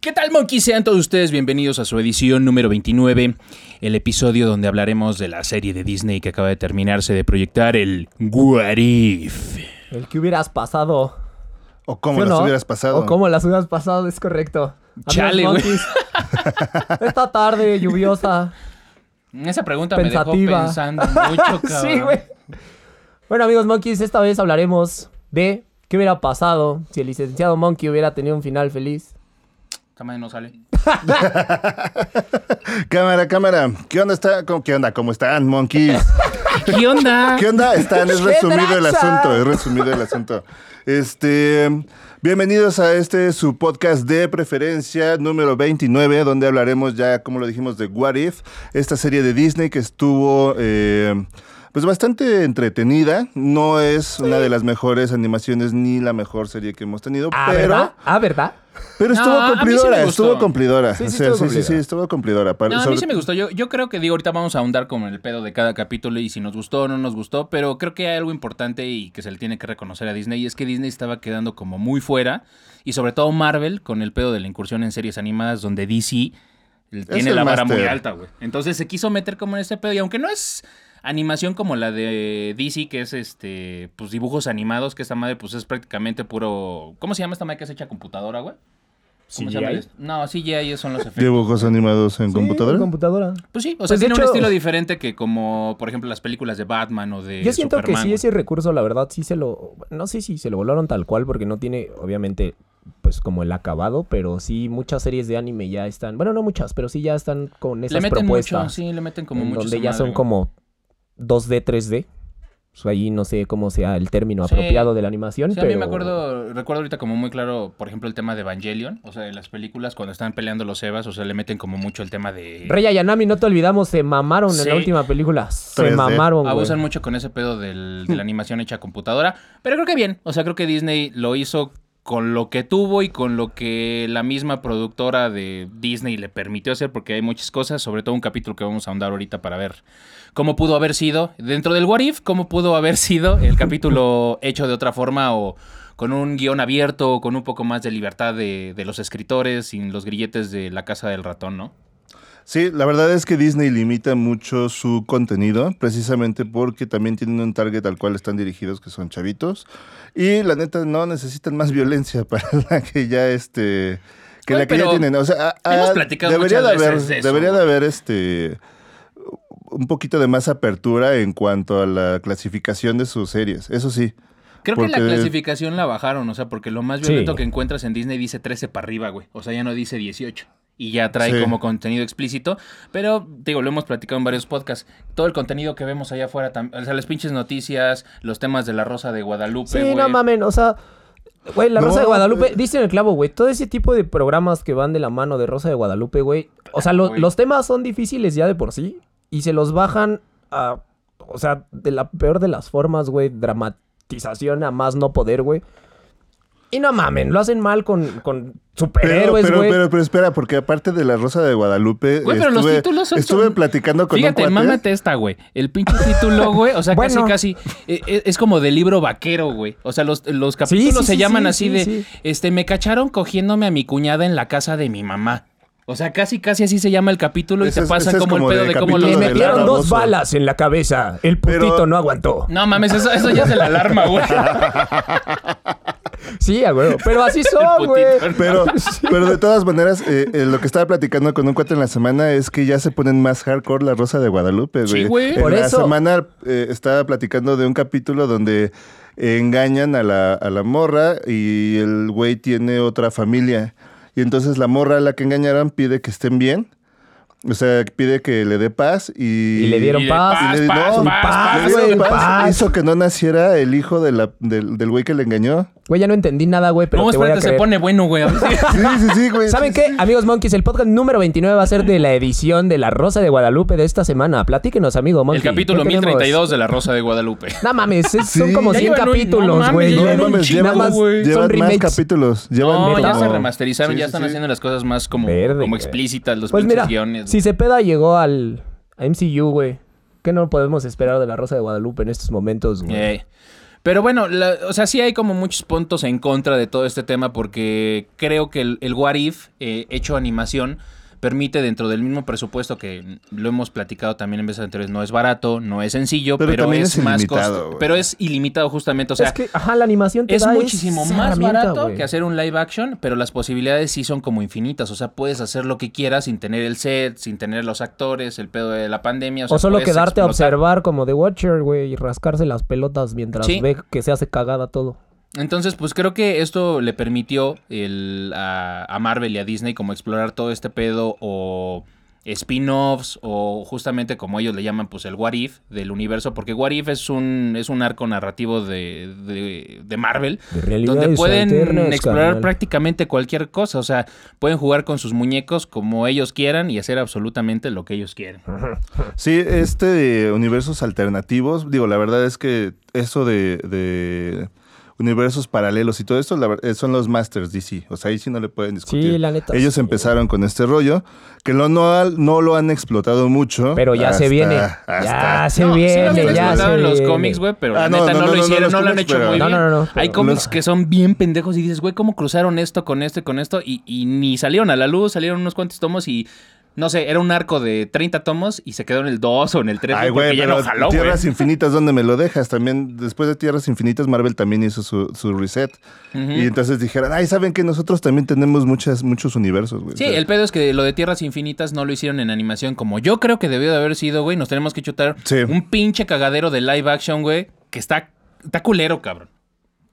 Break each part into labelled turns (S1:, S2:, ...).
S1: ¿Qué tal, Monkey? Sean todos ustedes bienvenidos a su edición número 29, el episodio donde hablaremos de la serie de Disney que acaba de terminarse de proyectar, el What If.
S2: El que hubieras pasado.
S3: O cómo
S2: ¿Sí o
S3: las
S2: no?
S3: hubieras pasado.
S2: O cómo las hubieras pasado, es correcto. Amigos
S1: Chale, güey.
S2: monkeys, Esta tarde lluviosa.
S1: Esa pregunta me dejó
S2: Pensativa.
S1: pensando mucho, cabrón.
S2: sí, güey. Bueno, amigos monkeys, esta vez hablaremos de qué hubiera pasado si el licenciado Monkey hubiera tenido un final feliz.
S1: Esta madre no sale.
S3: Cámara, cámara. ¿Qué onda está? ¿Cómo, ¿Qué onda? ¿Cómo están, monkeys?
S1: ¿Qué onda?
S3: ¿Qué onda están? Es
S2: ¿Qué
S3: resumido el
S2: tranza?
S3: asunto, es resumido el asunto. Este, bienvenidos a este su podcast de preferencia número 29, donde hablaremos ya, como lo dijimos, de What If, esta serie de Disney que estuvo... eh, pues bastante entretenida, no es una de las mejores animaciones ni la mejor serie que hemos tenido,
S2: Ah,
S3: pero
S2: ¿verdad? Ah, ¿verdad?
S3: Pero
S1: No,
S3: estuvo
S1: a mí sí me
S3: cumplidora,
S1: gustó.
S3: estuvo cumplidora.
S2: Sí,
S3: O
S2: sí,
S3: sea,
S2: estuvo
S3: sí, sí,
S2: cumplidora.
S3: sí, estuvo cumplidora.
S1: No,
S3: Para-
S1: a mí
S3: sobre-
S1: sí me gustó. Yo, yo creo que digo, ahorita vamos a ahondar con el pedo de cada capítulo y si nos gustó o no nos gustó, pero creo que hay algo importante y que se le tiene que reconocer a Disney y es que Disney estaba quedando como muy fuera y sobre todo Marvel con el pedo de la incursión en series animadas donde DC tiene
S3: el
S1: la vara
S3: máster.
S1: muy alta, güey. Entonces se quiso meter como en ese pedo y aunque no es animación como la de DC que es este pues dibujos animados que esta madre pues es prácticamente puro ¿Cómo se llama esta madre que es hecha a computadora, güey? ¿Cómo se llama
S2: CGI?
S1: esto? No, CGI son los efectos.
S3: Dibujos animados en computadora.
S2: Sí, computadora.
S1: Pues sí, o sea,
S2: Pues, de
S1: tiene un
S2: hecho-
S1: estilo diferente que como, por ejemplo, las películas de Batman o de
S2: Yo siento
S1: Superman,
S2: que sí,
S1: güey.
S2: ese recurso, la verdad, sí se lo. No sé si se lo volaron tal cual, porque no tiene, obviamente, pues como el acabado, pero sí, muchas series de anime ya están. Bueno, no muchas, pero sí ya están con esas
S1: Le meten
S2: propuestas.
S1: mucho, sí, le meten como
S2: en
S1: mucho.
S2: donde
S1: esa
S2: ya
S1: madre,
S2: son
S1: güey.
S2: como 2D, 3D. O sea, ahí no sé cómo sea el término
S1: Sí.
S2: apropiado de la animación,
S1: Sí, a
S2: pero...
S1: mí me acuerdo, recuerdo ahorita como muy claro, por ejemplo, el tema de Evangelion. O sea, de las películas cuando están peleando los Evas, o sea, le meten como mucho el tema de...
S2: Rey Ayanami, no te olvidamos, se mamaron en
S1: Sí.
S2: la última película. Se
S3: 3D.
S2: mamaron, güey.
S1: Abusan mucho con ese pedo del- de la animación hecha a computadora. Pero creo que bien. O sea, creo que Disney lo hizo con lo que tuvo y con lo que la misma productora de Disney le permitió hacer, porque hay muchas cosas, sobre todo un capítulo que vamos a ahondar ahorita para ver cómo pudo haber sido, dentro del What If, cómo pudo haber sido el capítulo hecho de otra forma o con un guión abierto, o con un poco más de libertad de, de los escritores, sin los grilletes de la casa del ratón, ¿no?
S3: Sí, la verdad es que Disney limita mucho su contenido, precisamente porque también tienen un target al cual están dirigidos, que son chavitos. Y la neta, no necesitan más violencia para la que ya este. Que
S1: Güey,
S3: la que ya
S1: pero
S3: tienen. O sea, a- a-
S1: hemos platicado
S3: debería de
S1: muchas
S3: haber,
S1: veces de eso,
S3: debería de
S1: güey.
S3: haber este. Un poquito de más apertura en cuanto a la clasificación de sus series. Eso sí.
S1: Creo que la
S3: Porque-
S1: clasificación la bajaron, o sea, porque lo más
S2: Sí.
S1: violento que encuentras en Disney dice 13 para arriba, güey. O sea, ya no dice 18. Y ya trae
S3: Sí.
S1: como contenido explícito. Pero, digo, lo hemos platicado en varios podcasts. Todo el contenido que vemos allá afuera, tam- o sea, las pinches noticias, los temas de la Rosa de Guadalupe,
S2: Sí,
S1: güey.
S2: no mamen, o sea... Güey, la
S3: No,
S2: Rosa de Guadalupe,
S3: eh.
S2: dice en el clavo, güey, todo ese tipo de programas que van de la mano de Rosa de Guadalupe, güey, o sea, lo-
S1: güey.
S2: los temas son difíciles ya de por sí y se los bajan a, o sea, de la peor de las formas, güey, dramatización a más no poder, güey. Y no mamen, lo hacen mal con, con
S3: Pero,
S2: superhéroes,
S3: pero,
S2: güey.
S3: pero, pero espera, porque aparte de la Rosa de Guadalupe,
S1: Güey, pero
S3: estuve,
S1: los títulos son-
S3: estuve
S1: son-
S3: platicando con
S1: Fíjate,
S3: un cuate.
S1: mámate esta, güey. El pinche título, güey. O sea,
S2: Bueno.
S1: casi, casi. eh, eh, Es como de libro vaquero, güey. O sea, los, los capítulos
S2: sí,
S1: se
S2: sí,
S1: llaman
S2: sí,
S1: así
S2: sí,
S1: de.
S2: sí.
S1: Este, me cacharon cogiéndome a mi cuñada en la casa de mi mamá. O sea, casi, casi así se llama el capítulo y
S3: Ese
S1: te
S3: es-
S1: pasan
S3: ese es
S1: como,
S3: como
S1: el pedo
S3: de
S1: de cómo
S3: capítulo
S1: los
S2: Le
S3: de
S1: metieron.
S2: metieron
S3: Lara
S2: dos
S3: Rosa.
S2: balas en la cabeza, el
S3: Pero-
S2: putito no aguantó.
S1: No mames, eso, eso ya es el alarma, güey.
S2: Sí, a huevo, pero así son,
S3: Ah,
S1: putito,
S2: güey.
S1: ¿no?
S3: Pero, pero de todas maneras, eh, eh, lo que estaba platicando con un cuate en la semana es que ya se ponen más hardcore la Rosa de Guadalupe, güey.
S1: Sí, güey.
S3: En
S2: Por
S3: la
S2: eso.
S3: semana eh, estaba platicando de un capítulo donde engañan a la, a la morra y el güey tiene otra familia. Y entonces la morra a la que engañaron pide que estén bien. O sea, pide que le dé paz y...
S2: Y le dieron
S1: Y de
S2: paz.
S3: y
S1: paz,
S3: le-
S1: paz,
S3: no,
S1: paz,
S2: paz,
S3: le dieron
S2: güey,
S3: paz,
S2: paz.
S3: Hizo que no naciera el hijo de la- del del güey que le engañó.
S2: Güey, ya no entendí nada, güey, pero
S1: no,
S2: te voy a
S1: espérate, se
S2: creer.
S1: pone bueno, güey.
S3: Sí, sí, sí, güey.
S2: ¿Saben
S3: sí,
S2: qué, amigos monkeys? El podcast número 29 va a ser de la edición de La Rosa de Guadalupe de esta semana. Platíquenos, amigo monkey.
S1: El capítulo
S2: ¿Qué tenemos?
S1: 1032 de La Rosa de Guadalupe.
S2: No mames, es- son
S3: Sí.
S2: como
S3: Ya
S2: 100
S1: llevan un- no
S2: capítulos,
S1: mames,
S2: güey.
S1: ya
S3: No
S1: llevan un
S3: mames,
S1: chingo,
S3: llevan,
S2: nada más
S1: güey.
S2: son
S3: llevan más
S2: remakes.
S3: capítulos. Llevan
S1: No, ya
S3: como-
S1: se remasterizaron,
S3: Sí,
S1: ya
S3: sí,
S1: están
S3: sí.
S1: haciendo las cosas más como,
S2: Verde,
S1: como
S2: güey.
S1: explícitas, los
S2: Pues
S1: pinches
S2: mira,
S1: guiones.
S2: si Cepeda llegó al a MCU, güey, ¿qué no podemos esperar de La Rosa de Guadalupe en estos momentos, güey?
S1: Eh. Pero bueno, la- o sea, sí hay como muchos puntos en contra de todo este tema porque creo que el, el What If eh, hecho animación permite dentro del mismo presupuesto que lo hemos platicado también en veces anteriores, no es barato, no es sencillo,
S3: Pero
S1: pero,
S3: también
S1: es,
S3: es
S1: más
S3: ilimitado,
S1: costo-
S3: güey.
S1: pero es ilimitado justamente, o sea,
S2: es que, ajá, la animación te
S1: es
S2: da
S1: muchísimo
S2: esa
S1: más
S2: herramienta,
S1: barato
S2: güey.
S1: que hacer un live action, pero las posibilidades sí son como infinitas. O sea, puedes hacer lo que quieras sin tener el set, sin tener los actores, el pedo de la pandemia. O, sea,
S2: O solo
S1: puedes
S2: quedarte a
S1: explotar.
S2: observar como The Watcher, güey, y rascarse las pelotas mientras
S1: Sí.
S2: ve que se hace cagada todo.
S1: Entonces, pues creo que esto le permitió el, a, a Marvel y a Disney como explorar todo este pedo o spin-offs o justamente como ellos le llaman pues el What If del universo porque What If es un, es un arco narrativo de, de- de Marvel
S2: De realidades
S1: donde pueden
S2: alternas,
S1: explorar
S2: carnal.
S1: prácticamente cualquier cosa, o sea, pueden jugar con sus muñecos como ellos quieran y hacer absolutamente lo que ellos quieran.
S3: Sí, este de universos alternativos, digo, la verdad es que eso de, de universos paralelos y todo esto la ver- eh, son los masters DC. O sea, ahí sí no le pueden discutir.
S2: Sí, la neta,
S3: Ellos
S2: sí.
S3: empezaron con este rollo, que lo- no, ha- no lo han explotado mucho.
S2: Pero ya se
S3: hasta-
S2: viene.
S3: hasta-
S2: Ya se
S1: No, sí lo
S2: viene,
S1: habían
S2: ya se
S1: explotado en los
S2: viene.
S1: cómics, güey, pero
S3: Ah,
S1: la
S3: no,
S1: neta
S3: no,
S1: no,
S3: no,
S1: lo
S3: no, no,
S1: hicieron, no,
S3: los
S1: lo han
S3: cómics,
S1: hecho
S3: pero-
S1: muy
S2: No,
S1: bien.
S2: no, no, no,
S1: Hay
S2: pero-
S1: cómics
S3: los-
S1: que son bien pendejos y dices, güey, ¿cómo cruzaron esto con esto y con esto? Y, y ni salieron a la luz, salieron unos cuantos tomos y... No sé, era un arco de 30 tomos y se quedó en el 2 o en el 3
S3: Ay,
S1: porque
S3: güey,
S1: ya
S3: pero
S1: no jaló, güey.
S3: Tierras Infinitas, ¿dónde me lo dejas? También, después de Tierras Infinitas, Marvel también hizo su, su reset.
S1: Ujú.
S3: Y entonces dijeron, ay, ¿saben que nosotros también tenemos muchas, muchos universos, güey?
S1: Sí,
S3: O sea,
S1: el pedo es que lo de Tierras Infinitas no lo hicieron en animación como yo creo que debió de haber sido, güey. Nos tenemos que chutar
S3: Sí.
S1: un pinche cagadero de live action, güey, que está, está culero, cabrón.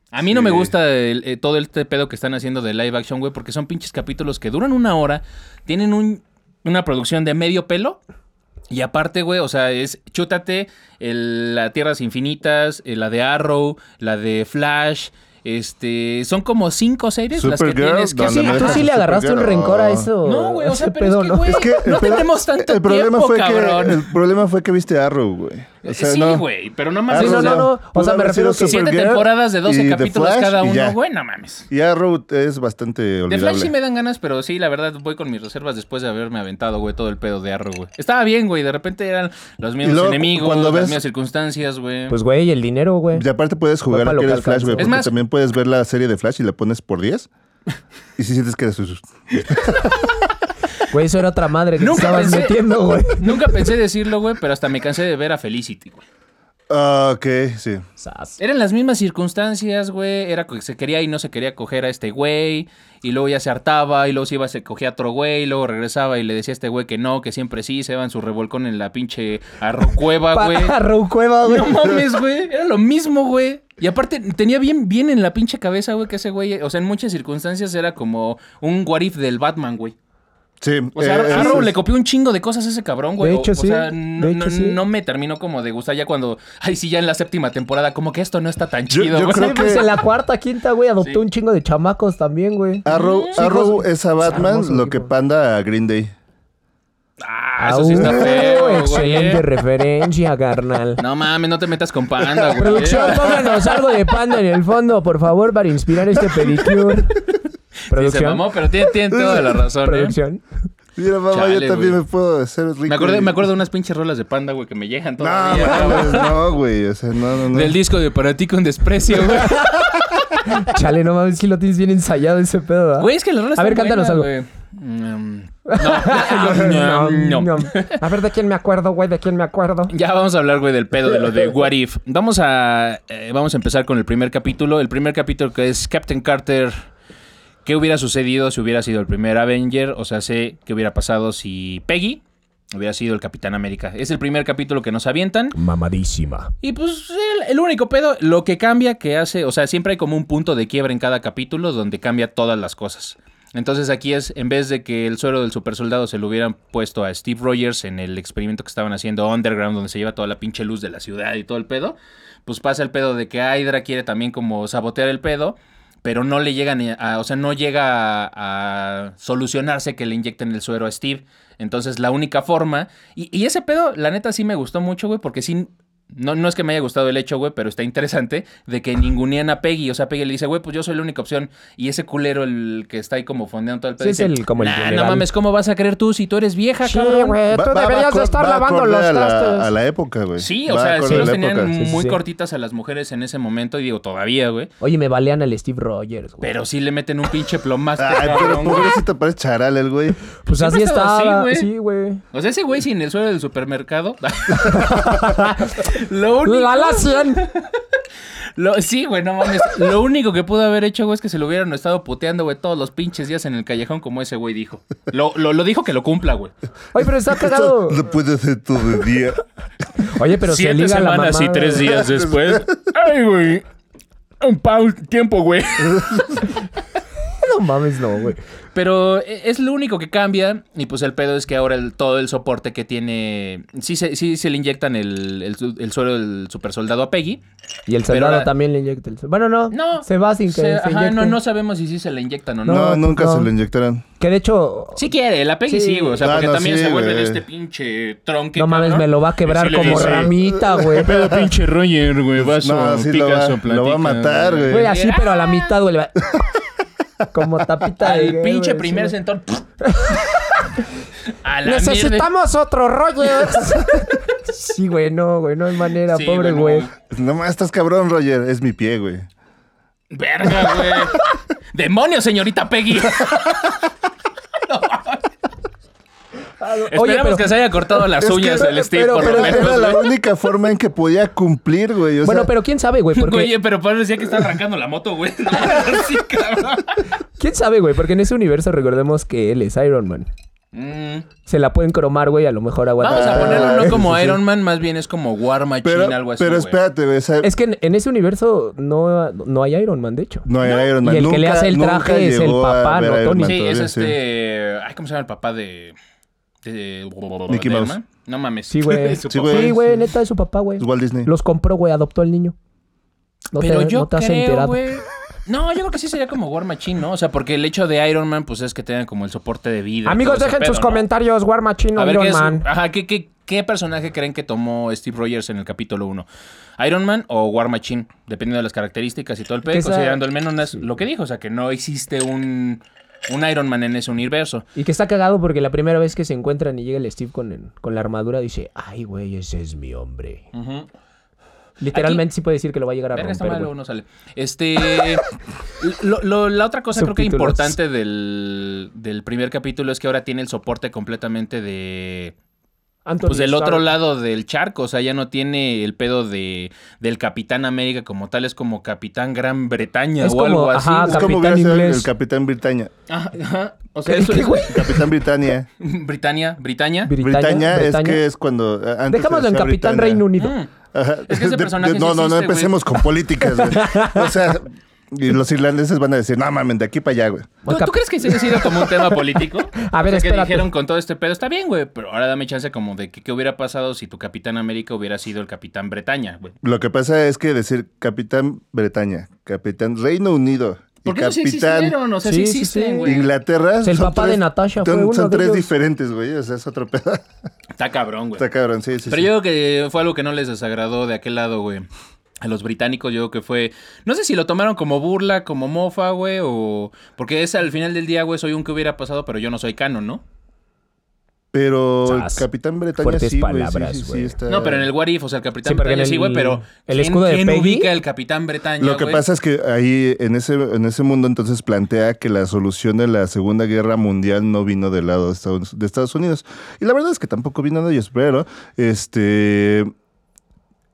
S1: A mí no
S3: Sí.
S1: me gusta el- eh, todo este pedo que están haciendo de live action, güey, porque son pinches capítulos que duran una hora, tienen un- una producción de medio pelo. Y aparte, güey, o sea, es chútate el- la Tierras Infinitas, eh, la de Arrow, la de Flash, este, son como cinco series las que
S3: Supergirl,
S1: tienes que
S3: donde
S2: Sí,
S3: me
S2: Ah, tú
S3: dejas
S2: sí
S3: el
S2: le agarraste un
S3: superhéroe.
S2: rencor a eso.
S1: No, güey, o
S2: a
S1: sea,
S2: ese
S1: pero es que, güey,
S3: Es que el
S1: No
S3: pedo-
S1: tenemos tanto
S3: el problema
S1: tiempo,
S3: fue
S1: cabrón.
S3: Que, el problema fue que viste Arrow, güey. O sea,
S1: Eh, sí,
S3: no. Ah,
S1: güey, pero no más
S2: Sí,
S3: Arrow
S2: no,
S3: ya
S2: no, no. O
S3: pudo
S2: sea, me
S3: haber
S2: refiero
S3: sido
S2: que-
S1: Siete
S3: Supergirl
S1: tempodas de
S3: y
S1: 12
S3: The
S1: capítulos
S3: Flash
S1: cada
S3: y ya.
S1: uno, güey, no mames.
S3: Y Arrow es bastante
S1: De
S3: olvidable.
S1: Flash sí me dan ganas, pero sí, la verdad, voy con mis reservas después de haberme aventado, güey, todo el pedo de Arrow, güey. Estaba bien, güey, de repente eran los mismos
S3: Y luego,
S1: enemigos,
S3: cuando
S1: las
S3: ves-
S1: mismas circunstancias, güey.
S2: Pues, güey, el dinero, güey.
S3: Y aparte puedes jugar
S2: Fue pa'
S3: a
S2: lo
S3: que
S2: que
S3: eres Flash, güey,
S2: alcanzó.
S3: porque
S1: Es más-
S3: también puedes ver la serie de Flash y la pones por 10. Y si sientes que eres...
S2: Güey, eso era otra madre que te
S1: Nunca
S2: estabas
S1: pensé-
S2: metiendo, güey.
S1: Nunca pensé decirlo, güey, pero hasta me cansé de ver a Felicity, güey.
S3: Ah, ok, sí.
S2: Sas.
S1: Eran las mismas circunstancias, güey. Era que se quería y no se quería coger a este güey. Y luego ya se hartaba. Y luego se iba, se cogía a otro güey. Y luego regresaba y le decía a este güey que no, que siempre sí. Se iban su revolcón en la pinche arrocueva, güey.
S2: Para Cueva, güey.
S1: No mames, güey. Era lo mismo, güey. Y aparte, tenía bien, bien en la pinche cabeza, güey, que ese güey. O sea, en muchas circunstancias era como un what if del Batman, güey.
S3: Sí.
S1: O sea,
S3: eh,
S1: Arrow
S3: es-
S1: le copió un chingo de cosas a ese cabrón, güey.
S2: De
S1: O-
S2: hecho,
S1: o,
S2: sí.
S1: sea, no,
S2: De hecho,
S1: no-
S2: sí.
S1: no me terminó como de gustar ya cuando. Ay, sí, ya en la séptima temporada, como que esto no está tan
S3: Yo-
S1: chido,
S3: yo
S1: güey.
S3: creo que-
S2: Pues en la cuarta, quinta, güey, adoptó un chingo de chamacos también, güey.
S3: Arrow, Arrow es a Batman
S2: hermoso
S3: lo que
S2: equipo.
S3: panda a Green Day.
S1: Ah, eso sí está
S2: Au,
S1: feo, güey.
S2: Excelente referencia, carnal.
S1: No mames, no te metas con panda, güey.
S2: Producción, pónganos algo de panda en el fondo, por favor, para inspirar este pedicure.
S1: Sí, se
S2: Producción.
S1: mamó, pero tiene, tiene toda la razón, ¿eh?
S2: Producción.
S3: Mira, mamá,
S1: Chale,
S3: yo también
S1: güey.
S3: me puedo hacer rico.
S1: Me acordé,
S3: y-
S1: me acuerdo de unas pinches rolas de panda, güey, que me llegan
S3: No,
S1: todavía. güey.
S3: mames, no, güey. O sea, no, no, no.
S1: Del disco de Para ti con desprecio, güey.
S2: Chale, no mames, si lo tienes bien ensayado ese pedo, ¿verdad?
S1: Güey, es que las rolas
S2: A ver,
S1: están
S2: cántanos algo.
S1: buenas, güey. Mm, No, no, no.
S2: A ver, ¿de quién me acuerdo, güey? ¿De quién me acuerdo?
S1: Ya vamos a hablar, güey, del pedo de lo de What If. Vamos a, eh, vamos a empezar con el primer capítulo. El primer capítulo que es Captain Carter. ¿Qué hubiera sucedido si hubiera sido el primer Avenger? O sea, sé qué hubiera pasado si Peggy hubiera sido el Capitán América. Es el primer capítulo que nos avientan.
S2: Mamadísima.
S1: Y pues el, el único pedo, lo que cambia que hace, o sea, siempre hay como un punto de quiebra en cada capítulo donde cambia todas las cosas. Entonces aquí es, en vez de que el suero del supersoldado se lo hubieran puesto a Steve Rogers en el experimento que estaban haciendo Underground, donde se lleva toda la pinche luz de la ciudad y todo el pedo, pues pasa el pedo de que Hydra quiere también como sabotear el pedo, pero no le llegan a, o sea, no llega a, a solucionarse que le inyecten el suero a Steve. Entonces la única forma, y, y ese pedo, la neta sí me gustó mucho, güey, porque sí no, no es que me haya gustado el hecho, güey, pero está interesante de que ningunean a Peggy. O sea, Peggy le dice, güey, pues yo soy la única opción. Y ese culero, el que está ahí como fondeando todo el pedo.
S2: Sí, es
S1: dice,
S2: el- como el
S1: "Nah, no
S2: general".
S1: mames, ¿cómo vas a creer tú si tú eres vieja,
S2: Sí,
S1: cabrón?
S2: güey, tú
S3: Va- va- va
S2: deberías de
S3: acor-
S2: estar
S3: va
S2: lavando
S3: acorde
S2: los
S3: a la-
S2: trastes.
S3: A la época, güey.
S1: Sí, o
S3: Va
S1: sea,
S3: acorde
S1: sí
S3: a
S1: los
S3: la
S1: tenían
S3: época.
S2: Sí, sí,
S1: muy
S2: sí.
S1: cortitas a las mujeres en ese momento. Y digo, todavía, güey.
S2: Oye, me balean al Steve Rogers, güey.
S1: Pero sí le meten un pinche plomazo.
S3: Ay, pero
S1: cabrón, güey.
S3: pobrecito, parece charal el güey.
S2: pues así
S1: siempre ha estado
S2: estaba.
S1: así, güey.
S2: sí, güey.
S1: O sea, ese güey sin el suelo del supermercado. lo único.
S2: La la 100.
S1: Lo- sí, güey, no mames. Lo único que pudo haber hecho, güey, es que se lo hubieran estado puteando, güey, todos los pinches días en el callejón, como ese güey dijo. Lo, lo, lo dijo que lo cumpla, güey.
S2: Oye, pero está cagado.
S3: Esto Lo puede hacer todo el día.
S2: Oye, pero se liga la mamá.
S1: días después. ¡Ay, güey! Un pau- tiempo, güey.
S2: No mames, no, güey.
S1: Pero e- es lo único que cambia. Y pues el pedo es que ahora el- todo el soporte que tiene. Sí se, sí se le inyectan el, el, su- el suero del supersoldado a Peggy.
S2: Y el
S1: Pero
S2: soldado
S1: la-
S2: también le inyecta el... Bueno, no.
S1: No.
S2: Se va sin que
S1: se-
S2: se,
S1: ajá,
S2: inyecte.
S1: no, no sabemos si sí se le inyectan o no.
S3: No,
S2: No,
S3: nunca
S2: no.
S3: se lo inyectaron.
S2: Que de hecho...
S1: Sí quiere, la Peggy
S2: Sí.
S1: sí, güey. O sea,
S3: Ah,
S1: porque
S3: no,
S1: también
S3: sí,
S1: se vuelve de
S3: güey.
S1: este pinche tronque.
S2: No mames, me lo va a quebrar como ramita, güey.
S1: pinche Roger, güey. Va
S3: No, sí lo va, lo va a matar,
S2: Güey,
S3: güey.
S2: así,
S1: Ah.
S2: pero a la mitad, güey. le va- Como tapita de...
S1: Al
S2: güey,
S1: pinche
S2: sí,
S1: primer
S2: güey.
S1: sentón. A la mierda.
S2: ¡Necesitamos otro Rogers! sí, güey, no, güey. No hay manera,
S1: Sí,
S2: pobre
S1: bueno,
S2: güey.
S3: No más estás cabrón, Roger. Es mi pie, güey.
S1: Verga, güey. ¡Demonios, señorita Peggy! Esperamos
S2: pero-
S1: que se haya cortado las
S3: Es que
S1: uñas
S3: era-
S1: del Steve,
S3: pero,
S1: por lo
S3: pero
S1: menos.
S3: Era la
S1: güey.
S3: única forma en que podía cumplir, güey. O
S2: Bueno,
S3: sea,
S2: pero quién sabe, güey, porque...
S1: Güey, pero Pablo decía que está arrancando la moto, güey. sí, cabrón.
S2: ¿Quién sabe, güey? Porque en ese universo recordemos que él es Iron Man.
S1: Mm.
S2: Se la pueden cromar, güey, a lo mejor aguanta.
S1: Vamos a ponerlo no
S3: sí,
S1: como
S3: sí.
S1: Iron Man, más bien es como War Machine,
S3: pero,
S1: algo así.
S3: pero
S1: güey.
S3: espérate, güey. o sea,
S2: Es que en, en ese universo no, no hay Iron Man, de hecho.
S3: no era Iron Man.
S2: y el que le
S3: Nunca-
S2: hace el
S3: nunca
S2: traje es el
S3: llegó a
S2: papá,
S3: ver
S2: ¿no,
S3: a Iron
S2: Tony?
S3: Man
S1: Sí, es
S3: todavía,
S1: este. Ay, ¿cómo se llama el papá de. de-
S3: Mickey
S1: de
S3: Mouse.
S1: Iron Man? No mames.
S2: Sí, güey.
S1: Su
S3: Sí,
S1: papá.
S3: güey.
S2: Sí, güey, neta es su papá, güey.
S3: Es Walt Disney.
S2: Los compró, güey, adoptó al niño. No
S1: Pero
S2: te,
S1: yo
S2: no te has
S1: creo,
S2: enterado.
S1: güey. No, yo creo que sí sería como War Machine, ¿no? O sea, porque el hecho de Iron Man, pues es que tengan como el soporte de vida. y
S2: Amigos,
S1: todo ese
S2: dejen sus
S1: pedo, ¿no?
S2: comentarios, War Machine
S1: A
S2: o
S1: ver,
S2: Iron
S1: ¿qué, es-
S2: Man.
S1: ajá, ¿qué, qué, qué personaje creen que tomó Steve Rogers en el capítulo 1? ¿Iron Man o War Machine? Dependiendo de las características y todo el pedo,
S2: Que esa-
S1: considerando al menos las- lo que dijo, o sea, que no existe un, un Iron Man en ese universo.
S2: Y que está cagado porque la primera vez que se encuentran y llega el Steve con, el- con la armadura, dice, ay, güey, ese es mi hombre. Literalmente sí puede decir que lo va a llegar a
S1: Verga, está
S2: romper,
S1: mal, luego
S2: güey.
S1: no sale. Este. lo- lo- la otra cosa creo que
S2: Subtítulos.
S1: importante del, del primer capítulo es que ahora tiene el soporte completamente de.
S2: Anthony
S1: Pues del otro
S2: Stark.
S1: lado del charco. O sea, ya no tiene el pedo de, del Capitán América como tal, es como Capitán Gran Bretaña
S2: Es
S1: o
S2: como-
S1: algo así.
S2: ajá,
S3: Es
S1: güey.
S3: como
S2: Capitán
S3: hubiera sido el-
S2: inglés.
S3: el Capitán Britannia.
S1: Ajá, ajá. O sea,
S2: ¿Qué,
S1: eso
S2: qué,
S1: es-
S2: güey?
S3: Capitán Britannia.
S1: Britania, Britania.
S3: Britannia, es
S2: Bretaña.
S3: que es cuando. eh, antes
S2: Dejámoslo en
S3: decía
S2: Capitán
S3: Britannia.
S2: Reino Unido.
S1: Mm.
S3: Ajá.
S1: Es que ese personaje
S3: no,
S1: sí
S3: no, no
S1: existe,
S3: empecemos con políticas, güey. O sea, y los irlandeses van a decir, no mames, de aquí para allá, güey.
S1: ¿Tú, tú crees que se ha sido como un tema político?
S2: A ver,
S1: o sea, que
S2: espérate.
S1: dijeron con todo este pedo, está bien, güey, pero ahora dame chance como de que qué hubiera pasado si tu Capitán América hubiera sido el Capitán Bretaña, güey.
S3: Lo que pasa es que decir Capitán Bretaña, Capitán Reino Unido y
S1: Porque esos sí
S3: Capitán
S1: existieron, o sea, sí,
S2: Sí, sí,
S1: existen,
S2: sí.
S1: güey.
S3: Inglaterra.
S2: O sea, el
S3: son
S2: papá de Natasha
S3: son-
S2: fue uno
S3: Son
S2: de
S3: tres
S2: ellos.
S3: diferentes, güey. O sea, es otro pedo.
S1: Está cabrón, güey.
S3: Está cabrón, sí, sí.
S1: Pero
S3: sí.
S1: yo creo que fue algo que no les desagradó de aquel lado, güey. A los británicos yo creo que fue... No sé si lo tomaron como burla, como mofa, güey, o... Porque es al final del día, güey, soy un que hubiera pasado, pero yo no soy canon, ¿no?
S3: Pero el
S2: Sas.
S3: Capitán Bretaña
S2: Fuertes
S3: sí, güey. Sí,
S2: palabras,
S3: sí, sí,
S2: güey.
S3: está-
S1: No, pero en el What If, o sea, el Capitán
S2: Sí, porque en
S1: Bretaña sí, güey,
S2: el-
S1: pero...
S2: el
S1: ¿quién-
S2: escudo de
S1: ¿Quién
S2: Peggy?
S1: ubica el Capitán Bretaña,
S3: Lo que
S1: güey?
S3: pasa es que ahí en ese, en ese mundo entonces plantea que la solución de la Segunda Guerra Mundial no vino del lado de Estados, de Estados Unidos. Y la verdad es que tampoco vino de ellos, pero este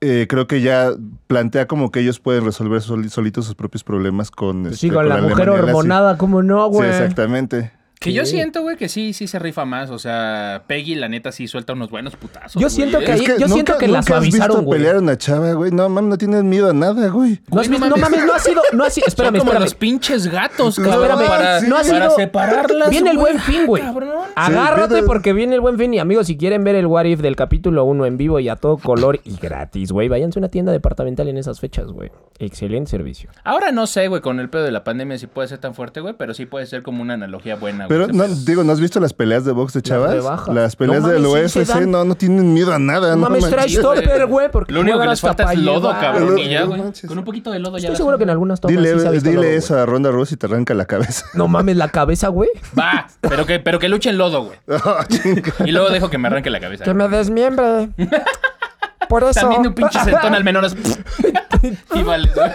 S3: eh, creo que ya plantea como que ellos pueden resolver soli- solitos sus propios problemas con,
S2: Pues
S3: este,
S2: sí, con la mujer
S3: Alemania nazi.
S2: hormonada, ¿cómo no,
S3: Sí,
S2: güey?
S3: exactamente.
S1: Que yo siento, güey, que sí, sí se rifa más. O sea, Peggy, la neta, sí suelta unos buenos putazos.
S2: Yo
S1: güey.
S2: siento que
S1: Es-
S2: ahí- yo siento que la
S3: has visto
S2: suavizaron, güey.
S3: pelear a una chava, güey. No, mames, no tienes miedo a nada, güey.
S2: No, has
S1: Güey, no
S2: visto- no
S1: mames.
S2: mames, no ha sido, no ha sido,
S1: Son
S2: espérame,
S1: como
S2: espérame.
S1: los pinches gatos,
S3: No,
S1: cabrón.
S3: espérame,
S1: para,
S3: no ha
S1: para
S2: sido-
S1: separarlas.
S2: Ah,
S1: Ah,
S2: Viene el buen fin, güey.
S1: cabrón.
S3: Sí,
S2: Agárrate
S3: viene-
S2: porque viene el buen fin. Y amigos, si quieren ver el What If del capítulo 1 en vivo y a todo color y gratis, güey, váyanse a una tienda departamental en esas fechas, güey. Excelente servicio.
S1: Ahora no sé, güey, con el pedo de la pandemia si puede ser tan fuerte, güey, pero sí puede ser como una analogía buena, güey.
S3: Pero,
S1: Ese
S3: no,
S1: pedo.
S3: digo, ¿no has visto las peleas de box de chavas?
S2: rebajas.
S3: Las peleas
S2: No mames,
S3: del
S2: sí,
S3: UFC,
S2: se dan.
S3: no, no tienen miedo a nada.
S2: No
S3: No
S2: mames, traes
S3: manches.
S1: Sí,
S2: topper, güey, porque
S1: Lo único que
S2: juegan
S1: les
S2: hasta
S1: falta es
S2: pa'
S1: lodo,
S2: llevar.
S1: cabrón. Y
S3: No
S1: ya, güey.
S3: manches.
S1: Con un poquito de lodo ya.
S2: Estoy
S1: las-
S2: seguro que en algunas tomas sí se ha
S3: Dile,
S2: visto
S3: dile
S2: lodo,
S3: eso
S2: güey.
S3: a Ronda Rousey y te arranca la cabeza.
S2: No mames, la cabeza, güey.
S1: Va, pero que, pero que luche en lodo, güey.
S3: Ah,
S1: Y luego dejo que me arranque la cabeza.
S2: Que me desmiembre. Por eso.
S1: También de un pinche sentón al menor. y vale, güey.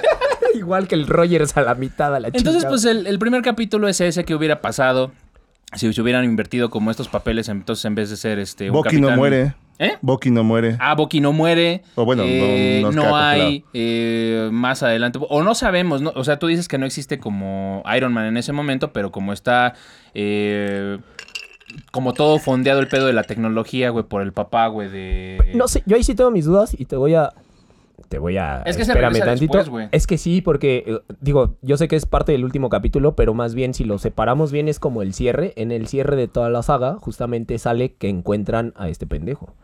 S2: Igual que el Rogers a la mitad a la chica.
S1: Entonces, pues el, el primer capítulo es ese que hubiera pasado si se hubieran invertido como estos papeles, entonces en vez de ser este. un
S3: Bucky no
S1: capitán-
S3: muere.
S1: ¿Eh?
S3: Boki no muere.
S1: Ah, Boki no muere.
S3: O bueno, no-
S1: eh,
S3: no
S1: no,
S3: nos queda
S1: hay eh, más adelante. O no sabemos, ¿no? o sea, tú dices que no existe como Iron Man en ese momento, pero como está eh, como todo fondeado el pedo de la tecnología, güey, por el papá, güey, de...
S2: No sé, yo ahí sí tengo mis dudas y te voy a. Te voy a.
S1: Es que se
S2: espérame
S1: regresa
S2: tantito.
S1: después, güey.
S2: es que sí, porque eh, digo, yo sé que es parte del último capítulo, pero más bien si lo separamos bien es como el cierre. En el cierre de toda la saga, justamente sale que encuentran a este pendejo.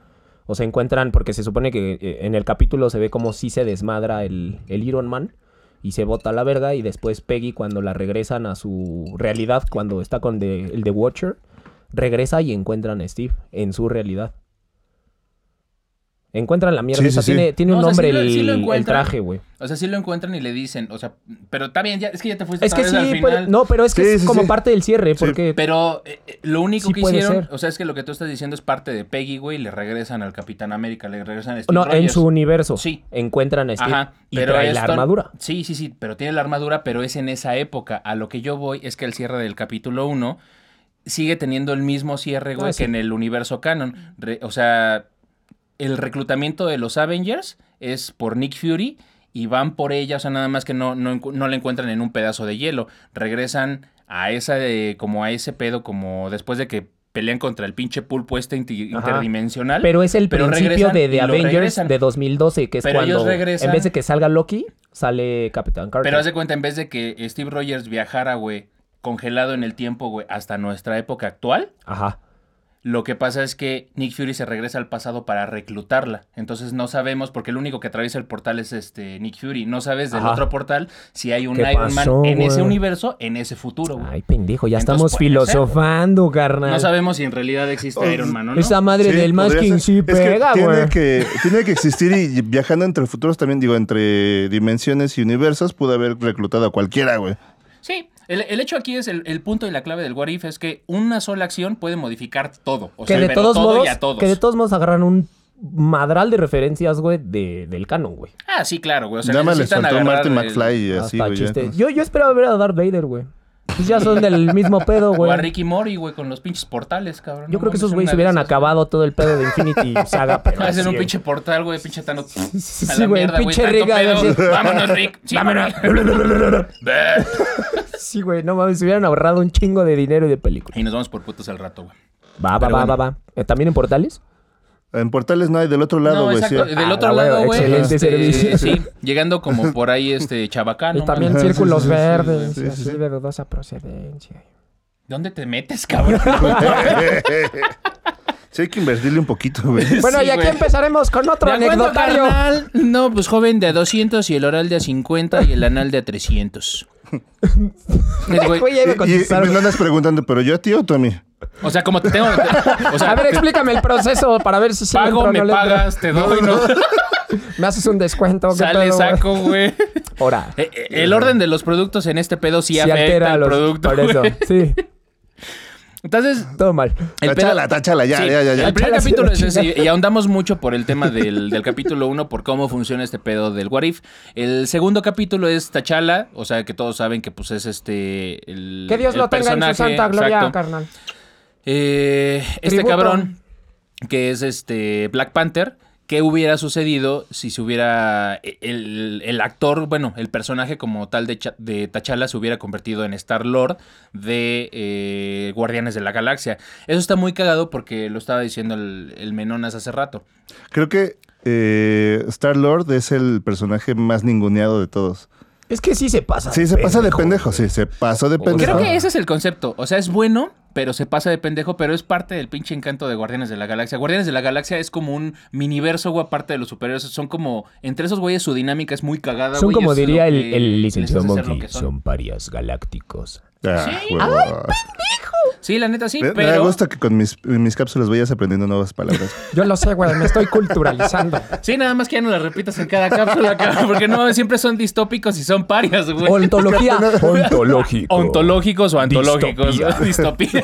S2: O se encuentran, porque se supone que eh, en el capítulo se ve como si se desmadra el, el Iron Man y se bota a la verga. Y después Peggy, cuando la regresan a su realidad, cuando está con The- el The Watcher, regresa y encuentran a Steve en su realidad. Encuentran la mierda.
S3: Sí,
S2: esa
S3: sí, sí.
S2: tiene, tiene
S1: No,
S2: un
S1: o sea, sí
S2: nombre
S1: lo-
S2: el,
S1: sí lo
S2: el
S1: encuentran.
S2: traje, güey.
S1: O sea, sí lo encuentran y le dicen, o sea, pero está bien, ya, es que ya te fuiste
S2: Es que
S1: otra vez
S2: sí,
S1: al
S2: pero-
S1: final.
S2: no, pero es que
S3: Sí,
S2: es
S3: sí,
S2: como
S3: sí.
S2: parte del cierre, porque
S1: Pero eh, eh, lo único
S2: Sí
S1: que
S2: puede
S1: hicieron,
S2: ser.
S1: o sea, es que lo que tú estás diciendo es parte de Peggy, güey, y le regresan al Capitán América, le regresan a Steve
S2: no, en
S1: Rogers.
S2: su universo
S1: Sí.
S2: encuentran a Steve
S1: Ajá,
S2: y trae la
S1: esto-
S2: armadura.
S1: Sí, sí, sí, pero tiene la armadura, pero es en esa época. A lo que yo voy es que el cierre del capítulo 1 sigue teniendo el mismo cierre, güey,
S2: Ah,
S1: que
S2: sí.
S1: en el universo canon. Re- o sea, el reclutamiento de los Avengers es por Nick Fury y van por ella, o sea, nada más que no, no, encu- no la encuentran en un pedazo de hielo. Regresan a esa de, como a ese pedo, como después de que pelean contra el pinche pulpo este inti-
S2: Ajá.
S1: interdimensional.
S2: Pero es el
S1: Pero
S2: principio
S1: regresan
S2: de
S1: y
S2: The
S1: lo
S2: Avengers
S1: regresan.
S2: de 2012, que es
S1: Pero ellos
S2: cuando en
S1: regresan.
S2: vez de que salga Loki, sale Capitán Carter.
S1: Pero haz de cuenta, en vez de que Steve Rogers viajara, güey, congelado en el tiempo, güey, hasta nuestra época actual,
S2: Ajá.
S1: lo que pasa es que Nick Fury se regresa al pasado para reclutarla. Entonces no sabemos, porque el único que atraviesa el portal es este Nick Fury. No sabes del
S2: Ajá.
S1: otro portal si hay un
S2: ¿Qué
S1: Iron
S2: pasó,
S1: Man en ese
S2: güey?
S1: universo, en ese futuro, güey.
S2: Ay, pendejo, ya
S1: Entonces puede
S2: estamos
S1: ser,
S2: filosofando, carnal.
S1: No sabemos si en realidad existe
S3: Oh,
S1: Iron Man o no.
S2: Esa madre
S3: Sí,
S2: del
S3: podría
S2: masking
S3: ser.
S2: sí
S3: Es que
S2: pega, güey.
S3: tiene que, tiene que existir y viajando entre futuros también, digo, entre dimensiones y universos, pudo haber reclutado a cualquiera, güey.
S1: Sí, el, el hecho aquí es el, el punto y la clave del What If es que una sola acción puede modificar todo. O
S2: que
S1: sea,
S2: de
S1: pero
S2: todos
S1: todo
S2: modos,
S1: y a todos.
S2: que de todos modos agarran un madral de referencias, güey, de- del canon, güey.
S1: Ah, sí, claro, güey. O sea,
S3: Nada más le
S1: necesitan
S3: soltó
S1: agarrar
S3: Martin
S1: el-
S3: McFly y así,
S2: Hasta
S3: güey. ya.
S2: Ah, chiste. Yo, yo esperaba ver a Darth Vader, güey. Pues ya son del mismo pedo,
S1: O a
S2: güey.
S1: Ricky Mori, güey, con los pinches portales, cabrón.
S2: Yo
S1: No
S2: creo que
S1: mames,
S2: esos
S1: en
S2: güeyes
S1: una
S2: hubieran
S1: de esas,
S2: acabado todo el pedo de Infinity Saga, pero.
S1: güey. Hacen
S2: así,
S1: un
S2: güey.
S1: pinche portal, güey, pinche Thanos. a
S2: Sí,
S1: la
S2: güey, el
S1: mierda, güey,
S2: pinche
S1: tanto
S2: Rick
S1: pedo.
S2: Adams.
S1: Vámonos, Rick. Sí,
S2: Vámonos.
S1: Ve.
S2: Sí, güey, no mames, se hubieran ahorrado un chingo de dinero y de película.
S1: Y nos vamos por putos al rato, güey.
S2: Va, va,
S1: Pero
S2: va,
S1: bueno.
S2: va, va. Eh, ¿También en portales?
S3: En portales no hay, del otro lado,
S1: No,
S3: güey.
S1: exacto.
S3: sí.
S1: Del
S2: Ah,
S1: otro
S2: la
S1: lado,
S2: hueva,
S1: güey.
S2: excelente
S1: este,
S2: servicio.
S1: Sí, llegando como por ahí, este, Chabacano.
S2: y eh, también
S3: sí, sí,
S2: círculos
S3: sí, sí,
S2: verdes,
S3: sí, sí,
S2: así
S3: sí.
S2: de dudosa procedencia.
S1: ¿Dónde te metes, cabrón?
S3: Sí, hay que invertirle un poquito, güey.
S2: Bueno,
S1: Sí,
S2: y aquí
S1: güey.
S2: empezaremos con otro
S1: ¿De acuerdo,
S2: anecdotario.
S1: carnal? No, pues joven de a 200 y el oral de a 50 y el anal de a 300. Güey,
S2: Güey, ya iba a
S3: Y, y
S2: contestar,
S3: me andas preguntando, ¿pero yo a ti o tú a mí?
S1: O sea, como te tengo. O sea,
S2: a ver,
S1: te
S2: explícame el proceso para ver si sí le entro
S1: pago,
S2: o
S1: me
S2: no le entro.
S1: pagas, te doy, no.
S2: Me haces un descuento. ¿qué
S1: Sale,
S2: pedo, güey?
S1: saco, güey.
S2: Ahora.
S1: Eh, eh, El orden de los productos en este pedo sí,
S2: Si
S1: afecta
S2: altera
S1: al
S2: los
S1: producto.
S2: Por eso,
S1: güey.
S2: sí,
S1: Entonces,
S2: todo mal.
S1: el pedo-
S3: táchala, táchala, ya,
S1: Sí,
S3: ya, ya, ya.
S1: El primer
S2: Chala, sí,
S1: capítulo
S2: la
S1: es ese, y- y ahondamos mucho por el tema del, del capítulo 1, por cómo funciona este pedo del What If. El segundo capítulo es Tachala, o sea que todos saben que pues es este... El,
S2: Que Dios
S1: el
S2: lo tenga en su
S1: personaje,
S2: santa gloria,
S1: exacto.
S2: carnal.
S1: Eh, este
S2: Tributo.
S1: cabrón, que es este Black Panther, qué hubiera sucedido si se hubiera e, el, el actor, bueno, el personaje como tal de, Cha- de T'Challa se hubiera convertido en Star Lord de eh, Guardianes de la Galaxia. Eso está muy cagado porque lo estaba diciendo el, el Menonas hace rato.
S3: Creo que eh, Star Lord es el personaje más ninguneado de todos.
S2: Es que sí se pasa.
S3: Sí, se pasa de pendejo,
S2: güey.
S3: sí, se pasó de
S1: Creo
S3: pendejo.
S1: que ese es el concepto. O sea, es bueno, pero se pasa de pendejo, pero es parte del pinche encanto de Guardianes de la Galaxia. Guardianes de la Galaxia es como un miniverso, güey, aparte de los superiores. Son como, entre esos güeyes, su dinámica es muy cagada,
S2: Son
S1: güey,
S2: como
S1: es lo
S2: diría el,
S1: que
S2: el
S1: les hace
S2: licenciado
S1: ser lo
S2: Monkey,
S1: que son.
S2: son parias galácticos.
S3: Ah,
S1: Sí.
S3: huevo.
S1: Sí, la neta sí,
S3: Me- Me da
S1: pero...
S3: gusto que con mis, mis cápsulas vayas aprendiendo nuevas palabras.
S2: Yo lo sé, güey, me estoy culturalizando.
S1: Sí, nada más que ya no las repitas en cada cápsula, cabrón, porque no, siempre son distópicos y son parias, güey.
S2: Ontología. Ontológico.
S1: Ontológicos o antológicos.
S2: Distopía.
S1: Distopía.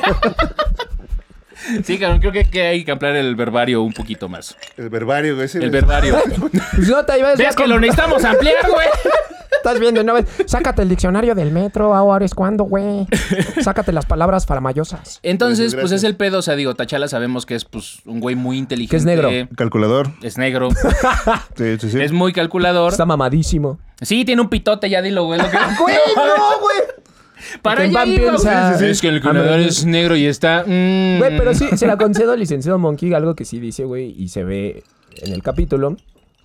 S1: sí, cabrón, creo que, que hay que ampliar el verbario un poquito más.
S3: El verbario, güey.
S1: El verbario.
S2: Pues no te ibas ya
S1: ¿Ves que
S2: con-
S1: lo necesitamos ampliar, güey?
S2: Estás viendo, ¿no? Sácate el diccionario del metro, ahora es cuando, güey. Sácate las palabras faramayosas.
S1: Entonces,
S3: Gracias.
S1: pues es el pedo. O sea, digo, Tachala sabemos que es pues un güey muy inteligente.
S2: Que es negro.
S3: Calculador.
S1: Es negro.
S3: Sí, sí, sí.
S1: es muy calculador.
S2: Está mamadísimo.
S1: Sí, tiene un pitote, ya dilo, güey. lo que-
S2: ¡Güey, no, güey!
S1: Para
S2: Porque
S1: allá
S2: Pan
S1: iba, güey.
S2: piensa- Sí, sí, sí.
S1: Es que el
S2: Ah,
S1: calculador
S2: me-
S1: es negro y está... mm.
S2: Güey, pero sí, se la concedo al licenciado Monkey, algo que sí dice, güey, y se ve en el capítulo.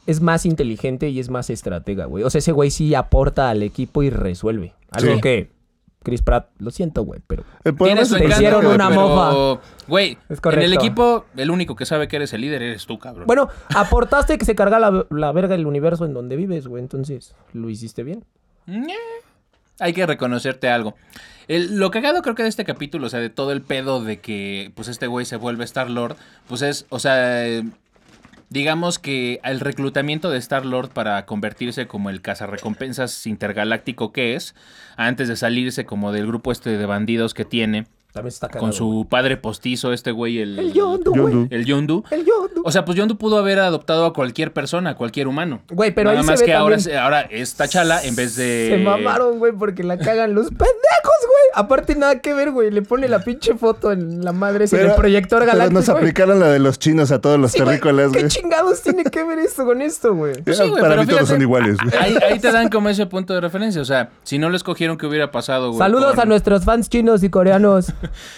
S2: Es más inteligente y es más estratega, güey. O sea, ese güey sí aporta al equipo y resuelve. Algo
S3: Sí.
S2: que Chris Pratt, lo siento, güey, pero...
S3: El
S1: Tiene
S3: problema es
S1: su
S3: el
S2: te
S1: encanto,
S3: personaje
S2: hicieron una
S3: de pendejo.
S2: mo-
S1: pero, Güey,
S2: Es
S1: en el
S2: correcto.
S1: equipo, el único que sabe que eres el líder eres tú, cabrón.
S2: Bueno, aportaste que se carga la, la verga el universo en donde vives, güey. Entonces, lo hiciste bien.
S1: Ñe. Hay que reconocerte algo. El- lo cagado creo que de este capítulo, o sea, de todo el pedo de que pues este güey se vuelve Star Lord, pues es, o sea, eh, digamos que el reclutamiento de Star Lord para convertirse como el cazarrecompensas intergaláctico que es, antes de salirse como del grupo este de bandidos que tiene,
S2: También está cagado.
S1: con su padre postizo, este güey, el,
S2: El Yondu,
S3: Yondu.
S2: güey.
S1: el Yondu.
S2: El Yondu.
S1: O sea, pues Yondu pudo haber adoptado a cualquier persona, a cualquier humano.
S2: Güey, pero
S1: Nada
S2: ahí se
S1: más
S2: ve
S1: que ahora,
S2: también-
S1: se- ahora es Tachala en vez de.
S2: Se mamaron, güey, porque la cagan los pendejos, güey. Aparte, nada que ver, güey. Le pone la pinche foto en la madre sin el proyector
S3: pero
S2: galáctico.
S3: nos
S2: güey.
S3: aplicaron la de los chinos a todos los
S2: Sí, güey,
S3: terrícolas,
S2: ¿Qué
S3: güey.
S2: chingados tiene que ver esto con esto, güey?
S1: Pues sí, güey,
S3: Para
S1: pero
S3: mí todos
S1: fíjate,
S3: son iguales, güey.
S1: Ahí, ahí te dan como ese punto de referencia. O sea, si no lo escogieron, ¿qué hubiera pasado, güey?
S2: Saludos
S1: con-
S2: a nuestros fans chinos y coreanos.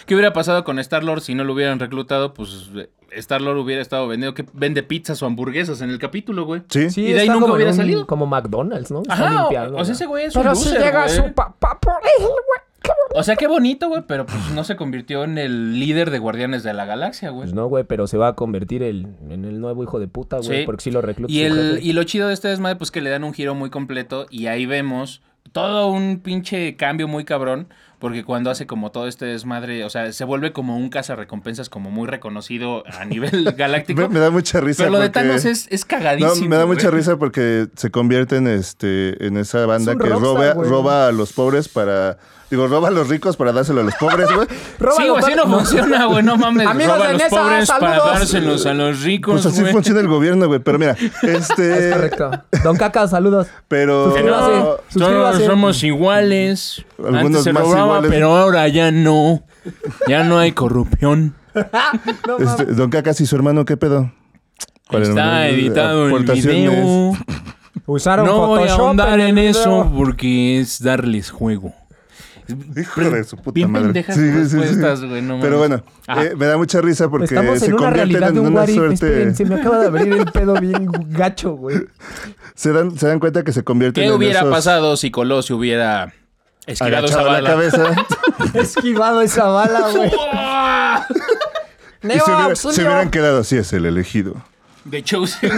S1: ¿Qué hubiera pasado con Star-Lord si no lo hubieran reclutado? Pues eh, Star-Lord hubiera estado vendido. que vende pizzas o hamburguesas en el capítulo, güey?
S3: Sí.
S2: Sí,
S1: Y de ahí
S2: está
S1: nunca
S2: como en
S1: hubiera
S2: un-
S1: salido.
S2: Como McDonald's, ¿no? Está
S1: Ajá, o-
S2: limpiando,
S1: o sea,
S2: ¿no?
S1: ese güey es un
S2: Pero si
S1: loser,
S2: llega
S1: güey.
S2: su papá por él, güey. qué bonito.
S1: O sea, qué bonito, güey, pero pues no se convirtió en el líder de Guardianes de la Galaxia, güey.
S2: Pues no, güey, pero se va a convertir el- en el nuevo hijo de puta, güey,
S1: Sí.
S2: porque sí lo recluta.
S1: Y,
S2: su
S1: el,
S2: jefe.
S1: y lo chido de este desmadre, pues que le dan un giro muy completo y ahí vemos todo un pinche cambio muy cabrón, porque cuando hace como todo este desmadre, o sea, se vuelve como un cazarrecompensas como muy reconocido a nivel
S3: Me,
S1: galáctico.
S3: me da mucha risa.
S1: pero lo de
S3: porque-
S1: Thanos es, es
S3: No,
S1: cagadísimo.
S3: me da
S1: güey.
S3: mucha risa porque se convierte en este en esa banda
S2: un
S3: que roba,
S2: rockstar, güey.
S3: roba a los pobres para digo roba a los ricos para dárselo a los pobres, güey.
S1: Sí,
S2: Róbalo,
S1: güey, así
S2: pa-
S1: no funciona, güey, no mames.
S2: Amigos
S1: roba a
S2: de
S1: los
S2: Nesa,
S1: pobres para
S2: saludos.
S1: dárselos a los ricos,
S3: Pues así
S1: güey.
S3: funciona el gobierno, güey, pero mira,
S2: Es
S3: este
S2: correcto. Don Caca, saludos.
S3: pero
S2: Que
S1: Pues No,
S2: Suscríbase,
S1: todos
S2: suscríbase.
S1: somos iguales. Antes
S3: Algunos
S1: se
S3: más
S1: robaba,
S3: iguales.
S1: pero ahora ya no. Ya no hay corrupción.
S2: No mames.
S3: este, Don Cacas y su hermano, ¿qué pedo? ¿Cuál
S1: Está
S3: era?
S1: editado el
S3: Aportaciones.
S1: video.
S2: Usaron
S1: No voy a
S2: Photoshop
S1: ahondar en
S2: el
S1: eso
S2: video.
S1: porque es darles juego.
S3: Hijo de su puta
S1: Bien
S3: madre.
S1: pendejas respuestas, güey, no mames.
S3: Pero bueno,
S1: Ajá.
S3: eh, me da mucha risa porque
S2: Estamos
S3: se
S2: en una
S3: convierten
S2: realidad
S3: en
S2: de un
S3: una
S2: what if.
S3: suerte.
S2: Esperen, se me acaba de abrir el pedo bien gacho, güey.
S3: Se dan, se dan cuenta que se convierten
S1: ¿Qué
S3: en
S1: hubiera
S3: esos
S1: pasado si Colosio hubiera esquivado esa
S3: agachado la
S1: bala?
S3: cabeza
S2: He esquivado esa bala, güey.
S1: ¡Uah!
S3: y
S2: Neo,
S3: se, hubiera- se
S2: auxilio.
S3: hubieran quedado así es el elegido.
S1: De Chosen.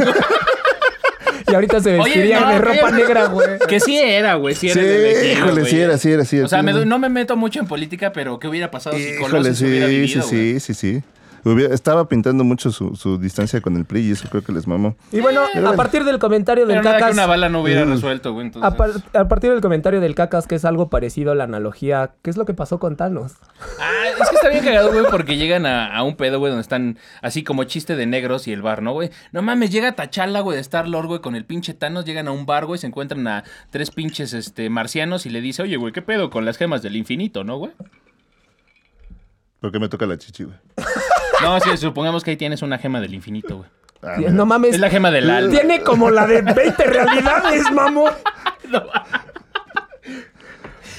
S2: Y ahorita se
S1: Oye,
S2: vestirían
S1: no,
S2: de ropa
S1: pero-
S2: negra, güey.
S1: que sí era, güey. Sí, era
S3: Sí,
S1: el elegido,
S3: híjole,
S1: güey.
S3: sí era, sí era, sí era.
S1: O sea, me
S3: Sí.
S1: doy- no me meto mucho en política, pero ¿qué hubiera pasado si Colosio
S3: Híjole,
S1: se hubiera
S3: sí, sí,
S1: vivido, güey?
S3: sí, sí, sí. Hubiera- estaba pintando mucho su, su distancia con el PRI y eso creo que les mamó.
S2: Y bueno, a partir del comentario del
S1: Pero nada que
S2: Cacas...
S1: una bala no hubiera resuelto, güey. entonces.
S2: A, par- a partir del comentario del Cacas, que es algo parecido a la analogía, ¿qué es lo que pasó con Thanos?
S1: Ah, es que está bien cagado, güey, porque llegan a, a un pedo, güey, donde están así como chiste de negros y el bar, ¿no, güey? No mames, llega Tachala, güey, de Star-Lord, güey, con el pinche Thanos, llegan a un bar, güey, se encuentran a tres pinches este, marcianos y le dice, oye, güey, ¿qué pedo con las gemas del infinito, no, güey?
S3: Porque me toca la chichi, güey.
S1: No, sí, supongamos que ahí tienes una gema del infinito, güey.
S3: Ah,
S2: Tien- No mames.
S1: Es la gema del alma.
S2: Tiene como la de 20 realidades, mamón.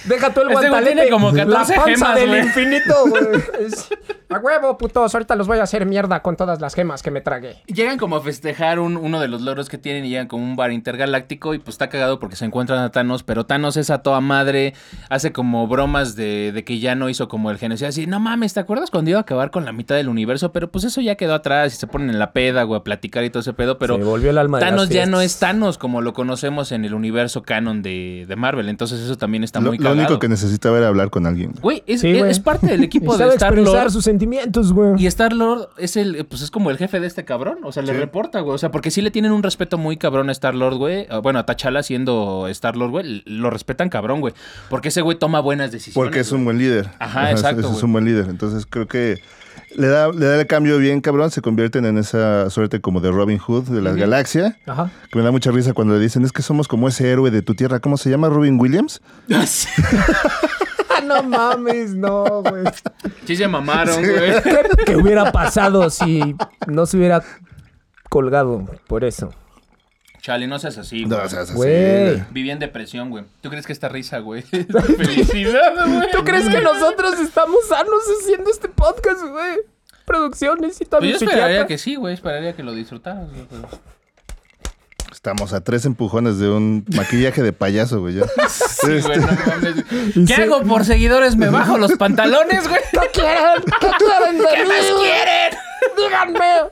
S2: Deja tú el
S1: Este güey
S2: guantalete.
S1: tiene como 14
S2: la panza
S1: gemas,
S2: del
S1: güey.
S2: infinito, güey. Es- A huevo, putos. Ahorita los voy a hacer mierda con todas las gemas que me tragué.
S1: Llegan como a festejar un- uno de los logros que tienen y llegan como un bar intergaláctico y pues está cagado porque se encuentran a Thanos, pero Thanos es a toda madre, hace como bromas de, de que ya no hizo como el genocidio, así, no mames, ¿te acuerdas cuando iba a acabar con la mitad del universo? Pero pues eso ya quedó atrás y se ponen en la peda, güey, a platicar y todo ese pedo, pero
S2: Se volvió el alma de las
S1: Thanos ya no
S2: fiestas.
S1: es Thanos como lo conocemos en el universo canon de, de Marvel, entonces eso también está
S3: lo,
S1: muy
S3: lo
S1: cagado.
S3: único que necesitaba era hablar con alguien.
S1: Güey, es,
S2: Sí,
S1: es-
S2: güey.
S1: es parte del equipo de
S2: Sabe expresar
S1: Star-Lord.
S2: sus sentimientos, güey.
S1: Y Star Lord es el, eh, pues es como el jefe de este cabrón. O sea, le
S3: Sí.
S1: reporta, güey. O sea, porque sí le tienen un respeto muy cabrón a Star Lord, güey. Ah, Bueno, a T'Challa siendo Star Lord, güey. l- Lo respetan cabrón, güey. Porque ese güey toma buenas decisiones.
S3: Porque es
S1: güey.
S3: un buen líder.
S1: Ajá, exacto,
S3: Es, es
S1: güey.
S3: un buen líder. Entonces creo que le da, le da el cambio bien, cabrón. Se convierten en esa suerte como de Robin Hood de la galaxia.
S2: Ajá.
S3: Que me da mucha risa cuando le dicen, es que somos como ese héroe de tu tierra. ¿Cómo se llama? Robin Williams.
S2: Ah, no mames, no, güey.
S1: Sí se mamaron, güey.
S2: ¿Qué, qué hubiera pasado si no se hubiera colgado por eso?
S1: Chale, no seas así,
S3: No,
S1: güey.
S3: o sea, es así.
S2: Güey.
S1: Viví en depresión, güey. ¿Tú crees que esta risa, güey? es de Felicidad, güey.
S2: ¿Tú crees que nosotros estamos sanos haciendo este podcast, güey? Producciones y todo
S1: Pues yo
S2: el
S1: esperaría
S2: psiquiatra.
S1: que sí, güey. Esperaría que lo disfrutaras, güey. pero-
S3: Estamos a tres empujones de un maquillaje de payaso, güey. ya.
S1: Sí,
S3: Este-
S1: güey, no mames. ¿Qué hago por seguidores? ¿Me bajo los pantalones, güey?
S2: ¿Qué quieren? ¿Qué quieren de mí?
S1: quieren?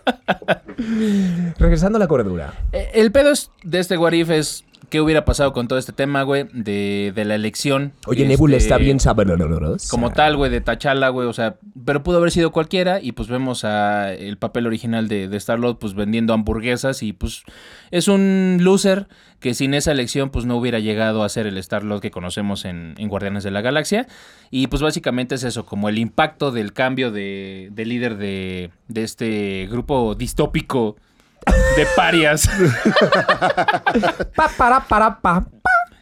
S2: ¡Díganme! Regresando a la cordura.
S1: Eh, El pedo es- de este Warif es qué hubiera pasado con todo este tema, güey, de, de la elección.
S2: Oye,
S1: Este,
S2: Nebula está bien sabrosa.
S1: Como tal, güey, de Tachala, güey, o sea, pero pudo haber sido cualquiera y pues vemos a el papel original de, de Star-Lord pues vendiendo hamburguesas y pues es un loser que sin esa elección pues no hubiera llegado a ser el Star-Lord que conocemos en, en Guardianes de la Galaxia y pues básicamente es eso, como el impacto del cambio de, de líder de, de este grupo distópico de parias.
S2: Pa, para, para, pa.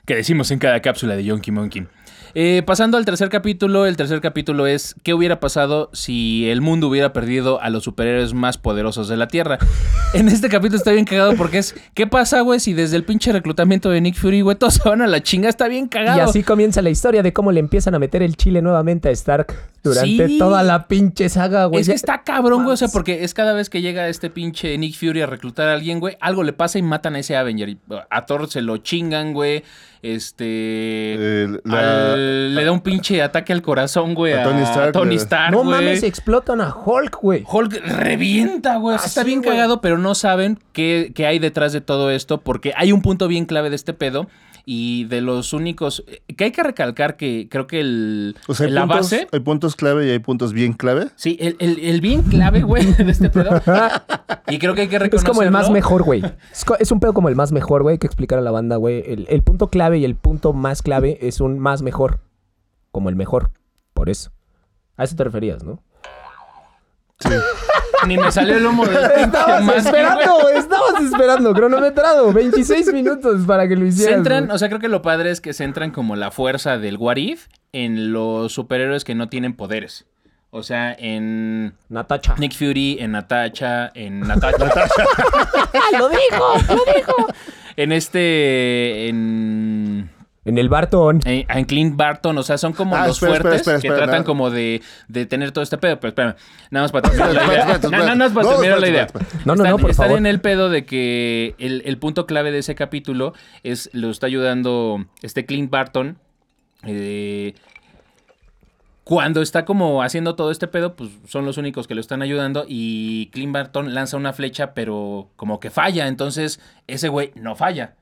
S1: que decimos en cada cápsula de Yonky Monkey. Eh, pasando al tercer capítulo, el tercer capítulo es ¿Qué hubiera pasado si el mundo hubiera perdido a los superhéroes más poderosos de la Tierra? En este capítulo está bien cagado porque es ¿Qué pasa, güey, si desde el pinche reclutamiento de Nick Fury, güey, todos se van a la chinga? Está bien cagado.
S2: Y así comienza la historia de cómo le empiezan a meter el chile nuevamente a Stark durante
S1: Sí.
S2: toda la pinche saga, güey.
S1: Es que está cabrón, güey. O sea, porque es cada vez que llega este pinche Nick Fury a reclutar a alguien, güey, algo le pasa y matan a ese Avenger. Y uh, a Thor se lo chingan, güey. Este.
S3: El- Eh, la-
S1: al- le da un pinche ataque al corazón, güey.
S3: A
S1: A,
S3: Tony Stark,
S1: Tony
S3: güey.
S1: Stark,
S2: No
S1: güey.
S2: mames, explotan a Hulk, güey.
S1: Hulk revienta, güey. O sea, está
S2: Así,
S1: bien
S2: güey.
S1: cagado, pero no saben qué, qué hay detrás de todo esto, porque hay un punto bien clave de este pedo. Y de los únicos. eh, Que hay que recalcar que creo que el.
S3: O sea, hay,
S1: la
S3: puntos,
S1: base.
S3: hay puntos clave y hay puntos bien clave.
S1: Sí, el, el- el bien clave, güey, de este pedo. Y creo que hay que
S2: Es
S1: reconocerlo.
S2: como el más mejor, güey. Es, co- es un pedo como el más mejor, güey, que explicar a la banda, güey. El, el punto clave y el punto más clave es un más mejor. Como el mejor. Por eso. A eso te referías, ¿no?
S1: Ni me salió el humo del pinche más, güey.
S2: estabas esperando, cronometrado. 26 minutos para que lo
S1: Se entran,
S2: güey.
S1: o sea, creo que lo padre es que se entran como la fuerza del What If en los superhéroes que no tienen poderes. O sea, en
S2: Natacha.
S1: Nick Fury, en Natasha, en Natasha,
S2: ¡Ah, lo dijo! ¡Lo dijo!
S1: en este, en,
S2: En el Barton.
S1: en, en Clint Barton, o sea, son como
S3: Ah,
S1: los
S3: espera, espera,
S1: fuertes
S3: espera, espera,
S1: que tratan
S3: nada.
S1: como de, de tener todo este pedo. Pero espérame, nada más para terminar la
S3: Espera,
S1: idea.
S3: espera,
S1: No, no, no, es para
S3: espera,
S1: terminar la
S3: espera,
S1: idea.
S3: espera,
S2: No, no,
S1: Están-
S2: no, por
S1: están
S2: favor.
S1: en el pedo de que el, el punto clave de ese capítulo es lo está ayudando este Clint Barton. eh, cuando está como haciendo todo este pedo, pues son los únicos que lo están ayudando y Clint Barton lanza una flecha, pero como que falla, entonces ese güey no falla.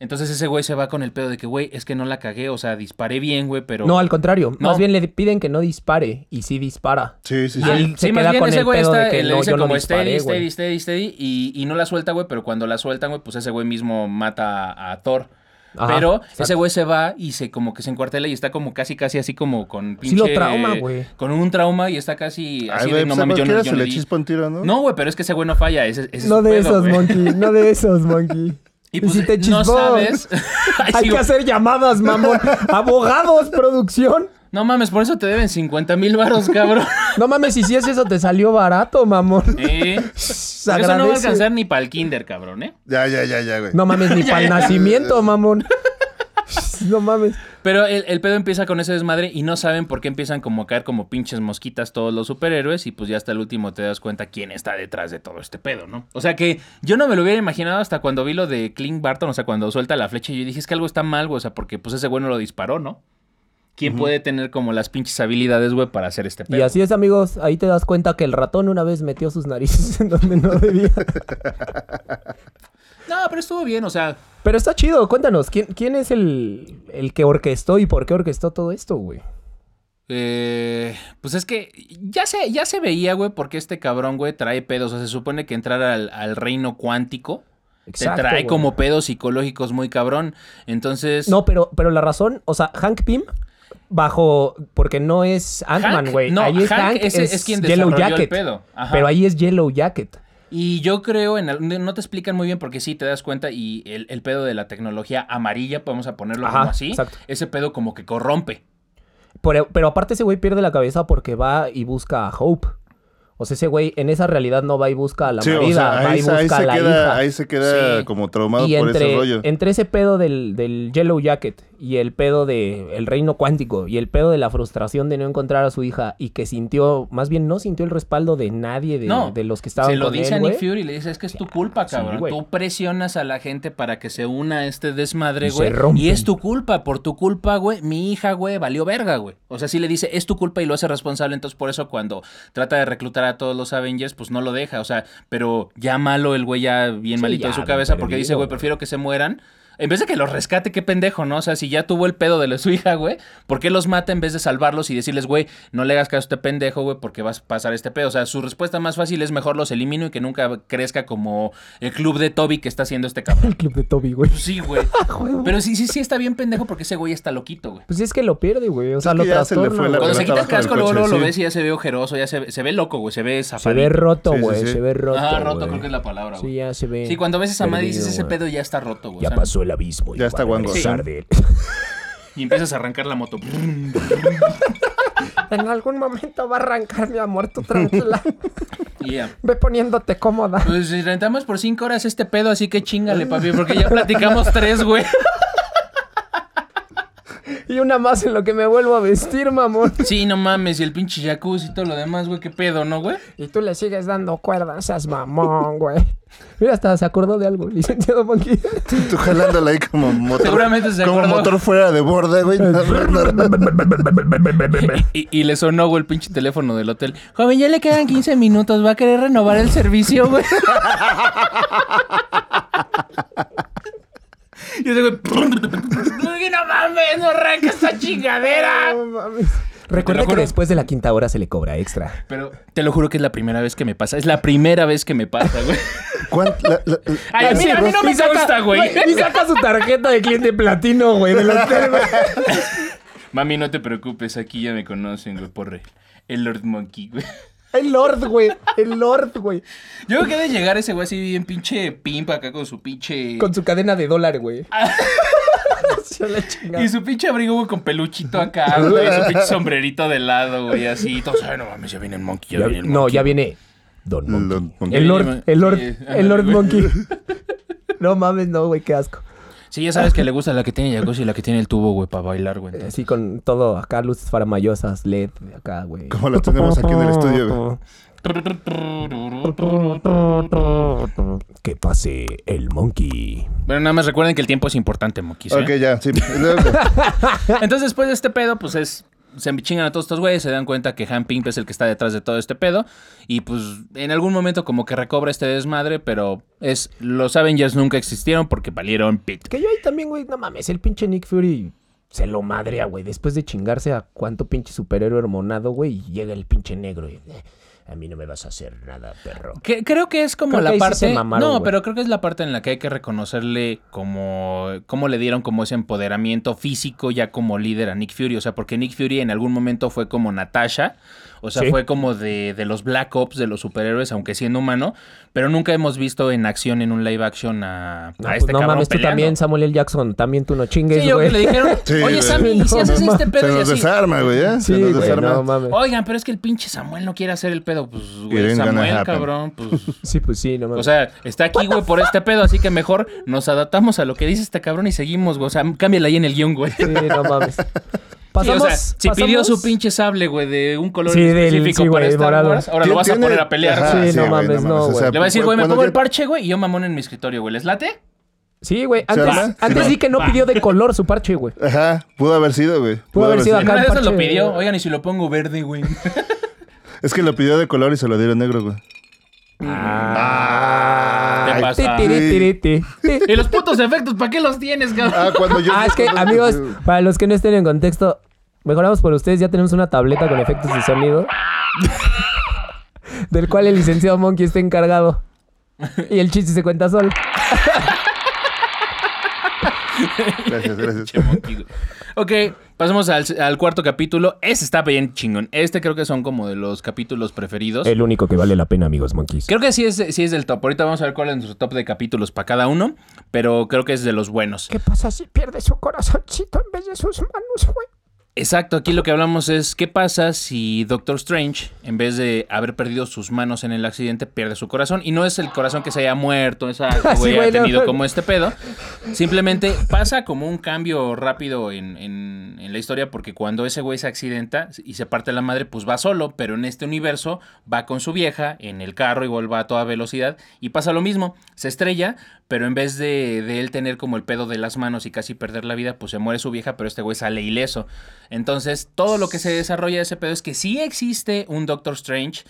S1: Entonces ese güey se va con el pedo de que, güey, es que no la cagué, o sea, disparé bien, güey, pero...
S2: No, al contrario.
S1: No.
S2: Más bien le piden que no dispare. Y sí dispara.
S3: Sí, sí,
S2: Y
S3: sí.
S2: él se queda con el pedo de que
S1: le
S2: no,
S1: dice
S2: yo no
S1: como
S2: disparé,
S1: steady,
S2: güey.
S1: steady, steady, steady, y, y no la suelta, güey, pero cuando la sueltan, güey, pues ese güey mismo mata a, a Thor.
S2: Ajá,
S1: pero
S2: exacto.
S1: ese güey se va y se como que se encuartela y está como casi casi así como con
S2: Sí lo trauma, güey.
S1: Con un trauma y está casi así
S3: Ay, güey,
S1: de no
S3: pues, a
S1: mames, yo no,
S3: cualquiera
S1: yo
S3: se
S1: no
S3: le
S1: di".
S3: chispa un tiro, ¿no?
S1: No, güey, pero es que ese güey no falla. Ese, ese es
S2: No
S1: su
S2: de
S1: pedo,
S2: esos,
S1: güey.
S2: Monkey. No de esos, Monkey.
S1: Y pues
S2: si te
S1: no
S2: chispó.
S1: sabes. Ay, sí,
S2: Hay que
S1: güey.
S2: hacer llamadas, mamón. Abogados, producción.
S1: No mames, por eso te deben 50 mil varos, cabrón.
S2: No mames, si hicieses eso te salió barato, mamón.
S1: ¿Eh? Eso no
S2: Se
S1: va a
S2: agradece.
S1: alcanzar ni para el kinder, cabrón, ¿eh?
S3: Ya, ya, ya, ya, güey.
S2: No mames, ni para el nacimiento, mamón. No mames.
S1: Pero el, el pedo empieza con ese desmadre y no saben por qué empiezan como a caer como pinches mosquitas todos los superhéroes y pues ya hasta el último te das cuenta quién está detrás de todo este pedo, ¿no? O sea que yo no me lo hubiera imaginado hasta cuando vi lo de Clint Barton, o sea, cuando suelta la flecha y yo dije, es que algo está mal, güey, o sea, porque pues ese güey no lo disparó, ¿no? ¿Quién puede tener como las pinches habilidades, güey, para hacer este pedo?
S2: Y así es, amigos. Ahí te das cuenta que el ratón una vez metió sus narices en donde no debía.
S1: No, pero estuvo bien, o sea,
S2: Pero está chido. Cuéntanos, ¿quién, quién es el, el que orquestó y por qué orquestó todo esto, güey?
S1: Eh, pues es que ya se, ya se veía, güey, porque este cabrón, güey, trae pedos. O sea, se supone que entrar al, al reino cuántico te trae
S2: güey.
S1: como pedos psicológicos muy cabrón. Entonces.
S2: No, pero, pero la razón, o sea, Hank Pym bajo porque no es Ant-Man,
S1: Hank-
S2: güey.
S1: no,
S2: ahí es
S1: Hank
S2: Hank,
S1: ese
S2: es,
S1: es quien
S2: Yellow
S1: desarrolló el
S2: Jacket.
S1: pedo. Ajá.
S2: Pero ahí es Yellow Jacket.
S1: Y yo creo, en al- no te explican muy bien porque sí, te das cuenta y el, el pedo de la tecnología amarilla, podemos a ponerlo
S2: Ajá,
S1: como así,
S2: exacto.
S1: ese pedo como que corrompe.
S2: Pero, e, pero aparte ese güey pierde la cabeza porque va y busca a Hope. O sea, ese güey en esa realidad no va y busca a la
S3: Sí, o
S2: marida,
S3: sea,
S2: va y
S3: ahí, se-
S2: busca
S3: ahí
S2: a
S3: se
S2: la
S3: queda,
S2: hija.
S3: ahí se queda
S1: Sí.
S3: como traumado
S2: y
S3: por
S2: entre,
S3: ese rollo.
S2: entre ese pedo del, del Yellow Jacket y el pedo del reino cuántico y el pedo de la frustración de no encontrar a su hija y que sintió, más bien no sintió el respaldo de nadie de,
S1: No,
S2: de los que estaban
S1: Se lo
S2: con
S1: dice
S2: él,
S1: a
S2: güey.
S1: Nick Fury, le dice, es que es tu culpa,
S2: sí,
S1: cabrón.
S2: güey.
S1: Tú presionas a la gente para que se una a este desmadre,
S2: Y se
S1: güey.
S2: rompen.
S1: Y es tu culpa, por tu culpa, güey, mi hija, güey, valió verga, güey. O sea, sí le dice, es tu culpa y lo hace responsable. Entonces, por eso cuando trata de reclutar a todos los Avengers, pues no lo deja. O sea, pero ya malo el güey, ya bien
S2: Sí,
S1: malito de
S2: ya,
S1: su cabeza, porque
S2: perdido,
S1: dice, güey,
S2: güey.
S1: prefiero que se mueran. En vez de que los rescate, qué pendejo, ¿no? O sea, si ya tuvo el pedo de la- su hija, güey, ¿por qué los mata en vez de salvarlos y decirles, güey, no le hagas caso a este pendejo, güey, porque vas a pasar este pedo? O sea, su respuesta más fácil es mejor los elimino y que nunca crezca como el club de Toby que está haciendo este cabrón.
S2: El club de Toby, Ah, güey.
S1: Pues sí, güey.
S2: Juego.
S1: Pero sí, sí, sí está bien pendejo porque ese güey está loquito, güey.
S2: Pues es que lo pierde, güey. O sea,
S3: que
S2: lo
S3: ya se le
S2: trastorna.
S3: fue la
S2: güey.
S1: Cuando se quita
S3: pelota
S1: el
S3: abajo del
S1: casco, luego,
S3: coche,
S1: luego lo
S3: sí.
S1: ves y ya se ve ojeroso, ya se, se ve loco, güey, se ve
S2: Se ve
S1: zafadito.
S2: roto,
S3: Sí, sí,
S2: güey.
S3: sí.
S2: Se ve roto.
S1: Ah, roto
S2: güey.
S1: creo que es la palabra, güey.
S2: Sí, ya se ve.
S1: Sí, cuando ves esa madre dices,
S2: perdido,
S1: ese
S2: güey.
S1: pedo ya está roto, güey.
S2: Ya
S1: O sea,
S2: pasó el abismo. y
S3: Ya
S2: va a
S3: está guango.
S2: regresar
S3: Sí.
S2: de él.
S1: Y empiezas a arrancar la moto.
S2: En algún momento va a arrancar mi amor, tú tranquila.
S1: Y ya.
S2: Ve poniéndote cómoda.
S1: Pues si rentamos por cinco horas este pedo, así que chingale, papi, porque ya platicamos tres, güey.
S2: Y una más en lo que me vuelvo a vestir, mamón.
S1: Sí, no mames, y el pinche jacuzzi y todo lo demás, güey, qué pedo, ¿no, güey?
S2: Y tú le sigues dando cuerdas, seas mamón, güey. Mira, hasta se acordó de algo, licenciado Monkey.
S3: Tú jalándola ahí como motor.
S1: Seguramente se
S3: como
S1: acordó.
S3: motor fuera de borda, güey.
S1: Y, y le sonó, güey, el pinche teléfono del hotel. Joven, ya le quedan 15 minutos, va a querer renovar el servicio, güey. Y ese güey. ¡No mames! ¡No arranca esta chingadera! Te
S2: Recuerda
S1: lo
S2: que
S1: juro.
S2: después de la quinta hora se le cobra extra.
S1: Pero te lo juro que es la primera vez que me pasa. Es la primera vez que me pasa, güey.
S3: ¿Cuán- la- la- la-
S1: Ay, a mí, a mí no me
S2: pues, Y saca-
S1: gusta, güey.
S2: Y saca su tarjeta de cliente platino, güey, del hotel, güey.
S1: Mami, no te preocupes, aquí ya me conocen, güey, por el, el Lord Monkey, güey.
S2: El Lord, güey. El Lord, güey.
S1: Yo creo que ha de llegar ese güey así bien pinche pimpa acá con su pinche...
S2: Con su cadena de dólar, güey. Sí, a la chingada.
S1: Ah. Y su pinche abrigo, güey, con peluchito acá, güey. Su pinche sombrerito de lado, güey, así. Todos, ay, no mames, ya viene el monkey, ya,
S2: Ya-
S1: viene el
S2: no,
S1: monkey.
S2: ya viene Don Monkey.
S3: Lord Monkey.
S2: El Lord, el Lord,
S1: Sí, ándale,
S2: el Lord
S1: güey.
S2: Monkey. No mames, no, güey, qué asco.
S1: Sí, ya sabes que le gusta la que tiene jacuzzi y la que tiene el tubo, güey, para bailar, güey. entonces.
S2: Así con todo acá, luces faramallosas, LED, acá, güey.
S3: Como lo tenemos aquí en el estudio, güey.
S1: Eh.
S2: Que pase el monkey.
S1: Bueno, nada más recuerden que el tiempo es importante, monkeys, ¿eh?
S3: Ok, ya, sí. Luego,
S1: Entonces, después de este pedo, pues es. Se chingan a todos estos güeyes, se dan cuenta que Han Pink es el que está detrás de todo este pedo. Y pues en algún momento, como que recobra este desmadre, pero es. Los Avengers nunca existieron porque valieron pit.
S2: Que yo ahí también, güey, no mames, el pinche Nick Fury se lo madrea, güey. Después de chingarse a cuánto pinche superhéroe hormonado, güey, y llega el pinche negro y... "Eh, a mí no me vas a hacer nada, perro.
S1: Que- creo que es como
S2: Creo que
S1: la
S2: ahí sí
S1: parte.
S2: se mamaron,
S1: no,
S2: güey.
S1: pero creo que es la parte en la que hay que reconocerle como. cómo le dieron como ese empoderamiento físico ya como líder a Nick Fury. O sea, porque Nick Fury en algún momento fue como Natasha. O sea,
S2: Sí.
S1: fue como de, de los Black Ops, de los superhéroes, aunque siendo humano, pero nunca hemos visto en acción, en un live action a, a
S2: No,
S1: este
S2: pues no
S1: cabrón
S2: mames, tú
S1: peleando.
S2: también, Samuel L. Jackson. También tú no chingues,
S1: Sí, yo
S2: güey.
S1: que le dijeron,
S3: Sí,
S1: oye
S3: güey.
S1: Sammy, ¿y si
S2: No
S1: haces este
S2: mames.
S3: Se
S1: pedo y
S3: nos
S1: así?
S3: desarma, güey, ¿eh?
S2: Sí,
S3: Se nos
S2: güey,
S3: desarma.
S2: no mames.
S1: Oigan, pero es que el pinche Samuel no quiere hacer el pedo. Pues,
S3: It
S1: güey,
S3: ain't gonna
S1: Samuel,
S3: happen.
S1: cabrón, pues...
S2: Sí, pues sí, no mames.
S1: O sea, está aquí, güey, por este pedo, así que mejor nos adaptamos a lo que dice este cabrón y seguimos, güey. O sea, cámbiala ahí en el guión, güey.
S2: sí, no mames.
S1: Sí,
S2: Pasamos,
S1: o sea, si pidió
S2: pasamos-
S1: su pinche sable, güey, de un color
S2: Sí, del-
S1: específico
S2: sí,
S1: para
S2: güey,
S1: Star
S2: morado.
S1: Wars, ahora lo vas a
S3: Tiene-
S1: poner a pelear.
S3: Ajá,
S1: güey.
S2: Sí, no
S3: güey,
S2: mames, no,
S3: O sea,
S2: güey.
S1: Le va a decir,
S3: cu-
S1: güey, me
S3: cuando
S1: pongo el
S3: ya-
S1: parche, güey, y yo mamón en mi escritorio, güey. ¿Les late?
S2: Sí, güey.
S3: ¿Se
S2: Antes,
S3: arma?
S2: antes
S3: Sí,
S2: di que no pidió de color su parche, güey.
S3: Ajá, pudo haber sido, güey. Pudo,
S2: haber sido
S1: En
S2: acá.
S1: una de esas
S2: parche.
S1: lo pidió. Oigan, y si lo pongo verde, güey.
S3: Es que lo pidió de color y se lo dieron negro, güey.
S1: Te
S3: Ah,
S1: pasa.
S2: Ti, ti, ti, ti, ti, ti.
S1: ¿Y los putos efectos? ¿Para qué los tienes, cabrón?
S3: Ah, cuando yo.
S2: Ah, es que, amigos, para los que no estén en contexto, mejoramos por ustedes. Ya tenemos una tableta con efectos de sonido. del cual el licenciado Monkey está encargado. Y el chiste se cuenta solo.
S3: Gracias, gracias.
S1: Che, monkey, güey. ok, pasamos al, al cuarto capítulo. Este está bien chingón. Este creo que son como de los capítulos preferidos.
S2: único que vale la pena, amigos Monkeys.
S1: Creo que sí es, sí es del top. Ahorita vamos a ver cuál es nuestro top de capítulos para cada uno, pero creo que es de los buenos.
S2: ¿Qué pasa si pierde su corazoncito en vez de sus manos, güey?
S1: Exacto, aquí lo que hablamos es qué pasa si Doctor Strange, en vez de haber perdido sus manos en el accidente, pierde su corazón. Y no es el corazón que se haya muerto, esa
S2: Sí,
S1: güey
S2: güey,
S1: ha
S2: no,
S1: tenido
S2: no.
S1: como este pedo. Simplemente pasa como un cambio rápido en, en- en la historia, porque cuando ese güey se accidenta y se parte la madre, pues va solo, pero en este universo va con su vieja en el carro, igual va a toda velocidad, y pasa lo mismo, se estrella, pero en vez de, de él tener como el pedo de las manos y casi perder la vida, pues se muere su vieja, pero este güey sale ileso. Entonces, todo lo que se desarrolla de ese pedo es que sí existe un Doctor Strange,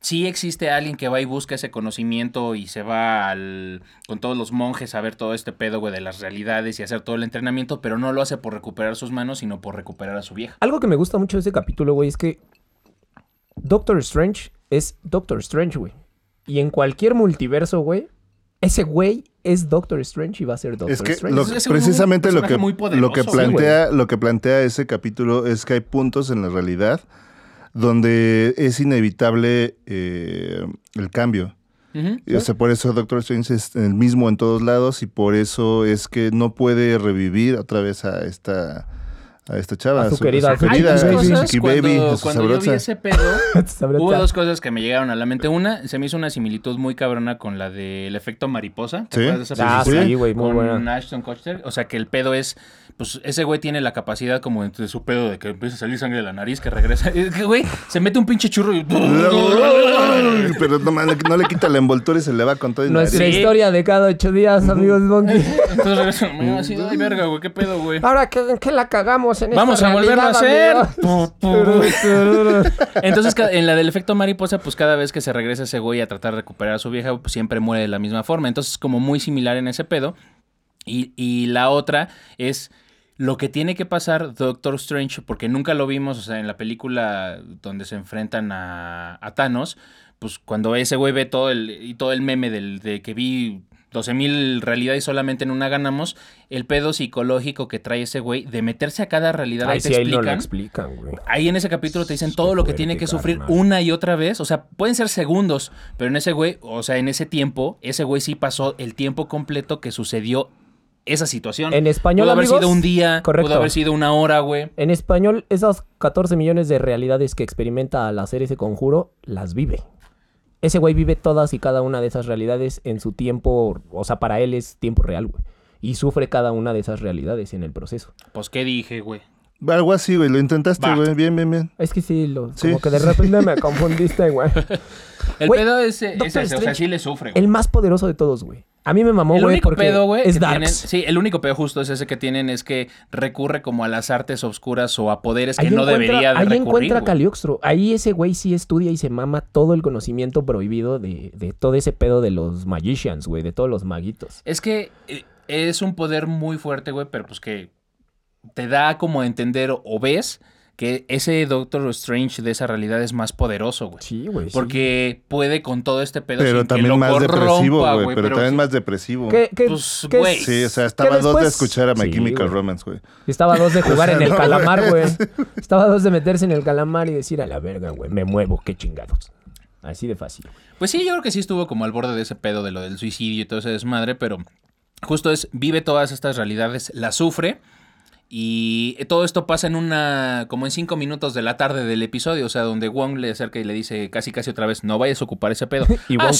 S1: sí existe alguien que va y busca ese conocimiento y se va al, con todos los monjes a ver todo este pedo, güey, de las realidades y hacer todo el entrenamiento, pero no lo hace por recuperar sus manos, sino por recuperar a su vieja.
S2: Algo que me gusta mucho de este capítulo, güey, es que Doctor Strange es Doctor Strange, güey. Y en cualquier multiverso, güey, ese güey es Doctor Strange y va a ser Doctor
S3: Es que
S2: Strange.
S3: lo,
S1: Es un- un
S3: precisamente lo que,
S1: personaje muy
S3: lo, que
S1: poderoso,
S3: plantea, lo que plantea ese capítulo es que hay puntos en la realidad donde es inevitable eh, el cambio.
S1: Ujú.
S3: Y, O sea, por eso Doctor Strange es el mismo en todos lados y por eso es que no puede revivir otra vez a esta, a esta chava.
S2: A su querida
S3: a su
S2: Hay
S3: querida,
S2: dos
S3: a su
S2: cosas
S3: chiqui
S1: cuando,
S3: baby, a su
S1: cuando yo vi
S3: sabrosa.
S1: ese pedo,
S2: Sabrá
S1: hubo
S2: tal.
S1: dos cosas que me llegaron a la mente. Una, se me hizo una similitud muy cabrona con la del efecto mariposa. ¿Te
S3: Sí.
S1: acuerdas de esa
S2: Ah,
S1: película?
S2: sí, güey, muy
S1: Con
S2: buena.
S1: Ashton Kutcher. O sea, que el pedo es... Pues ese güey tiene la capacidad como de, de su pedo de que empieza a salir sangre de la nariz, que regresa. Es que, güey, se mete un pinche churro y...
S3: Pero no, man, no le quita la envoltura y se le va con todo. y nariz.
S2: Nuestra
S1: Sí.
S2: historia de cada ocho días, amigos Monkey.
S1: Entonces regresa me así, ay, verga, güey, qué pedo, güey.
S2: Ahora, ¿qué, en ¿qué la cagamos en
S1: Vamos
S2: esta
S1: a volverlo a hacer.
S2: realidad, amigos?
S1: Entonces, ca- en la del efecto mariposa, pues cada vez que se regresa ese güey a tratar de recuperar a su vieja, pues siempre muere de la misma forma. Entonces, como muy similar en ese pedo. Y, y la otra es lo que tiene que pasar Doctor Strange, porque nunca lo vimos, o sea, en la película donde se enfrentan a, a Thanos, pues cuando ese güey ve todo el, y todo el meme del, de que vi 12.000 realidades y solamente en una ganamos, el pedo psicológico que trae ese güey de meterse a cada realidad, ahí
S2: Ay,
S1: te
S2: sí, ahí no lo
S1: explican.
S2: explican, güey.
S1: Ahí en ese capítulo te dicen todo lo que
S2: fuerte,
S1: tiene que sufrir
S2: carnal.
S1: una y otra vez. O sea, pueden ser segundos, pero en ese güey, o sea, en ese tiempo, ese güey sí pasó el tiempo completo que sucedió esa situación.
S2: En español,
S1: Pudo haber
S2: amigos,
S1: sido un día,
S2: correcto.
S1: pudo haber sido una hora, güey.
S2: En español, esas 14 millones de realidades que experimenta al hacer ese conjuro, las vive. Ese güey vive todas y cada una de esas realidades en su tiempo, o sea, para él es tiempo real, güey. Y sufre cada una de esas realidades en el proceso.
S1: Pues, ¿qué dije, güey?
S3: Algo así, güey. Lo intentaste,
S1: Va.
S3: güey. Bien, bien, bien.
S2: Es que sí, lo,
S3: Sí.
S2: como que de repente me confundiste, güey.
S1: El
S2: Güey,
S1: pedo es, eh, es
S2: Doctor
S1: ese, o sea,
S2: Strange,
S1: sí le sufre, güey.
S2: El más poderoso de todos, güey. A mí me mamó,
S1: El
S2: güey,
S1: único
S2: porque
S1: pedo, güey,
S2: es
S1: que tienen-
S2: Darks.
S1: sí, el único pedo justo es ese que tienen es que recurre como a las artes obscuras o a poderes que
S2: Ahí
S1: no
S2: encuentra-
S1: debería de
S2: Ahí
S1: recurrir.
S2: encuentra
S1: güey.
S2: Caliuxtro. Ahí ese güey sí estudia y se mama todo el conocimiento prohibido de, de todo ese pedo de los magicians, güey, de todos los maguitos.
S1: Es que eh, es un poder muy fuerte, güey, pero pues que te da como a entender o ves que ese Doctor Strange de esa realidad es más poderoso, güey.
S2: Sí, güey. sí.
S1: Porque puede con todo este pedo. sin
S3: Pero
S1: que lo
S3: también más depresivo,
S1: corrompa,
S3: güey. Pero también
S1: sí.
S3: más depresivo.
S2: ¿Qué- qué-
S1: Pues,
S2: qué-
S1: güey.
S3: Sí, o sea,
S2: que
S3: estaba dos de
S2: después-
S3: escuchar a My
S2: Sí,
S3: Chemical
S2: güey.
S3: Romance, güey.
S2: Estaba a dos de jugar en el
S3: no,
S2: calamar,
S3: güey.
S2: güey. Estaba a dos de meterse en el calamar y decir a la verga, güey. Me muevo, qué chingados. Así de fácil.
S1: Pues sí, yo creo que sí estuvo como al borde de ese pedo de lo del suicidio y todo ese desmadre, pero justo es, vive todas estas realidades, las sufre. Y todo esto pasa en una, como en cinco minutos de la tarde del episodio, o sea, donde Wong le acerca y le dice casi casi otra vez, no vayas a ocupar ese pedo.
S2: Y
S1: ¡Ah,
S2: Wong-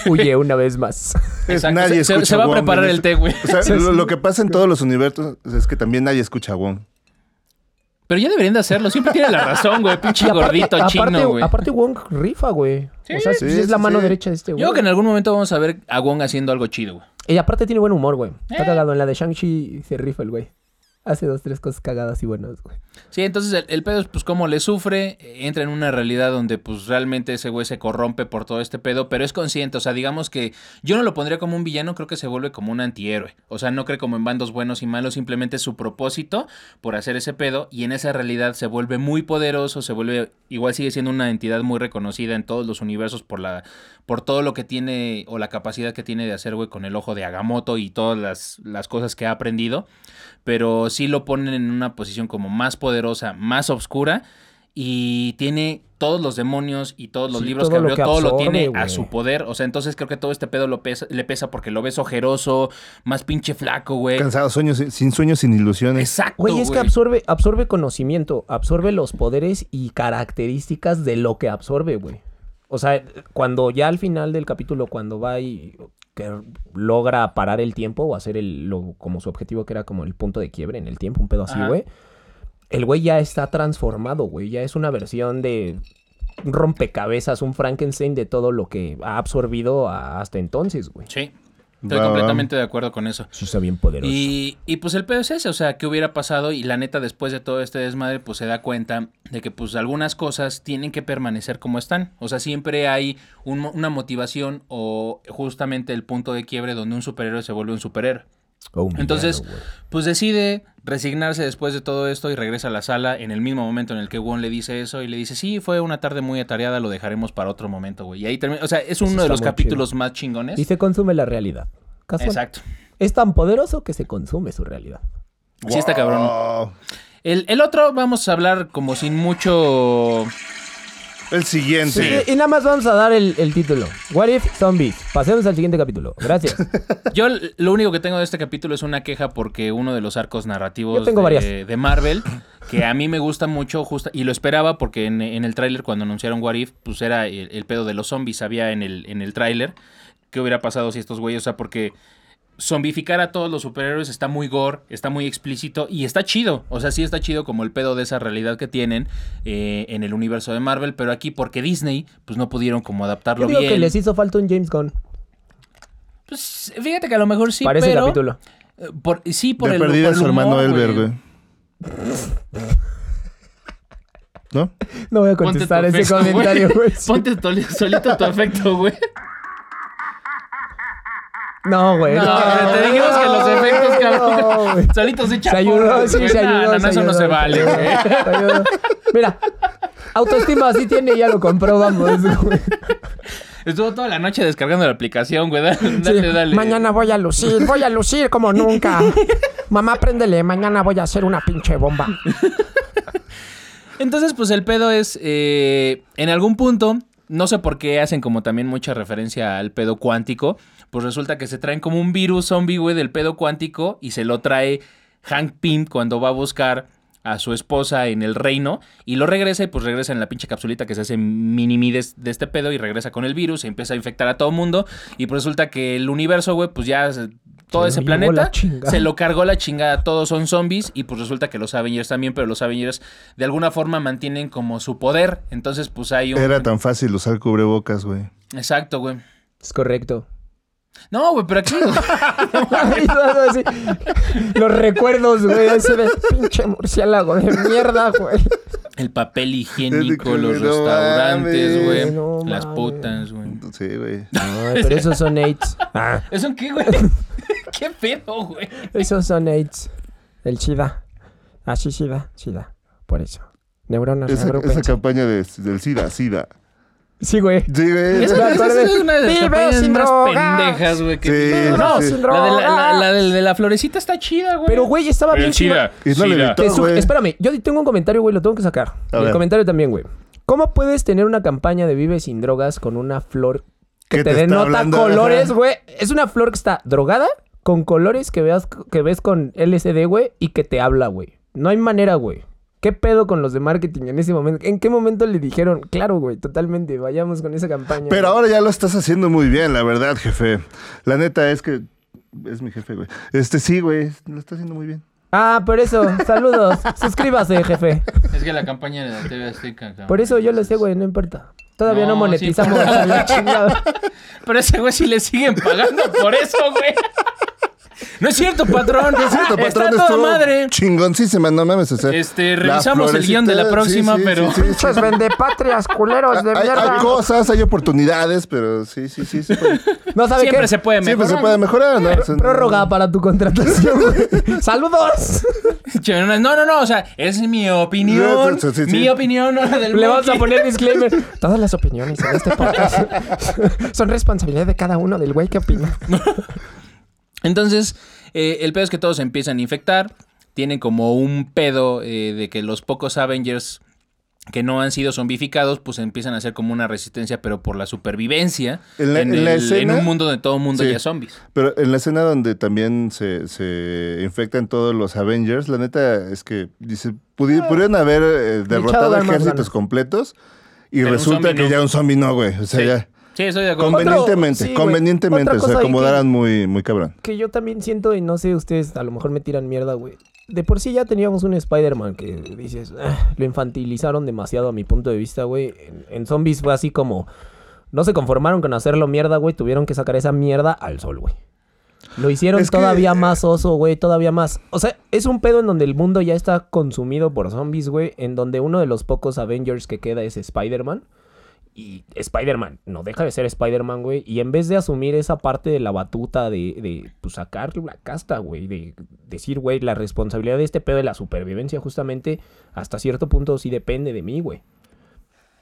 S1: sí!
S2: Huye una vez más.
S3: Es-
S1: Exacto,
S3: nadie
S1: se- se-
S3: escucha
S1: se va a
S3: Wong en
S1: preparar
S3: ese-
S1: el té, güey.
S3: O sea, lo, lo que pasa en todos los universos es que también nadie escucha a Wong.
S1: Pero ya deberían de hacerlo, siempre tiene la razón, güey, pinche
S2: Y aparte,
S1: gordito
S2: aparte,
S1: chino, güey.
S2: aparte Wong rifa, güey. o sea,
S3: Sí,
S2: sí es la
S3: sí,
S2: mano
S3: sí.
S2: derecha de este
S1: Yo
S2: güey.
S1: creo que en algún momento vamos a ver a Wong haciendo algo chido, güey.
S2: Y aparte tiene buen humor, güey. Está
S1: Eh.
S2: cagado. En la de Shang-Chi se rifa el güey. Hace dos, tres cosas cagadas y buenas, güey.
S1: Sí, entonces el, el pedo es pues cómo le sufre, eh, entra en una realidad donde pues realmente ese güey se corrompe por todo este pedo, pero es consciente, o sea, digamos que yo no lo pondría como un villano, creo que se vuelve como un antihéroe, o sea, no cree como en bandos buenos y malos, simplemente es su propósito por hacer ese pedo y en esa realidad se vuelve muy poderoso, se vuelve, igual sigue siendo una entidad muy reconocida en todos los universos por la, por todo lo que tiene o la capacidad que tiene de hacer, güey, con el ojo de Agamotto y todas las, las cosas que ha aprendido pero sí lo ponen en una posición como más poderosa, más oscura y tiene todos los demonios y todos los
S2: Sí,
S1: libros que
S2: todo lo
S1: abrió,
S2: que
S1: todo lo
S2: absorbe,
S1: tiene a
S2: güey.
S1: su poder. O sea, entonces creo que todo este pedo lo pesa- le pesa porque lo ves ojeroso, más pinche flaco, güey.
S3: Cansado, sueños, sin- sin sueños, sin ilusiones.
S1: Exacto,
S2: Güey,
S1: güey.
S2: es que absorbe, absorbe conocimiento, absorbe los poderes y características de lo que absorbe, güey. O sea, cuando ya al final del capítulo, cuando va y que logra parar el tiempo o hacer el, lo- como su objetivo que era como el punto de quiebre en el tiempo, un pedo así,
S1: Ajá.
S2: güey. El güey ya está transformado, güey. Ya es una versión de un rompecabezas, un Frankenstein de todo lo que ha absorbido a- hasta entonces, güey.
S1: Sí, estoy
S3: Va, va.
S1: completamente de acuerdo con eso.
S2: Eso está bien poderoso.
S1: Y, y, pues el pedo es ese, o sea, ¿qué hubiera pasado? Y la neta, después de todo este desmadre, pues se da cuenta de que pues algunas cosas tienen que permanecer como están. O sea, siempre hay un mo- una motivación o justamente el punto de quiebre donde un superhéroe se vuelve un superhéroe.
S2: Oh, mi
S1: Entonces,
S2: mano, güey.
S1: pues decide resignarse después de todo esto y regresa a la sala en el mismo momento en el que Won le dice eso y le dice, sí, fue una tarde muy atareada, lo dejaremos para otro momento, güey. Y ahí termina, o sea, es uno de
S2: Pues está
S1: los
S2: muy
S1: capítulos más chingones.
S2: Y se consume la realidad. Casual.
S1: Exacto.
S2: Es tan poderoso que se consume su realidad.
S1: Sí está cabrón.
S3: Wow.
S1: El, el otro vamos a hablar como sin mucho...
S3: El siguiente.
S2: Y, y nada más vamos a dar el, el título. What if zombies? Pasemos al siguiente capítulo. Gracias.
S1: Yo l- lo único que tengo de este capítulo es una queja porque uno de los arcos narrativos
S2: Yo tengo
S1: de,
S2: varias.
S1: de Marvel, que a mí me gusta mucho, justa, y lo esperaba porque en, en el tráiler cuando anunciaron What If, pues era el, el pedo de los zombies, había en el, en el tráiler qué hubiera pasado si estos güeyes, o sea, porque zombificar a todos los superhéroes está muy gore, está muy explícito y está chido. O sea, sí está chido como el pedo de esa realidad que tienen eh, en el universo de Marvel, pero aquí porque Disney, pues no pudieron como
S2: Yo
S1: adaptarlo
S2: digo
S1: bien.
S2: que les hizo falta un James Gunn
S1: Pues, fíjate que a lo mejor sí,
S2: para ese
S1: pero...
S2: capítulo.
S1: Eh, Por, sí, por
S3: De
S1: el
S3: perdida
S1: por el
S3: su hermano
S1: humor,
S3: Elber, güey. ¿No?
S2: No voy a
S1: Ponte
S2: contestar
S1: tu
S2: ese
S1: efecto, güey.
S2: comentario, güey.
S1: Ponte toli- solito tu afecto, güey.
S2: No, güey.
S1: No,
S2: no,
S1: te dijimos que los efectos,
S2: no,
S1: cabrón.
S2: güey.
S1: Solito se echa
S2: Se ayudó,
S1: porras,
S2: sí,
S1: güey.
S2: se
S1: No,
S2: ayudó.
S1: no, no,
S2: se
S1: eso no
S2: ayudó,
S1: se
S2: se
S1: vale,
S2: ayudó,
S1: güey.
S2: se ayudó. Mira, autoestima sí tiene, ya lo comprobamos, güey.
S1: Estuvo toda la noche descargando la aplicación, güey. Dale,
S2: Sí,
S1: dale, dale.
S2: Mañana voy a lucir, voy a lucir como nunca. Mamá, préndele, mañana voy a hacer una pinche bomba.
S1: Entonces, pues el pedo es, eh, en algún punto, no sé por qué hacen como también mucha referencia al pedo cuántico, pues resulta que se traen como un virus zombie, güey, del pedo cuántico y se lo trae Hank Pym cuando va a buscar a su esposa en el reino y lo regresa y pues regresa en la pinche capsulita que se hace mini de, de este pedo y regresa con el virus y empieza a infectar a todo mundo y pues resulta que el universo, güey, pues ya se- todo
S2: Se lo
S1: ese
S2: llevó la
S1: planeta
S2: chingada.
S1: se lo cargó la chingada, todos son zombies y pues resulta que los Avengers también, pero los Avengers de alguna forma mantienen como su poder, entonces pues hay un...
S3: Era tan fácil usar cubrebocas, güey.
S1: Exacto, güey.
S2: Es correcto.
S1: No, güey, pero aquí...
S2: Los recuerdos, güey, así de pinche murciélago de mierda, güey.
S1: El papel higiénico,
S3: Es de que,
S1: los
S3: no
S1: restaurantes,
S3: mames.
S1: güey.
S2: No
S1: las
S2: mames.
S1: putas, güey.
S3: Sí, güey.
S2: pero esos son AIDS. Ah,
S1: ¿Eso qué, güey? ¿Qué pedo, güey?
S2: Ah, esos son AIDS. El SIDA. Así SIDA, SIDA. Por eso. Neuronas
S3: Esa, esa
S2: agropensas.
S3: campaña de- del SIDA, SIDA.
S2: Sí, güey.
S3: Sí, güey.
S2: Eso me acuerdo.
S1: es una de las
S2: Vive
S1: campañas
S2: sin
S1: más
S2: drogas.
S1: pendejas, güey. que-
S3: Sí, sí,
S2: No,
S3: sí.
S2: sin
S1: La de la, la-
S2: drogas.
S1: la de- de la florecita está chida, güey.
S2: Pero, güey, estaba bien. chida.
S3: Y no le gritó.
S2: Te su-
S3: güey.
S2: Espérame, yo tengo un comentario, güey, lo tengo que sacar.
S3: A
S2: el
S3: ver.
S2: comentario también, güey. ¿Cómo puedes tener una campaña de Vive sin drogas con una flor que te,
S3: Que te está
S2: denota
S3: hablando,
S2: colores,
S3: ajá.
S2: güey? Es una flor que está drogada con colores que veas que ves con LCD, güey, y que te habla, güey. No hay manera, güey. ¿Qué pedo con los de marketing en ese momento? ¿En qué momento le dijeron? Claro, güey, totalmente, vayamos con esa campaña.
S3: Pero
S2: güey"?
S3: ahora ya lo estás haciendo muy bien, la verdad, jefe. La neta es que es mi jefe, güey. Este sí, güey, lo está haciendo muy bien.
S2: Ah, por eso, saludos. Suscríbase, jefe.
S1: Es que la campaña de la TV Azteca. cabrón.
S2: Por eso yo lo sé, güey, no importa. Todavía no,
S1: No, sí,
S2: monetizamos
S1: por-
S2: a la chingada.
S1: Pero ese güey sí le siguen pagando por eso, güey. No es cierto, patrón. No es
S2: Ah,
S3: Tu
S1: Está
S3: patrón
S1: toda
S3: estuvo
S1: madre.
S3: Chingoncísima, no mames. o sea,
S1: Este,
S3: la
S1: revisamos el guión de la
S3: florecita,
S1: próxima, pero-
S2: Pinches vendepatrias, culeros de
S3: Hay, hay
S2: mierda.
S3: cosas, hay oportunidades, pero sí, sí, sí. se puede-
S2: No sabe
S1: Siempre
S2: qué.
S1: se puede
S3: Siempre
S1: mejorar.
S3: se puede mejorar, ¿no? O sea,
S2: Prórroga para tu contratación. güey. ¡Saludos!
S1: Chingonas. No, no, no. O sea, es mi opinión.
S3: Sí, sí, sí.
S1: Mi opinión, no la del
S2: Le vamos a
S1: monkey.
S2: poner disclaimer. Todas las opiniones en este podcast son responsabilidad de cada uno del güey que opina.
S1: Entonces, eh, el pedo es que todos se empiezan a infectar. Tienen como un pedo eh, de que los pocos Avengers que no han sido zombificados, pues empiezan a hacer como una resistencia, pero por la supervivencia.
S3: En la- en la
S1: el-
S3: escena-
S1: en un mundo donde todo el mundo
S3: Sí.
S1: ya es zombies.
S3: Pero en la escena donde también se, se infectan todos los Avengers, la neta es que dice, pudi-
S2: Ah.
S3: pudieron haber eh, derrotado
S2: dar más
S3: ejércitos
S2: ganas.
S3: completos y
S1: Pero un
S3: resulta
S1: zombie
S3: que
S1: no.
S3: ya un zombie no, güey. O sea,
S1: Sí.
S3: ya.
S1: Sí, estoy de acuerdo.
S3: Convenientemente,
S2: sí, güey.
S3: convenientemente.
S2: Otra
S3: O sea,
S2: cosa ahí
S3: acomodaran
S2: que-
S3: muy, muy cabrón.
S2: Que yo también siento, y no sé, ustedes a lo mejor me tiran mierda, güey. De por sí ya teníamos un Spider-Man que dices, "Ah, lo infantilizaron demasiado a mi punto de vista, güey. En, en Zombies fue así como, no se conformaron con hacerlo mierda, güey. Tuvieron que sacar esa mierda al sol, güey. Lo hicieron
S3: Es que- eh,
S2: todavía más oso, güey, todavía más. O sea, es un pedo en donde el mundo ya está consumido por zombies, güey, en donde uno de los pocos Avengers que queda es Spider-Man. Y Spider-Man no deja de ser Spider-Man, güey. Y en vez de asumir esa parte de la batuta de, de pues, sacar la casta, güey, de decir, güey, la responsabilidad de este pedo de la supervivencia, justamente, hasta cierto punto sí depende de mí, güey.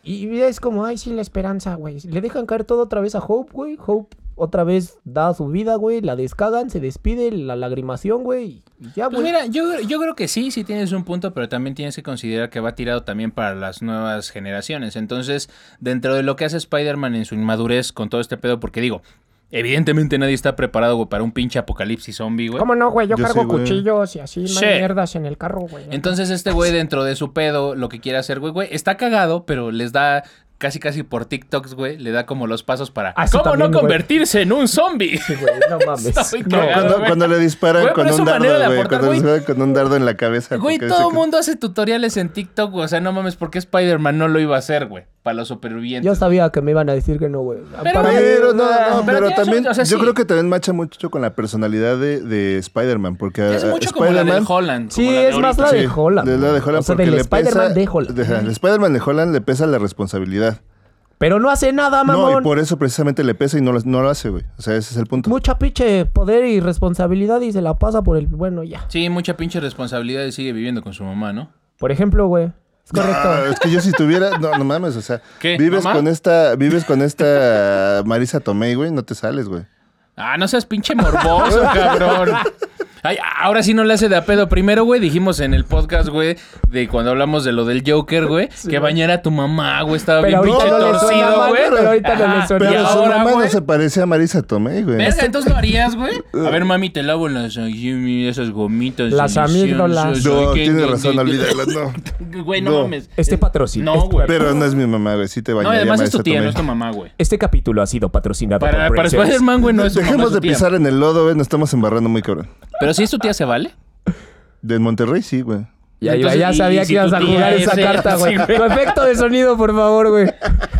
S2: Y es como, ay, sí, la esperanza, güey. Le dejan caer todo otra vez a Hope, güey. Hope otra vez da su vida, güey. La descagan, se despide, la lagrimación, güey. Y ya,
S1: Pues
S2: güey.
S1: mira, yo, yo creo que sí, sí tienes un punto, pero también tienes que considerar que va tirado también para las nuevas generaciones. Entonces, dentro de lo que hace Spider-Man en su inmadurez con todo este pedo, porque digo, evidentemente nadie está preparado güey, para un pinche apocalipsis zombie, güey.
S2: ¿Cómo no, güey? Yo,
S3: Yo
S2: cargo
S3: sí, güey.
S2: cuchillos y así, no hay
S1: Sí.
S2: mierdas en el carro, güey.
S1: Entonces, este güey, dentro de su pedo, lo que quiere hacer, güey, güey, está cagado, pero les da casi casi por TikToks, güey, le da como los pasos para
S2: Ah, eso
S1: ¿Cómo
S2: también,
S1: no
S2: güey.
S1: convertirse en un zombie?
S2: Sí, güey, no mames.
S1: Está muy
S2: No,
S1: cagado.
S3: Cuando,
S1: güey.
S3: cuando le disparan
S1: Güey, pero
S3: con
S1: es
S3: un
S1: su manera
S3: dardo,
S1: de
S3: güey.
S1: aportar,
S3: Cuando le
S1: güey.
S3: disparan con un dardo en la cabeza.
S1: Güey,
S3: porque
S1: todo
S3: dice
S1: el
S3: que-
S1: mundo hace tutoriales en TikTok, güey. O sea, no mames, ¿por qué Spider-Man no lo iba a hacer, güey? Para los supervivientes.
S2: Yo sabía que me iban a decir que no, güey.
S1: Pero-
S2: Para mí-
S3: Pero no, no,
S1: Pero
S3: pero,
S1: tiene su-
S3: también
S1: o sea,
S3: yo
S1: sí.
S3: creo que también macha mucho con la personalidad de, de Spider-Man. Porque a-
S1: Es
S3: a
S1: mucho como la del
S3: Eh, Spider-Man-
S1: Holland.
S2: Sí,
S1: como la de
S2: es más
S1: ahorita.
S2: la de
S3: Sí,
S2: Holland.
S3: de la de Holland,
S2: O sea,
S3: porque
S2: del
S3: le pesa-
S2: Spider-Man de Holland.
S3: Ajá, El Spider-Man de Holland le pesa la responsabilidad.
S2: Pero no hace nada, mamón.
S3: No, y por eso precisamente le pesa y no lo, no lo hace, güey. O sea, ese es el punto.
S2: Mucha pinche poder y responsabilidad y se la pasa por el... Bueno, ya.
S1: Sí, mucha pinche responsabilidad y sigue viviendo con su mamá, ¿no?
S2: Por ejemplo, güey. Es correcto.
S3: Ah, es que yo si tuviera, no, no mames, o sea,
S1: ¿Qué,
S3: vives
S1: mamá?
S3: con esta, vives con esta Marisa Tomei, güey, no te sales, güey.
S1: Ah, no seas pinche morboso, cabrón. Ay, ahora sí no le hace de a pedo. Primero, güey, dijimos en el podcast, güey, de cuando hablamos de lo del Joker, güey, que bañara a tu mamá, güey, estaba
S2: Pero
S1: bien
S2: ahorita
S1: pinche
S3: no le suena
S1: torcido,
S3: mal,
S1: güey.
S3: pero
S2: ahorita no le
S1: Ajá,
S2: suena
S1: y
S3: Pero
S2: mal.
S3: su
S1: ahora,
S3: mamá
S1: güey,
S3: no se parece a Marisa Tomei, güey.
S1: Verga, entonces lo harías, güey. A ver, mami, te lavo las Jimmy, esas gomitas.
S2: Las
S1: deliciosas.
S2: amígdolas.
S3: No,
S1: Ay, qué-
S3: tiene
S1: qué-
S3: razón,
S1: qué-
S3: olvídalo, no.
S1: Güey, no,
S3: No.
S1: mames. Eh,
S2: Este patrocinio.
S1: No, güey.
S3: Pero no es mi mamá, güey, sí te
S1: No,
S3: bañaría
S1: además es
S3: Marisa
S1: tu tía,
S3: Tomei.
S1: no es tu mamá, güey.
S2: Este capítulo ha sido patrocinado
S1: Para,
S2: por
S1: para
S2: Brazzers.
S1: Spider-Man, güey, no es su mamá, es
S3: Dejemos
S1: su
S3: de
S1: tía.
S3: pisar en el lodo, güey, nos estamos embarrando muy cabrón.
S1: Pero si es tu tía, ¿se vale?
S3: De Monterrey sí, güey.
S2: Ya, iba-
S1: Entonces,
S2: ya
S1: y-
S2: sabía
S1: y
S2: que
S1: si
S2: ibas
S1: tu
S2: a
S1: tía
S2: jugar esa
S1: es-
S2: carta, güey.
S1: sí, güey.
S2: Con efecto de sonido, por favor, güey.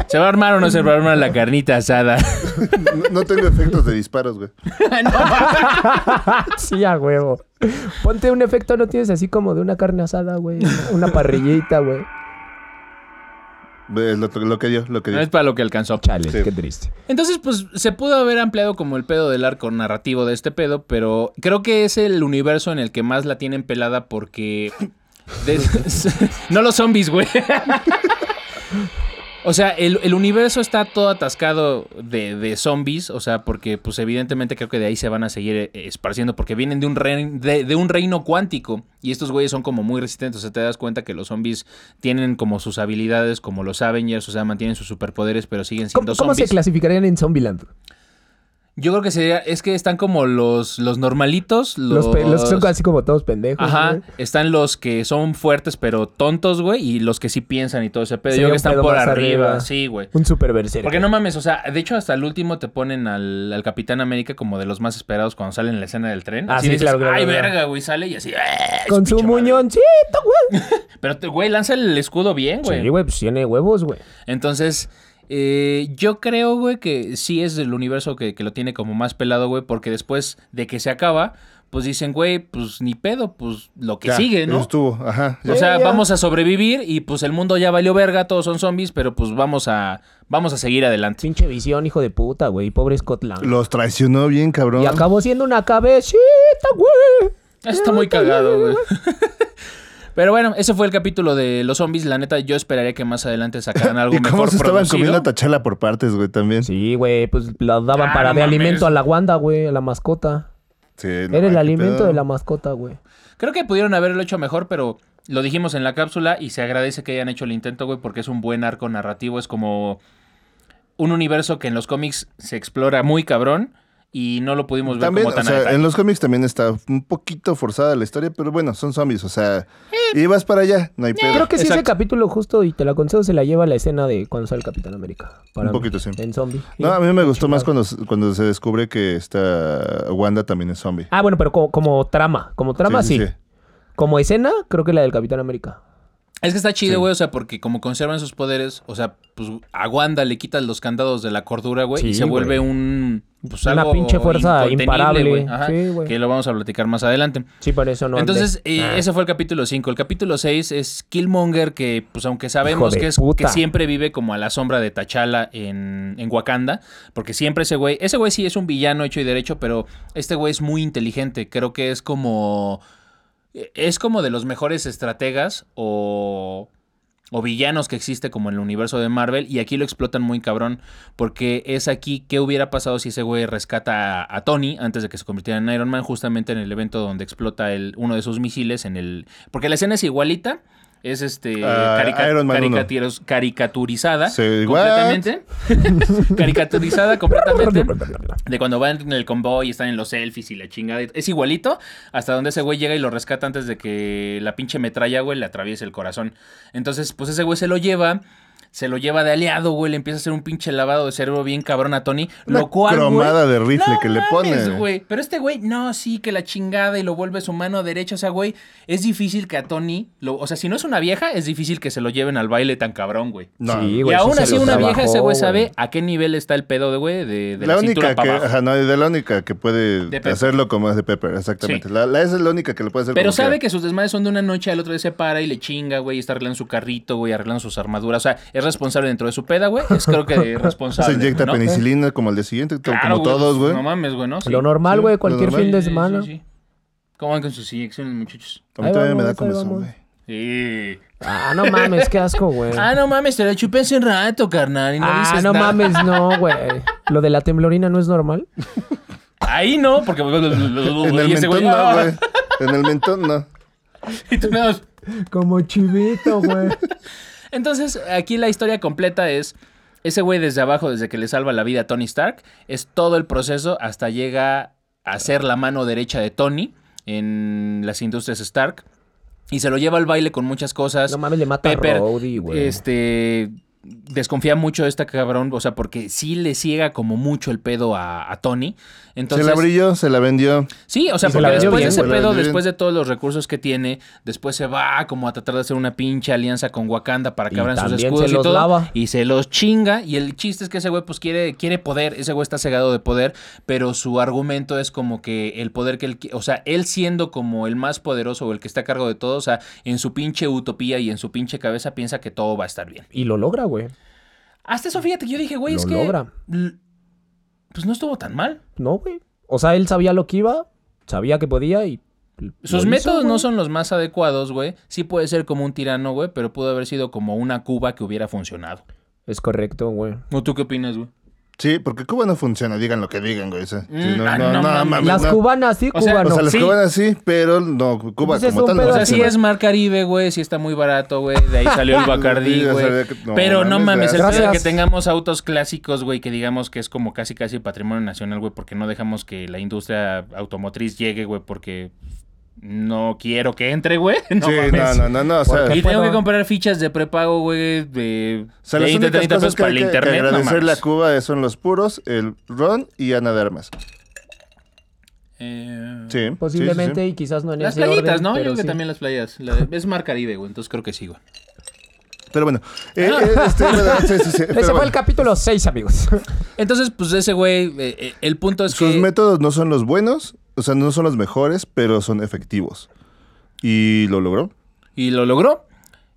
S1: ¿Se va a armar o no se va a armar la carnita asada?
S3: No, no tengo efectos de disparos, güey.
S2: Sí, a huevo. Ponte un efecto, no tienes así como de una carne asada, güey. Una parrillita, güey.
S3: Es lo, lo que dio, lo que
S1: No
S3: dio.
S1: es para lo que alcanzó.
S2: Chale,
S3: Sí.
S2: qué triste.
S1: Entonces, pues se pudo haber ampliado como el pedo del arco narrativo de este pedo, pero creo que es el universo en el que más la tienen pelada porque de- no los zombies, güey. O sea, el, el universo está todo atascado de, de zombies, o sea, porque pues evidentemente creo que de ahí se van a seguir eh, esparciendo, porque vienen de un, rein- de, de un reino cuántico y estos güeyes son como muy resistentes, o sea, te das cuenta que los zombies tienen como sus habilidades, como los Avengers, o sea, mantienen sus superpoderes, pero siguen siendo
S2: ¿Cómo, cómo se
S1: zombies.
S2: clasificarían en Zombieland?
S1: Yo creo que sería, es que están como los, los normalitos, los...
S2: Los, pe- los que son así como todos pendejos.
S1: Ajá,
S2: güey.
S1: están los que son fuertes pero tontos, güey, y los que sí piensan y todo ese pedo. Yo creo
S2: Sería
S1: que
S2: un
S1: están
S2: pedo
S1: por
S2: más
S1: arriba.
S2: arriba.
S1: sí, güey.
S2: Un super berserker.
S1: Porque no mames, o sea, de hecho hasta el último te ponen al, al Capitán América como de los más esperados cuando sale en la escena del tren.
S2: Ah,
S1: Así
S2: sí,
S1: dices,
S2: claro, claro,
S1: Ay,
S2: claro.
S1: verga, güey, sale y así. "Eh,
S2: Con
S1: pinche
S2: su
S1: madre".
S2: muñoncito, güey.
S1: Pero, te- güey, lanza el escudo bien, güey.
S2: Sí, güey, pues tiene huevos, güey.
S1: Entonces, eh, yo creo, güey, que sí es el universo que, que lo tiene como más pelado, güey, porque después de que se acaba, pues dicen, güey, pues ni pedo, pues lo que
S3: Ya,
S1: sigue,
S3: eso
S1: ¿no?
S3: Estuvo, ajá. Pues ya.
S1: O sea,
S2: Sí, ya.
S1: vamos a sobrevivir y pues el mundo ya valió verga, todos son zombies, pero pues vamos a vamos a seguir adelante.
S2: Pinche visión, hijo de puta, güey. Pobre Scotland.
S3: Los traicionó bien, cabrón.
S2: Y acabó siendo una cabecita, güey.
S1: Está muy cagado, güey. Pero bueno, ese fue el capítulo de los zombies. La neta, yo esperaría que más adelante sacaran algo
S3: ¿Y cómo
S1: mejor
S3: se estaban
S1: producido.
S3: comiendo a Tachala por partes, güey, también?
S2: Sí, güey, pues la daban
S1: Ah,
S2: para
S1: no
S2: de
S1: mames.
S2: alimento a la Wanda, güey, a la mascota.
S3: Sí, no,
S2: Era el
S3: qué
S2: alimento
S3: pedo.
S2: de la mascota, güey.
S1: Creo que pudieron haberlo hecho mejor, pero lo dijimos en la cápsula y se agradece que hayan hecho el intento, güey, porque es un buen arco narrativo. Es como un universo que en los cómics se explora muy cabrón y no lo pudimos ver
S3: También,
S1: como
S3: o
S1: tan a
S3: sea,
S1: detalle.
S3: en los cómics también está un poquito forzada la historia, pero bueno, son zombies, o sea, ibas para allá, no hay pedo.
S2: Creo que sí, ese
S1: Exacto.
S2: capítulo justo, y te la concedo, se la lleva la escena de cuando sale el Capitán América.
S3: Un poquito, sí.
S2: En zombie.
S3: No, a mí me gustó más cuando, cuando se descubre que esta Wanda también es zombie.
S2: Ah, bueno, pero como, como trama. Como trama, sí, Como escena, creo que la del Capitán América.
S1: Es que está
S3: Sí.
S1: chido, güey, o sea, porque como conservan sus poderes, o sea, pues a Wanda le quitas los candados de la cordura, güey, y
S2: Sí,
S1: se vuelve
S2: güey.
S1: un... Pues,
S2: Una
S1: algo
S2: pinche fuerza
S1: incontenible,
S2: imparable.
S1: güey. Ajá,
S2: Sí, güey.
S1: que lo vamos a platicar más adelante.
S2: Sí, para eso no.
S1: Entonces,
S2: andé.
S1: eh,
S2: Ah.
S1: ese fue el capítulo 5. El capítulo 6 es Killmonger, que pues aunque sabemos
S2: Hijo de
S1: que, es,
S2: puta.
S1: que siempre vive como a la sombra de T'Challa en, en Wakanda, porque siempre ese güey, ese güey sí es un villano hecho y derecho, pero este güey es muy inteligente, creo que es como... eh, Es como de los mejores estrategas o, o villanos que existe como en el universo de Marvel y aquí lo explotan muy cabrón porque es aquí qué hubiera pasado si ese güey rescata a, a Tony antes de que se convirtiera en Iron Man justamente en el evento donde explota el, uno de sus misiles en el porque la escena es igualita es este
S3: Ah,
S1: carica-
S3: Iron Man uno.
S1: caricatiros- caricaturizada
S3: Sí, what?
S1: completamente caricaturizada completamente de cuando van en el convoy y están en los selfies y la chingada. y- Es igualito hasta donde ese güey llega y lo rescata antes de que la pinche metralla, güey, le atraviese el corazón. Entonces, pues ese güey se lo lleva. Se lo lleva de aliado, güey. Le empieza a hacer un pinche lavado de cerebro bien cabrón a Tony.
S3: Una
S1: lo cual. güey,
S3: cromada de rifle
S1: no
S3: que le
S1: mames,
S3: pone.
S1: güey. Pero este güey, no, sí, que la chingada y lo vuelve su mano derecha. O sea, güey, es difícil que a Tony. lo- o sea, si no es una vieja, es difícil que se lo lleven al baile tan cabrón, güey.
S3: No,
S2: Sí,
S1: y
S2: güey,
S1: aún
S2: se
S1: así,
S2: lo
S1: una vieja, ese
S2: trabajó,
S1: güey sabe a qué nivel está el pedo de güey, de, de la,
S3: única
S1: cintura
S3: que,
S1: para abajo.
S3: ajá, no, de la única que puede
S1: De Pepper.
S3: hacerlo como es de Pepper, exactamente.
S1: Sí.
S3: La, la- esa es la única que le puede hacer
S1: Pero
S3: como
S1: sabe
S3: quiera.
S1: que sus desmadres son de una noche al otro día se para y le chinga, güey, y está arreglando su carrito, güey, arreglando sus armaduras. O sea, es responsable dentro de su peda, güey. Es creo que responsable.
S3: se inyecta
S1: ¿no?
S3: penicilina como el de siguiente,
S1: Claro, pues,
S3: como todos, güey.
S1: No mames, güey, ¿no? Sí.
S2: Lo normal,
S3: Sí,
S2: güey,
S3: lo
S2: cualquier
S3: normal.
S2: fin de
S1: Sí, sí,
S2: semana.
S1: sí. ¿Cómo van con sus inyecciones, muchachos?
S3: A mí
S2: Ahí
S3: todavía me
S2: vamos,
S3: da
S2: ahí
S3: comezón,
S2: vamos.
S3: güey.
S1: Sí.
S2: Ah, no mames, qué asco, güey.
S1: Ah, no mames, te la chupé hace rato, carnal. Y no
S2: ah,
S1: dices
S2: no
S1: nada.
S2: mames, no, güey. Lo de la temblorina no es normal.
S1: Ahí no, porque. en
S3: En el mentón no, güey. En el mentón no.
S1: Y tú nada más-
S2: Como chivito, güey.
S1: Entonces, aquí la historia completa es. Ese güey desde abajo, desde que le salva la vida a Tony Stark, es todo el proceso hasta llega a ser la mano derecha de Tony en las industrias Stark. Y se lo lleva al baile con muchas cosas.
S2: No mames, le mata
S1: Pepper,
S2: a Rhodey, güey.
S1: este, desconfía mucho de este cabrón, o sea, porque sí le ciega como mucho el pedo a, a Tony. Entonces,
S3: se la brilló, se la vendió.
S1: Sí, o sea,
S2: Y se
S1: porque
S2: la vendió
S1: después de
S2: bien,
S1: ese
S3: güey, la
S1: pedo,
S3: vendió
S1: después
S3: bien.
S1: de todos los recursos que tiene, después se va como a tratar de hacer una pinche alianza con Wakanda para que
S2: Y
S1: abran sus
S2: también
S1: escudos
S2: se
S1: y
S2: los
S1: todo.
S2: lava.
S1: Y se los chinga. Y el chiste es que ese güey pues quiere, quiere poder, ese güey está cegado de poder, pero su argumento es como que el poder que él, qui- o sea, él siendo como el más poderoso o el que está a cargo de todo, o sea, en su pinche utopía y en su pinche cabeza piensa que todo va a estar bien.
S2: Y lo logra, güey.
S1: Hasta eso, fíjate que yo dije, güey,
S2: Lo
S1: es que...
S2: logra.
S1: l- Pues no estuvo tan mal.
S2: No, güey. O sea, él sabía lo que iba, sabía que podía y
S1: Sus
S2: ¿Lo hizo,
S1: métodos no
S2: güey?
S1: son los más adecuados, güey. Sí puede ser como un tirano, güey, pero pudo haber sido como una Cuba que hubiera funcionado.
S2: Es correcto, güey.
S1: ¿O tú qué opinas, güey?
S3: Sí, porque Cuba no funciona, digan lo que digan, güey. o sea, sí,
S1: Mm,
S3: no,
S1: ah,
S3: no,
S1: no
S3: no,
S1: mames.
S3: mames,
S2: Las
S3: no.
S2: cubanas sí,
S1: O sea,
S3: O
S2: cubanos.
S3: sea, las
S1: Sí.
S3: cubanas sí, pero no, Cuba
S2: Pues es
S3: como
S2: un
S3: tal no
S2: pedo
S1: O sea,
S2: así
S1: sí
S3: funciona.
S1: es Mar Caribe, güey, sí está muy barato, güey. De ahí salió el Bacardí,
S3: Sí, o sea,
S1: güey.
S3: de que- no
S1: Pero no
S3: mames,
S1: mames, el
S2: gracias.
S1: hecho de que tengamos autos clásicos, güey, que digamos que es como casi casi patrimonio nacional, güey, porque no dejamos que la industria automotriz llegue, güey, porque no quiero que entre, güey. No
S3: sí, no,
S1: mames.
S3: no, no, no, o sea,
S2: Porque-
S1: Y
S2: puedo-
S1: tengo que comprar fichas de prepago, güey, de
S3: o sea, las
S1: 20,
S3: únicas
S1: 30
S3: cosas
S1: pesos
S3: que
S1: para
S3: hay
S1: el
S3: que, que
S1: internet. no
S3: agradecerle
S1: mames.
S3: a Cuba son los puros, el ron y Ana de Armas.
S1: Eh,
S3: Sí,
S2: Posiblemente
S3: sí,
S2: y
S3: sí,
S2: quizás no en
S1: Las
S2: ese orden,
S1: playitas, ¿no? Yo
S2: pero
S1: creo que
S2: sí.
S1: también las playas. La de- es Mar Caribe, güey, entonces creo que sí, güey.
S3: sí. Pero bueno, eh,
S1: Ah.
S3: eh, este, bueno, sí, sí, sí, pero
S2: Ese fue
S3: bueno,
S2: el capítulo 6, amigos.
S1: Entonces, pues ese güey, eh, eh, el punto es
S3: sus
S1: que...
S3: métodos no son los buenos, o sea, no son los mejores, pero son efectivos. Y lo logró.
S1: Y lo logró.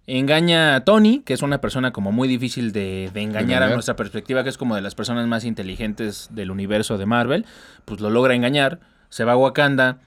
S1: Engaña a Tony, que es una persona como muy difícil de, de engañar a
S3: Engañar.
S1: nuestra perspectiva, que es como de las personas más inteligentes del universo de Marvel. Pues lo logra engañar. Se va a Wakanda.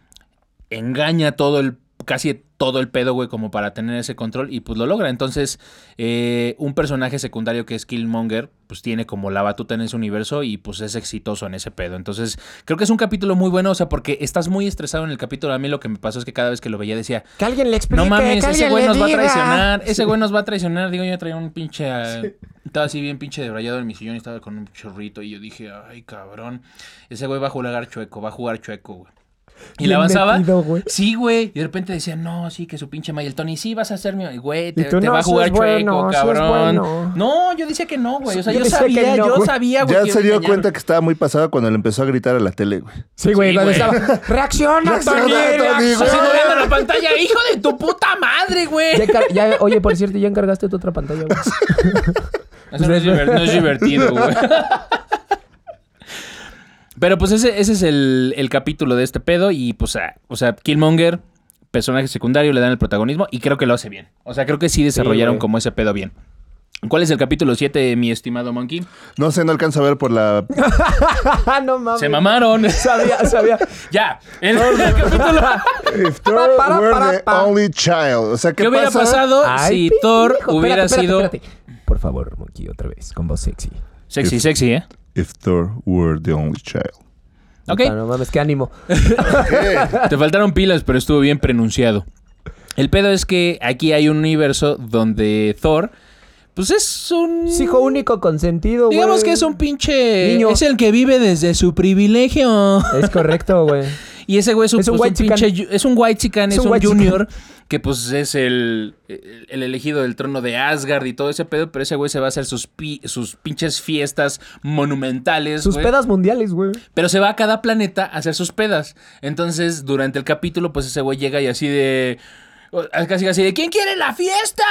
S1: Engaña todo el. casi todo el pedo, güey, como para tener ese control. Y pues lo logra. Entonces, eh, un personaje secundario que es Killmonger, pues tiene como la batuta en ese universo y pues es exitoso en ese pedo. Entonces, creo que es un capítulo muy bueno. O sea, porque estás muy estresado en el capítulo. A mí lo que me pasó es que cada vez que lo veía decía.
S2: Que alguien le explique,
S1: No mames,
S2: Pues que alguien
S1: ese güey
S2: le
S1: nos va a
S2: diga.
S1: traicionar. Ese güey nos va a traicionar. Digo, yo traía un pinche. ah, Estaba así bien pinche debrayado en mi sillón y estaba con un chorrito. Y yo dije, ay, cabrón. Ese güey va a jugar chueco, va a jugar chueco, güey. Y
S2: Bien
S1: la avanzaba.
S2: metido, güey.
S1: sí, güey. Y de repente decía, no, sí, que su pinche Maya. El Tony, sí, vas a ser mi. Güey,
S2: Y
S1: te,
S2: tú,
S1: te
S2: no,
S1: va a
S2: sí es
S1: jugar chueco,
S2: bueno, sí es
S1: cabrón.
S2: bueno.
S1: No, yo decía que no, güey. O sea,
S2: Yo
S1: yo,
S2: decía que
S1: sabía,
S2: no,
S1: yo
S2: güey.
S1: sabía, güey.
S3: Ya
S1: que iba
S3: se
S1: a
S3: dio
S1: engañar.
S3: cuenta que estaba muy pasada cuando le empezó a gritar a la tele, güey.
S2: Sí, güey,
S1: Sí,
S2: donde
S1: güey.
S2: estaba. Reacciona,
S3: Reacciona,
S2: Tony,
S3: Tony, güey.
S1: Así
S2: reacciona.
S1: moviendo la pantalla, hijo de tu puta madre, güey.
S2: Ya encar- ya- oye, por cierto, ya encargaste tu otra pantalla, güey.
S1: Eso no, es diver- no es divertido, güey. Pero pues ese, ese es el, el capítulo de este pedo. Y pues, ah, o sea, Killmonger, personaje secundario, le dan el protagonismo y creo que lo hace bien. O sea, creo que sí desarrollaron
S2: güey.
S1: como ese pedo bien. ¿Cuál es el capítulo 7, mi estimado Monkey?
S3: No sé, no alcanzo a ver por la...
S2: Ah, no mames.
S1: Se mamaron.
S2: Sabía, sabía.
S1: ya. El, el capítulo.
S3: If Thor
S2: Para, para,
S3: were
S2: para,
S3: the
S2: para.
S3: only child. O sea, ¿qué,
S1: ¿Qué hubiera
S3: pasa?
S1: pasado
S2: Ay,
S1: si Thor
S2: pendejo.
S1: hubiera
S2: Espérate,
S1: sido.
S2: espérate, espérate. Por favor, Monkey, otra vez, con voz sexy.
S1: Sexy, sexy, ¿eh?
S3: If Thor were the only child.
S1: Ok.
S2: Ah, no mames, qué ánimo.
S1: Te faltaron pilas, pero estuvo bien pronunciado. El pedo es que aquí hay un universo donde Thor, pues es un...
S2: Es hijo único consentido, güey.
S1: Digamos que es un pinche...
S2: Niño.
S1: Es el que vive desde su privilegio.
S2: Es correcto, güey.
S1: Y ese güey es un,
S2: Es un
S1: pues,
S2: white chican.
S1: pinche... Es un white chican,
S2: Es
S1: es,
S2: un
S1: un,
S2: white
S1: junior. Que pues es el, el- el elegido del trono de Asgard y todo ese pedo. Pero ese güey se va a hacer sus, pi- sus pinches fiestas monumentales.
S2: Sus
S1: güey.
S2: pedas mundiales, güey.
S1: Pero se va a cada planeta a hacer sus pedas. Entonces, durante el capítulo, pues ese güey llega y así de. o- Casi casi de ¿Quién quiere la fiesta?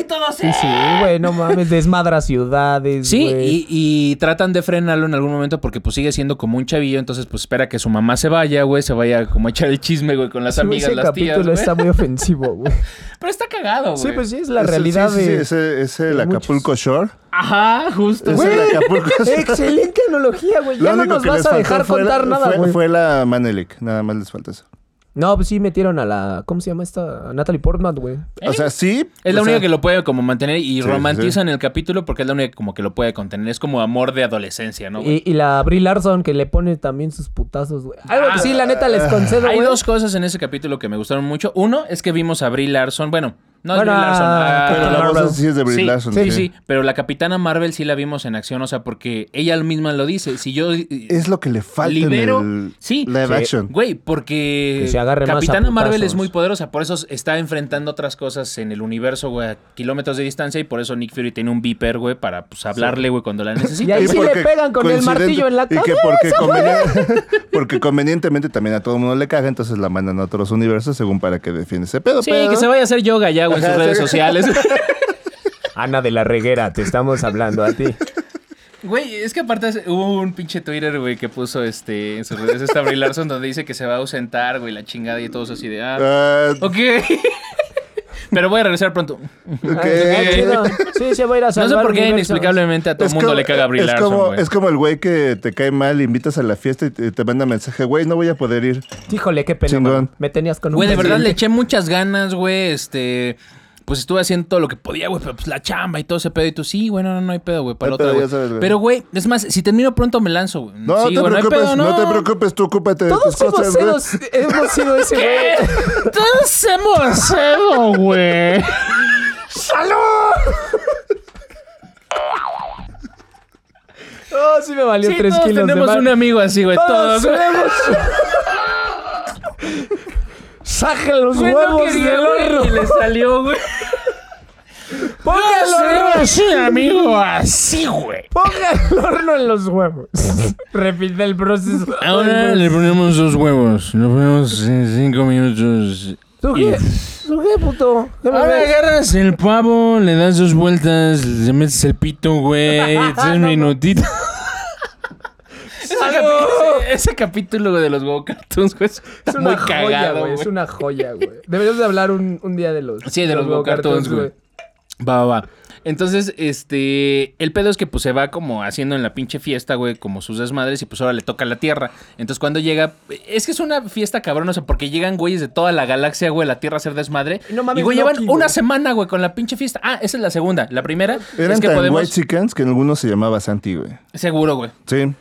S1: Y todo
S2: Sí, sí, güey, no mames. Desmadra ciudades,
S1: Sí,
S2: güey.
S1: y, y tratan de frenarlo en algún momento porque pues sigue siendo como un chavillo, entonces pues espera que su mamá se vaya, güey, se vaya como a echar el chisme, güey, con las
S2: Sí,
S1: amigas,
S2: Ese
S1: las tías,
S2: capítulo
S1: güey.
S2: está muy ofensivo, güey.
S1: Pero está cagado, güey.
S2: Sí, pues sí, es la
S3: Es el-
S2: realidad
S3: sí, sí, sí,
S2: de...
S3: ese- es el
S2: de
S3: Acapulco Shore.
S1: Ajá, justo.
S3: Es el Acapulco Shore.
S2: Excelente analogía, güey.
S3: Lo
S2: Ya no
S3: único
S2: nos
S3: que les
S2: vas a
S3: faltó
S2: dejar
S3: fue la-
S2: contar nada,
S3: fue-
S2: güey.
S3: Fue la Manelik, nada más les falta eso.
S2: No, pues sí metieron a la... ¿Cómo se llama esta? A Natalie Portman, güey.
S3: O sea, sí.
S1: Es la
S3: o
S1: única
S3: sea,
S1: que lo puede como mantener y
S3: sí,
S1: romantizan el capítulo porque es la única que como que lo puede contener. Es como amor de adolescencia, ¿no? güey?
S2: Y, y la Brie Larson que le pone también sus putazos, güey. Algo que
S1: Ah.
S2: sí, la neta, les concedo,
S1: Hay
S2: güey.
S1: dos cosas en ese capítulo que me gustaron mucho. Uno es que vimos a Brie Larson. Bueno, no es
S2: Bueno,
S1: Brie Larson.
S2: ah,
S1: ah,
S3: Pero la
S2: Marvel.
S3: voz sí es de Brie
S1: sí,
S3: Larson.
S1: sí, sí, Pero la Capitana Marvel sí la vimos en acción. O sea, porque ella misma lo dice. Si yo... eh,
S3: Es lo que le falta
S1: Libero-
S3: en el
S1: sí.
S3: live
S2: Sí.
S3: action.
S1: Güey, porque
S2: Que se agarre más a
S1: Capitana Marvel
S2: putazos.
S1: es muy poderosa, por eso está enfrentando otras cosas en el universo, güey, a kilómetros de distancia y por eso Nick Fury tiene un beeper, güey, para pues hablarle, güey, cuando la necesita.
S2: Y ahí
S3: Y
S2: sí le
S3: porque
S2: pegan con el
S3: coincidente-
S2: martillo en la
S3: Y que
S2: cabeza.
S3: porque, conveni- porque convenientemente también a todo el mundo le caga, entonces la mandan a otros universos según para que defiende ese pedo.
S1: Sí,
S3: pero-
S1: que se vaya a hacer yoga ya, güey, en sus
S3: Ajá,
S1: redes
S3: sí.
S1: sociales.
S2: Ana de la Reguera, te estamos hablando a ti.
S1: Güey, es que aparte hace- hubo un pinche Twitter, güey, que puso este en sus redes esta Brie Larson donde dice que se va a ausentar, güey, la chingada y todos así de ah.
S3: Ah,
S1: Ok. "Ah, Pero voy a regresar pronto.
S3: Ok.
S2: Ah, chido. Sí, se va a ir a
S1: No sé
S2: salvar
S1: por qué
S2: universos.
S1: inexplicablemente a todo el
S3: Es
S1: mundo
S3: como-
S1: le caga Brie
S3: es
S1: Larson,
S3: como,
S1: güey.
S3: es como el güey que te cae mal, invitas a la fiesta y te, te manda mensaje, güey, no voy a poder ir.
S2: Híjole, qué pena.
S3: Chingón.
S2: mano. Me tenías con un.
S1: Güey, de verdad le
S2: pendiente.
S1: eché muchas ganas, güey. Este. Pues estuve haciendo todo lo que podía, güey, pero pues la chamba y todo ese pedo. Y tú, sí, bueno, no, no hay pedo, güey, para
S3: No hay
S1: otra,
S3: pedo,
S1: güey.
S3: ya sabes, güey.
S1: Pero, güey, es más, si termino pronto me lanzo, güey.
S3: No
S1: Sí,
S3: te
S1: güey, hay
S3: preocupes,
S1: pedo,
S3: no. te preocupes, tú ocúpate de tus
S2: Todos hemos
S3: cosas, güey.
S2: sido, hemos sido ese güey.
S1: Todos hemos cebo, güey.
S2: Oh, sí me valió
S1: Sí,
S2: tres
S1: todos
S2: kilos
S1: tenemos
S2: de
S1: un
S2: más.
S1: amigo así, güey. Todos.
S2: Todos
S1: güey.
S2: hemos... Saca los
S1: Güey,
S2: huevos
S1: no quería,
S2: del
S1: güey,
S2: horno.
S1: y le salió, güey.
S2: Póngalo,
S1: Todos
S2: horno.
S1: hemos un amigo así, güey.
S2: Ponga el horno en los huevos. Repite el proceso.
S4: Ahora le ponemos dos huevos. Lo ponemos en cinco minutos.
S2: ¿Tú qué? ¿Tú qué, puto? ¿Qué me
S4: Ahora
S2: ves?
S4: agarras el pavo, le das dos vueltas, le metes el pito, güey. Tres minutitos.
S1: Ese, capi- ese- ese capítulo de los Go Cartoons, güey, está
S2: Es
S1: muy
S2: una joya,
S1: cagado,
S2: güey.
S1: güey.
S2: Es una joya, güey. Deberíamos de hablar un, un día de los...
S1: Sí, de los Go Cartoons, güey. Va, va, va. Entonces, este, el pedo es que pues se va como haciendo en la pinche fiesta, güey, como sus desmadres y pues ahora le toca la Tierra. Entonces cuando llega, es que es una fiesta cabrón, o sea, porque llegan güeyes de toda la galaxia, güey, a la Tierra a hacer desmadre.
S2: Y no mames,
S1: y güey,
S2: Loki,
S1: llevan una
S2: güey.
S1: semana, güey, con la pinche fiesta. Ah, esa es la segunda. La primera
S3: Eran
S1: es que
S3: tan
S1: podemos...
S3: white chickens que en algunos se llamaba Santi, güey.
S1: Seguro, güey.
S3: Sí.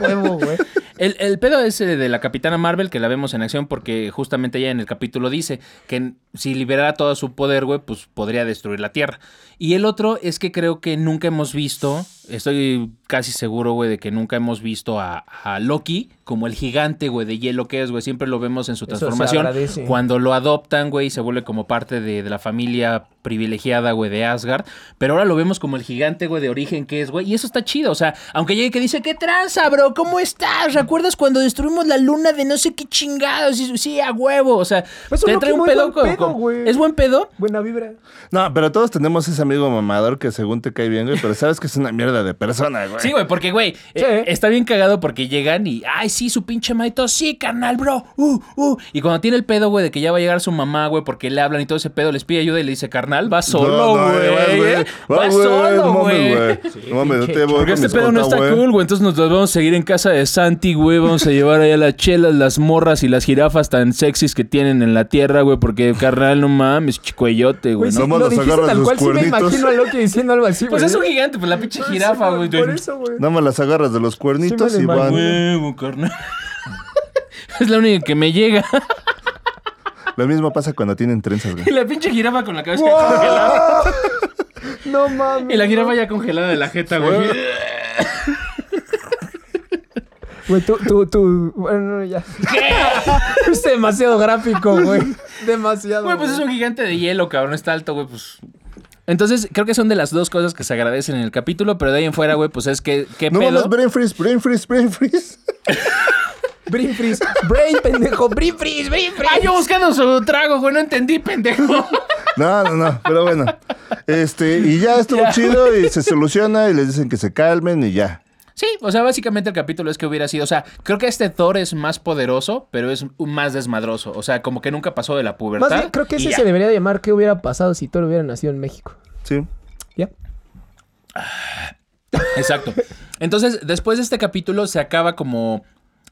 S2: Huevo, güey.
S1: El, el pedo es eh, de la Capitana Marvel, que la vemos en acción porque justamente ella en el capítulo dice que n- si liberara todo su poder, güey, pues podría destruir la Tierra. Y el otro es que creo que nunca hemos visto, estoy casi seguro, güey, de que nunca hemos visto a, a Loki como el gigante, güey, de hielo que es, güey. Siempre lo vemos en su
S2: Eso se
S1: transformación.
S2: agradece.
S1: Cuando lo adoptan, güey, y se vuelve como parte de, de la familia privilegiada, güey, de Asgard. Pero ahora lo vemos como el gigante, güey, de origen que es, güey. Y eso está chido. O sea, aunque llegue que dice, ¿qué tranza, bro? ¿Cómo estás? ¿Recuerdas cuando destruimos la luna de no sé qué chingados? Y, sí, a huevo. O sea,
S2: Es un Loki muy buen pedo, güey.
S1: es buen pedo.
S2: Buena vibra.
S3: No, pero todos tenemos ese amigo mamador que según te cae bien, güey, pero sabes que es una mierda de persona, güey.
S1: Sí, güey, porque, güey, eh,
S2: Sí.
S1: está bien cagado porque llegan y, ay, sí, su pinche maito, sí, carnal, bro, uh, uh. Y cuando tiene el pedo, güey, de que ya va a llegar su mamá, güey, porque le hablan y todo ese pedo, les pide ayuda y le dice, carnal, va solo,
S3: No, no,
S1: güey.
S3: vas,
S1: eh,
S3: Vas,
S1: va
S3: güey,
S1: solo,
S3: no mames,
S1: güey.
S3: No mames, no te voy
S4: Porque
S3: con
S4: este
S3: mis
S4: pedo no
S3: cuentas,
S4: está
S3: güey.
S4: cool, güey. Entonces nos las vamos a seguir en casa de Santi, güey. Vamos a llevar allá las chelas, las morras y las jirafas tan sexys que tienen en la tierra, güey. Porque, carnal, no mames, chicuellote,
S2: Güey,
S4: güey. ¿no?
S2: sí,
S3: nomás
S2: lo
S3: los
S2: dijiste
S3: agarras
S2: tal
S3: sus
S2: cual. Sí me
S3: cuernitos.
S2: imagino a Loki diciendo algo así, güey.
S1: Pues es un gigante, pues la pinche
S2: Por eso,
S1: jirafa, güey.
S2: Por eso, güey.
S3: Nada más las agarras de los cuernitos
S2: Sí, me
S3: y
S2: lo
S3: van.
S2: imagino.
S4: Huevo, carnal. Es la única que me llega.
S3: Lo mismo pasa cuando tienen trenzas, güey.
S1: Y la pinche jirafa con la cabeza congelada.
S2: No mames.
S1: Y la jirafa ya congelada de la jeta, güey.
S2: Güey, tú, tú, tú. Bueno, no, ya. es demasiado gráfico, güey. Demasiado.
S1: Güey, pues es un gigante de hielo, cabrón. Está alto, güey, pues. Entonces, creo que son de las dos cosas que se agradecen en el capítulo, pero de ahí en fuera, güey, pues es que, ¿qué
S3: No
S1: pedo?
S3: mames, brain freeze, brain freeze, brain freeze.
S2: Brain freeze. Brain, pendejo. Brain freeze, brain freeze.
S1: Ah, yo buscando su trago, güey, no entendí, pendejo.
S3: No, no, no, pero bueno. Este, y ya estuvo chido y se soluciona y les dicen que se calmen y ya.
S1: Sí, o sea, básicamente el capítulo es que hubiera sido, o sea, creo que este Thor es más poderoso, pero es más desmadroso, o sea, como que nunca pasó de la pubertad.
S2: Más bien, creo que
S1: y
S2: ese
S1: ya.
S2: se debería llamar ¿Qué hubiera pasado si Thor hubiera nacido en México?
S3: Sí.
S2: ¿Ya?
S1: Exacto. Entonces, después de este capítulo se acaba como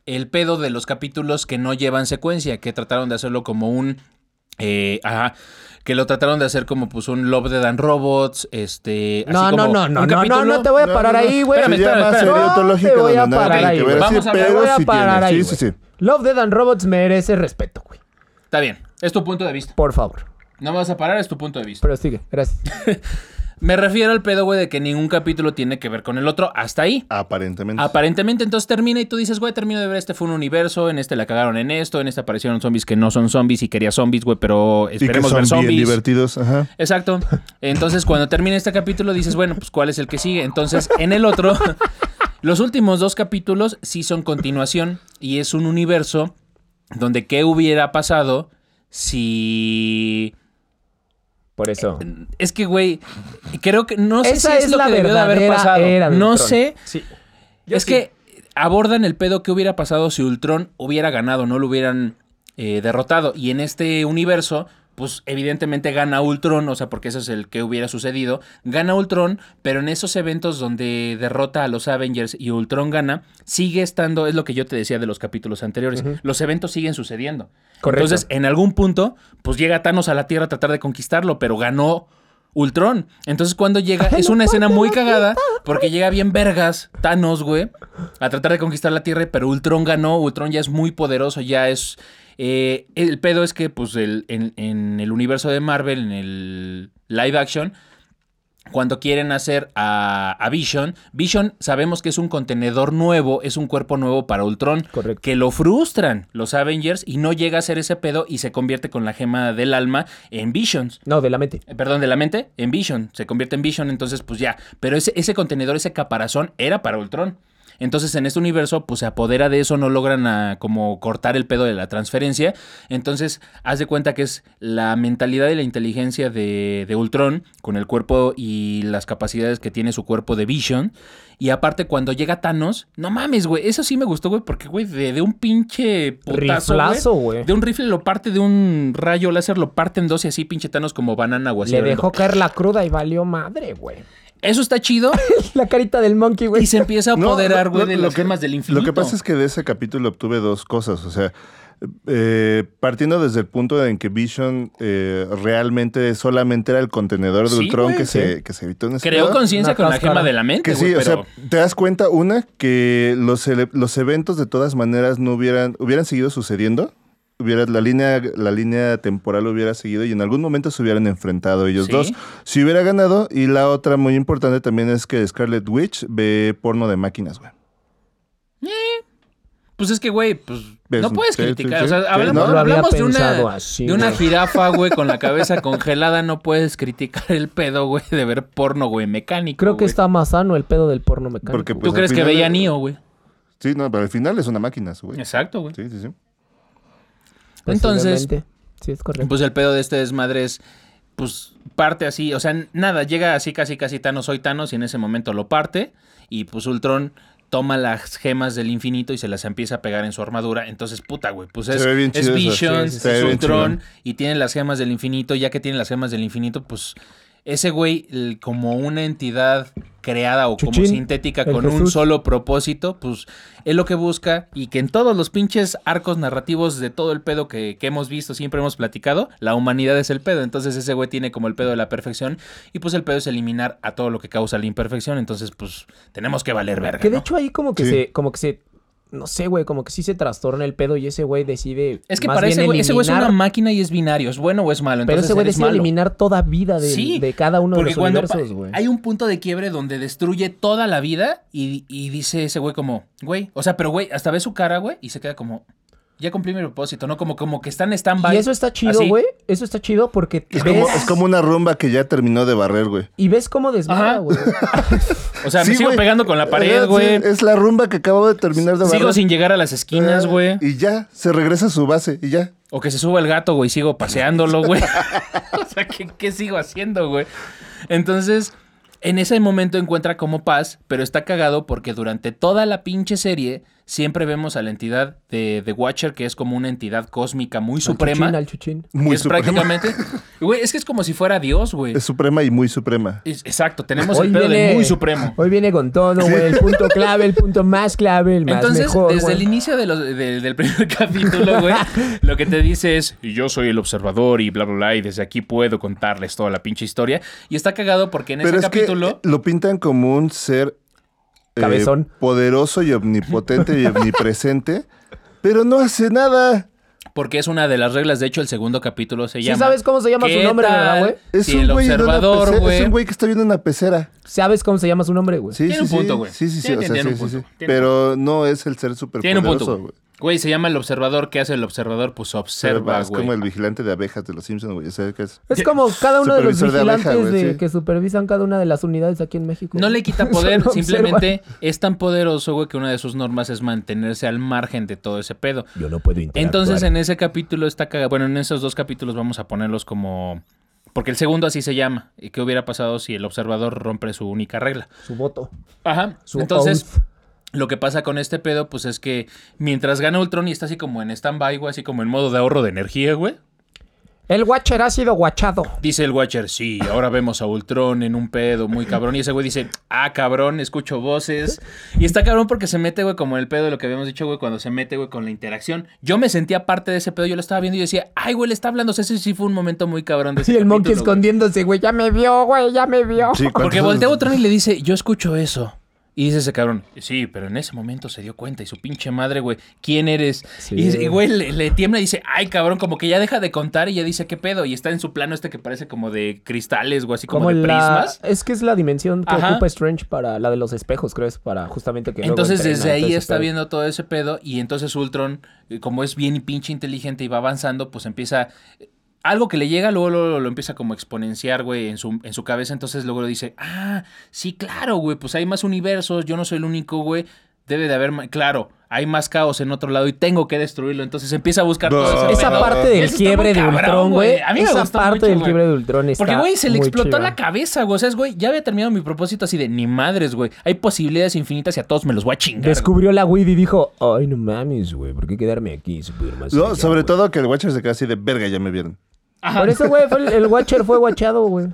S1: el pedo de los capítulos que no llevan secuencia, que trataron de hacerlo como un... eh, ajá, que lo trataron de hacer como pues un Love de Dan Robots, este... así
S2: No, no,
S1: como
S2: no,
S1: un
S2: no, no, no,
S1: capítulo-
S2: no te voy a parar ahí, güey.
S3: Se
S1: Espérame, espérame,
S3: llama
S1: espérame.
S3: serie
S2: No,
S3: ontológica
S2: te voy a
S3: donde nada
S2: parar
S3: tiene
S2: ahí,
S3: que
S2: güey.
S3: ver. Sí,
S1: Vamos a-
S3: pero
S2: Te voy a
S3: sí
S2: parar
S3: tiene.
S2: ahí,
S3: Sí, sí, sí.
S2: Love, Dead and Robots merece respeto, güey.
S1: Está bien, es tu punto de vista.
S2: Por favor.
S1: No me vas a parar, es tu punto de vista.
S2: Pero sigue, gracias.
S1: Me refiero al pedo, güey, de que ningún capítulo tiene que ver con el otro. Hasta ahí.
S3: Aparentemente.
S1: Aparentemente, entonces termina y tú dices, güey, termino de ver este fue un universo, en este la cagaron en esto, en este aparecieron zombies que no son zombies y quería zombies, güey, pero
S3: y que
S1: esperemos
S3: son
S1: ver
S3: bien
S1: zombies.
S3: divertidos. Ajá.
S1: Exacto. Entonces, cuando termina este capítulo, dices, bueno, pues cuál es el que sigue. Entonces, en el otro, los últimos dos capítulos sí son continuación y es un universo donde qué hubiera pasado si...
S2: Por eso.
S1: Es que, güey, creo que no sé
S2: Esa
S1: si es,
S2: es
S1: lo
S2: la
S1: que debió de haber
S2: verdadera
S1: pasado.
S2: era de
S1: no
S2: Ultron.
S1: sé.
S2: Sí.
S1: es que abordan el pedo que hubiera pasado si Ultron hubiera ganado, no lo hubieran eh, derrotado. Y en este universo, pues evidentemente gana Ultron, o sea, porque eso es el que hubiera sucedido. Gana Ultron, pero en esos eventos donde derrota a los Avengers y Ultron gana, sigue estando, es lo que yo te decía de los capítulos anteriores, los eventos siguen sucediendo.
S2: Correcto.
S1: Entonces, en algún punto, pues llega Thanos a la Tierra a tratar de conquistarlo, pero ganó Ultron. Entonces, cuando llega, es una escena muy cagada, porque llega bien vergas Thanos, güey, a tratar de conquistar la Tierra, pero Ultron ganó, Ultron ya es muy poderoso, ya es... eh, el pedo es que, pues, el- en, en el universo de Marvel, en el live action, cuando quieren hacer a, a Vision, Vision sabemos que es un contenedor nuevo, es un cuerpo nuevo para Ultron,
S2: Correcto.
S1: que lo frustran los Avengers y no llega a ser ese pedo y se convierte con la gema del alma en Visions.
S2: No, de la mente.
S1: Eh, Perdón, de la mente, en Vision. Se convierte en Vision, entonces pues ya. Pero ese, ese contenedor, ese caparazón, era para Ultron. Entonces en este universo pues se apodera de eso, no logran ah, como cortar el pedo de la transferencia. Entonces haz de cuenta que es la mentalidad y la inteligencia de, de Ultron con el cuerpo y las capacidades que tiene su cuerpo de Vision. Y aparte cuando llega Thanos, no mames, güey, eso sí me gustó, güey, porque, güey, de, de un pinche putazo, güey,
S2: Riflazo, güey.
S1: de un rifle lo parte, de un rayo láser lo parte en dos y así pinche Thanos como banana o así.
S2: Le
S1: hablando.
S2: dejó caer la cruda y valió madre, güey.
S1: Eso está chido
S2: La carita del monkey, güey.
S1: y se empieza a
S3: No,
S1: apoderar,
S3: lo-
S1: güey,
S3: lo-
S1: de
S3: lo
S1: las
S3: que-
S1: gemas del infinito.
S3: Lo que pasa es que de ese capítulo obtuve dos cosas. O sea, eh, partiendo desde el punto en que Vision eh, realmente solamente era el contenedor de
S1: Sí,
S3: Ultron
S1: güey,
S3: que, se, que se evitó en ese
S1: Creó
S3: pedo.
S1: conciencia
S2: Una
S1: con la
S2: cáscara.
S1: gema de la mente,
S3: Que
S1: güey,
S3: sí, o
S1: pero...
S3: sea, te das cuenta, una, que los, ele- los eventos de todas maneras no hubieran, hubieran seguido sucediendo. Hubiera, la, línea, la línea temporal hubiera seguido y en algún momento se hubieran enfrentado ellos
S1: Sí.
S3: dos. Si hubiera ganado, y la otra muy importante también es que Scarlet Witch ve porno de máquinas, güey.
S1: Pues es que, güey, pues
S3: Ves-
S1: no puedes
S3: sí,
S1: criticar.
S3: sí,
S1: o sea,
S3: sí.
S1: hablamos,
S3: No lo
S2: había
S1: hablamos de
S2: pensado
S1: una,
S2: así,
S1: de una
S2: güey.
S1: jirafa, güey, con la cabeza congelada. No puedes criticar el pedo, güey, de ver porno, güey, mecánico.
S2: Creo que
S1: güey.
S2: está más sano el pedo del porno mecánico.
S3: Porque,
S2: güey.
S1: ¿Tú
S3: pues, al
S1: crees que
S3: final-
S1: veía Nio, güey?
S3: Sí, no, pero al final es una máquina, güey.
S1: Exacto, güey.
S3: Sí, sí, sí.
S1: Entonces,
S2: Posiblemente. Sí, es correcto.
S1: Pues el pedo de este desmadre es, pues, parte así, o sea, n- nada, llega así casi casi Thanos, soy Thanos, y en ese momento lo parte, y pues Ultron toma las gemas del infinito y se las empieza a pegar en su armadura, entonces, puta, güey, pues
S3: Se
S1: es,
S3: ve bien
S1: es
S3: chido eso,
S1: Vision,
S3: sí, sí, sí. Se ve
S1: es
S3: bien
S1: Ultron,
S3: chingón.
S1: y tiene las gemas del infinito, ya que tiene las gemas del infinito, pues, ese güey, el- como una entidad creada o como
S2: Chuchín,
S1: sintética
S2: el
S1: con un
S2: Jesús.
S1: solo propósito, pues es lo que busca y que en todos los pinches arcos narrativos de todo el pedo que, que hemos visto, siempre hemos platicado, la humanidad es el pedo. Entonces ese güey tiene como el pedo de la perfección y pues el pedo es eliminar a todo lo que causa la imperfección. Entonces pues tenemos que valer verga.
S2: Que de
S1: ¿no?
S2: hecho ahí como que
S3: Sí.
S2: se, como que se, no sé, güey, como que sí se trastorna el pedo y ese güey decide.
S1: es que
S2: más
S1: para
S2: bien
S1: ese güey, ese güey es
S2: eliminar-
S1: una máquina y es binario, es bueno o es malo.
S2: Pero
S1: Entonces
S2: ese güey
S1: eres
S2: decide
S1: malo.
S2: eliminar toda vida de,
S1: Sí,
S2: de cada uno de
S1: Porque
S2: los
S1: cuando pa-
S2: universos, güey.
S1: hay un punto de quiebre donde destruye toda la vida y, y dice ese güey como, güey, o sea, pero güey, hasta ve su cara, güey, y se queda como, ya cumplí mi propósito, ¿no? Como, como que están en stand-by.
S2: Y eso está chido,
S1: así.
S2: güey. Eso está chido porque te
S3: Es
S2: ves
S3: como, es como una rumba que ya terminó de barrer, güey.
S2: y ves cómo desmaya,
S1: Ajá.
S2: güey.
S1: O sea, me
S3: Sí,
S1: sigo
S3: güey.
S1: pegando con la
S3: Ajá,
S1: pared,
S3: sí,
S1: güey.
S3: es Eh. la rumba que acabo de terminar de barrer.
S1: sigo sin llegar a las esquinas, güey.
S3: Y ya, se regresa a su base y ya.
S1: O que se suba el gato, güey, sigo paseándolo, güey. o sea, ¿qué, qué sigo haciendo, güey? Entonces, en ese momento encuentra como paz, pero está cagado porque durante toda la pinche serie siempre vemos a la entidad de The Watcher, que es como una entidad cósmica muy suprema.
S2: Al chuchín, al chuchín.
S3: Muy
S1: es
S3: suprema.
S1: prácticamente. Güey, es que es como si fuera Dios, güey.
S3: Es suprema y muy suprema.
S1: Es- Exacto, tenemos el pedo de muy supremo.
S2: Hoy viene con todo, güey. El punto clave, el punto más clave, el más
S1: Entonces,
S2: mejor,
S1: desde
S2: güey.
S1: el inicio de los- de- del primer capítulo, güey, lo que te dice es, yo soy el observador y bla, bla, bla, y desde aquí puedo contarles toda la pinche historia. Y está cagado porque en
S3: Pero
S1: ese
S3: es
S1: capítulo...
S3: que eh, lo pintan como un ser eh,
S2: Cabezón.
S3: poderoso y omnipotente y omnipresente, pero no hace nada.
S1: Porque es una de las reglas. De hecho, el segundo capítulo se
S2: Sí
S1: llama.
S2: sabes cómo se llama su
S1: ¿Qué
S2: nombre,
S1: tal
S2: verdad, güey?
S3: Es
S1: si
S3: un
S1: el
S3: güey en una
S1: observador,
S3: pecera-
S1: güey.
S3: es un güey que está viendo una pecera.
S2: ¿Sabes cómo se llama su nombre, güey?
S3: Sí,
S1: Tiene
S3: sí,
S1: un
S3: sí.
S1: punto, güey.
S3: Sí, sí, sí.
S1: Tiene-
S3: o sea,
S1: tiene
S3: sí,
S1: un
S3: sí,
S1: punto.
S3: sí.
S1: Tiene un
S3: Pero no es el ser superpoderoso,
S1: Tiene un punto.
S3: güey.
S1: Güey. Güey, se llama el observador. ¿Qué hace el observador? Pues observa,
S3: Es como
S1: güey.
S3: el vigilante de abejas de los Simpsons, güey. O sea, que es-
S2: Es como cada uno de los
S3: Supervisor de abeja,
S2: vigilantes
S3: güey,
S2: de-
S3: sí.
S2: que supervisan cada una de las unidades aquí en México.
S1: No le quita poder,
S2: Solo
S1: simplemente es tan poderoso, güey, que una de sus normas es mantenerse al margen de todo ese pedo.
S2: Yo no puedo
S1: Entonces en ese capítulo está cagado. Bueno, en esos dos capítulos vamos a ponerlos como... Porque el segundo así se llama. ¿Y qué hubiera pasado si el observador rompe su única regla?
S2: Su voto.
S1: Ajá.
S2: Su
S1: Entonces,
S2: oath.
S1: lo que pasa con este pedo, pues es que mientras gana Ultron y está así como en stand-by, güey, así como en modo de ahorro de energía, güey.
S2: El Watcher ha sido guachado.
S1: Dice el Watcher, sí, ahora vemos a Ultron en un pedo muy cabrón. Y ese güey dice, ah, cabrón, escucho voces. Y está cabrón porque se mete, güey, como el pedo de lo que habíamos dicho, güey, cuando se mete, güey, con la interacción. Yo me sentía parte de ese pedo, yo lo estaba viendo y decía, ay, güey, le está hablando. O sea, ese sí fue un momento muy cabrón de ese
S2: Sí, el monkey
S1: capítulo, güey.
S2: escondiéndose, güey. Ya me vio, güey, ya me vio.
S3: Sí,
S1: Porque
S3: ¿cuántos-
S1: voltea Ultron y le dice, yo escucho eso. Y dice ese cabrón, sí, pero en ese momento se dio cuenta y su pinche madre, güey, ¿quién eres?
S2: Sí.
S1: Y dice- Y, güey, le, le tiembla y dice, ay, cabrón, como que ya deja de contar y ya dice, ¿qué pedo? Y está en su plano este que parece como de cristales, o así como,
S2: Como
S1: de
S2: la...
S1: prismas.
S2: Es que es la dimensión que
S1: Ajá.
S2: ocupa Strange para la de los espejos, creo es para justamente que... luego
S1: Entonces
S2: entrena
S1: desde
S2: y todo
S1: ahí
S2: ese
S1: está
S2: pedo.
S1: viendo todo ese pedo y entonces Ultron, eh, como es bien pinche inteligente y va avanzando, pues empieza... eh, Algo que le llega, luego lo, lo empieza como a exponenciar, güey, en su, en su cabeza. Entonces luego lo dice, ah, sí, claro, güey, pues hay más universos, yo no soy el único, güey. Debe de haber, ma- claro, hay más caos en otro lado y tengo que destruirlo. Entonces empieza a buscar
S3: No.
S1: todo ese
S2: Esa
S1: pedo.
S2: parte del
S1: Eso está muy
S2: quiebre de
S1: cabrón,
S2: Ultron, güey.
S1: A mí me
S2: Esa
S1: gustó
S2: parte
S1: mucho,
S2: del
S1: güey.
S2: quiebre de Ultron está
S1: Porque, güey, se le
S2: muy
S1: explotó
S2: chiva.
S1: la cabeza, güey. O sea, es, güey, ya había terminado mi propósito así de ni madres, güey. Hay posibilidades infinitas y a todos me los voy a chingar.
S2: Descubrió la weed y dijo, ay, no mames, güey, ¿por qué quedarme aquí? Si puedo ir más
S3: No,
S2: allá,
S3: sobre
S2: güey".
S3: todo que el Watcher se queda así de verga, ya me vieron.
S2: Por eso, güey, fue el, el Watcher fue guachado, güey.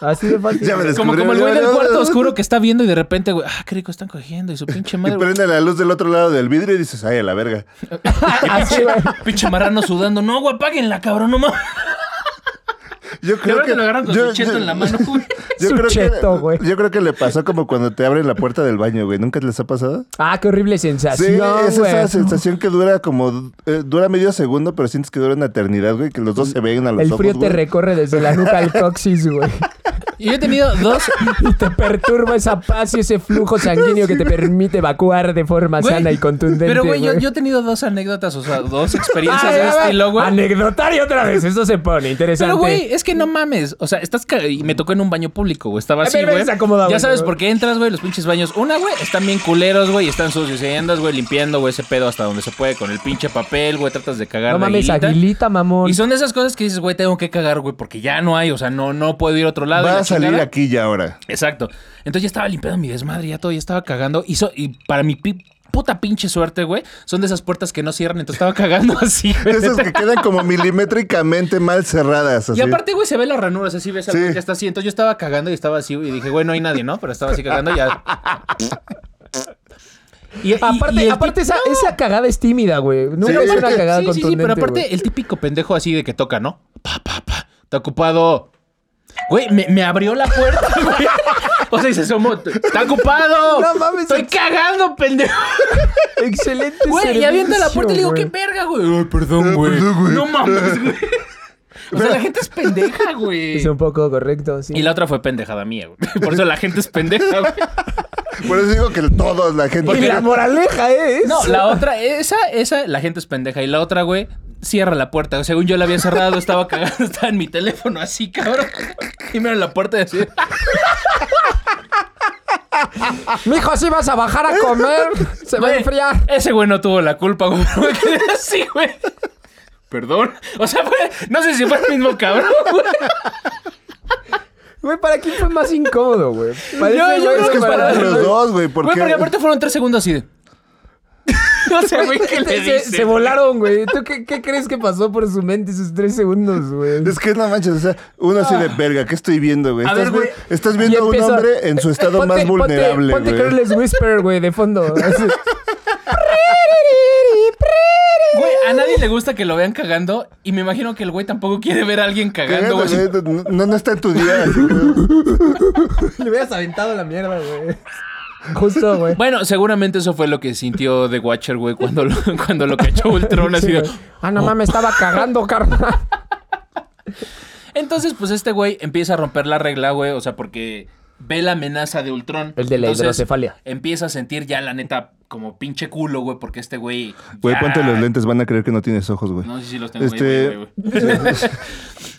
S2: Así de fácil.
S3: Ya me des-
S1: Como,
S3: descubrió.
S1: como el güey del cuarto oscuro que está viendo y de repente, güey, ah, qué rico están cogiendo y su pinche
S3: Y
S1: madre. güey.
S3: prende la luz del otro lado del vidrio y dices, ay, a la verga.
S2: Así, güey.
S1: Ah, Pinche marrano sudando. No, güey, apáguenla, cabrón, no mames.
S3: Yo
S1: De
S3: creo
S1: verdad
S3: que.
S1: que lo agarran con
S3: yo-
S1: su cheto
S3: yo-
S1: en la mano, güey.
S3: Yo
S2: Su
S3: creo,
S2: cheto, güey.
S3: que, yo creo que le pasó como cuando te abren la puerta del baño, güey. ¿Nunca les ha pasado?
S2: Ah, qué horrible
S3: Sí,
S2: sensación,
S3: es
S2: güey.
S3: esa sensación que dura como... eh, dura medio segundo, pero sientes que dura una eternidad, güey. Que los dos se ven a los
S2: el
S3: ojos,
S2: frío te
S3: güey.
S2: recorre desde la nuca al coxis, güey.
S1: Y yo he tenido dos.
S2: Y te perturba esa paz y ese flujo sanguíneo que te permite evacuar de forma
S1: güey,
S2: sana y contundente. Ah,
S1: Pero, güey, yo, yo he tenido dos anécdotas, o sea, dos experiencias
S2: Ay,
S1: de
S2: ay, ay,
S1: este estilo, güey.
S2: Anecdotario otra vez, eso se pone interesante.
S1: Pero, güey, es que no mames. O sea, estás. ca- y Me tocó en un baño público, güey. Estaba así,
S2: Ven, ven,
S1: güey.
S2: se acomoda,
S1: Ya
S2: güey,
S1: sabes
S2: güey.
S1: por qué entras, güey. Los pinches baños. Una, güey, están bien culeros, güey. Y están sucios. Y ahí andas, güey, limpiando, güey, ese pedo hasta donde se puede con el pinche papel, güey. Tratas de cagar
S2: no
S1: la
S2: mames,
S1: aguilita.
S2: aguilita, mamón.
S1: Y son de esas cosas que dices, güey, tengo que cagar, güey, porque ya no hay. O sea, no, no puedo ir a otro lado. y
S3: Va
S1: la
S3: a salir
S1: chingada.
S3: aquí ya ahora.
S1: Exacto. Entonces ya estaba limpiando mi desmadre, ya todo, ya estaba cagando. Y, so- y para mi pi- puta pinche suerte, güey, son de esas puertas que no cierran. Entonces estaba cagando así, güey.
S3: Esas que quedan como milimétricamente mal cerradas, así.
S1: Y aparte, güey, se ve las ranuras, así ves al
S3: Sí.
S1: güey que está así. Entonces yo estaba cagando y estaba así, güey, y dije, güey, no hay nadie, ¿no? Pero estaba así cagando y ya. Y, y-
S2: aparte,
S1: y el
S2: aparte
S1: tip-
S2: esa,
S1: no,
S2: esa cagada es tímida, güey. Nunca es una cagada
S1: sí, sí, sí,
S2: contundente,
S1: pero aparte,
S2: güey.
S1: el típico pendejo así de que toca, ¿no? Pa, pa, pa. Está ocupado. Güey, me, me abrió la puerta, güey. O sea, y se asomó. ¡Está ocupado!
S2: No mames,
S1: ¡Estoy
S2: ex-
S1: cagando, pendejo!
S2: Excelente
S1: Güey, y avienta la puerta y le digo,
S2: servicio,
S1: ¿qué
S2: güey.
S1: verga, güey? Ay, perdón, güey. No mames, güey. O sea, la gente es pendeja, güey.
S2: Es un poco correcto, sí.
S1: Y la otra fue pendejada mía, güey. Por eso la gente es pendeja, güey.
S3: Por eso digo que todos, la gente...
S2: Y la moraleja es...
S1: No, la otra, esa, esa, la gente es pendeja. Y la otra, güey, cierra la puerta. Según yo la había cerrado, estaba cagando, estaba en mi teléfono así, cabrón. Y me abre la puerta y así.
S2: Mijo, si vas a bajar a comer, se va a
S1: Güey,
S2: enfriar.
S1: Ese güey no tuvo la culpa, güey. pero Me quedé así, güey. Perdón. O sea, fue, no sé si fue el mismo cabrón, güey.
S2: Güey, ¿para quién fue más incómodo, güey? Para
S1: Yo-
S2: ese
S1: yo
S2: güey
S1: creo
S3: Es
S2: o
S3: que es
S2: para-
S3: para los dos, güey,
S1: Güey,
S3: porque...
S1: porque aparte fueron tres segundos así de. No sé, güey, ¿qué le
S2: se,
S1: dice?
S2: se volaron, güey. ¿Tú qué, qué crees que pasó por su mente esos tres segundos, güey?
S3: Es que no manches, o sea, uno así de verga, ¿qué estoy viendo, güey?
S1: A
S3: Estás,
S1: ver, güey.
S3: vi- estás
S2: Y
S3: viendo a un
S2: empieza-
S3: hombre en su estado
S2: Ponte-
S3: más vulnerable,
S2: Ponte, ponte
S3: güey.
S2: Careless Whisper, güey, de fondo. Así.
S1: Güey, a nadie le gusta que lo vean cagando. Y me imagino que el güey tampoco quiere ver a alguien cagando, güey.
S3: Cagando, güey, No, no está en tu día. así, güey.
S2: Le hubieras aventado la mierda, güey. Justo, güey.
S1: Bueno, seguramente eso fue lo que sintió The Watcher, güey, cuando lo, cuando lo cachó Ultron así
S2: Sí,
S1: de-
S2: güey. ah, no mames, estaba cagando, carnal.
S1: Entonces, pues este güey empieza a romper la regla, güey, o sea, porque ve la amenaza de Ultron.
S2: El de la
S1: Entonces,
S2: hidrocefalia.
S1: Empieza a sentir ya, la neta, como pinche culo, güey, porque este güey...
S3: Güey,
S1: ya-
S3: ponte los lentes, van a creer que no tienes ojos, güey.
S1: No sé si los tengo
S3: Este-
S1: ahí, güey, güey, güey.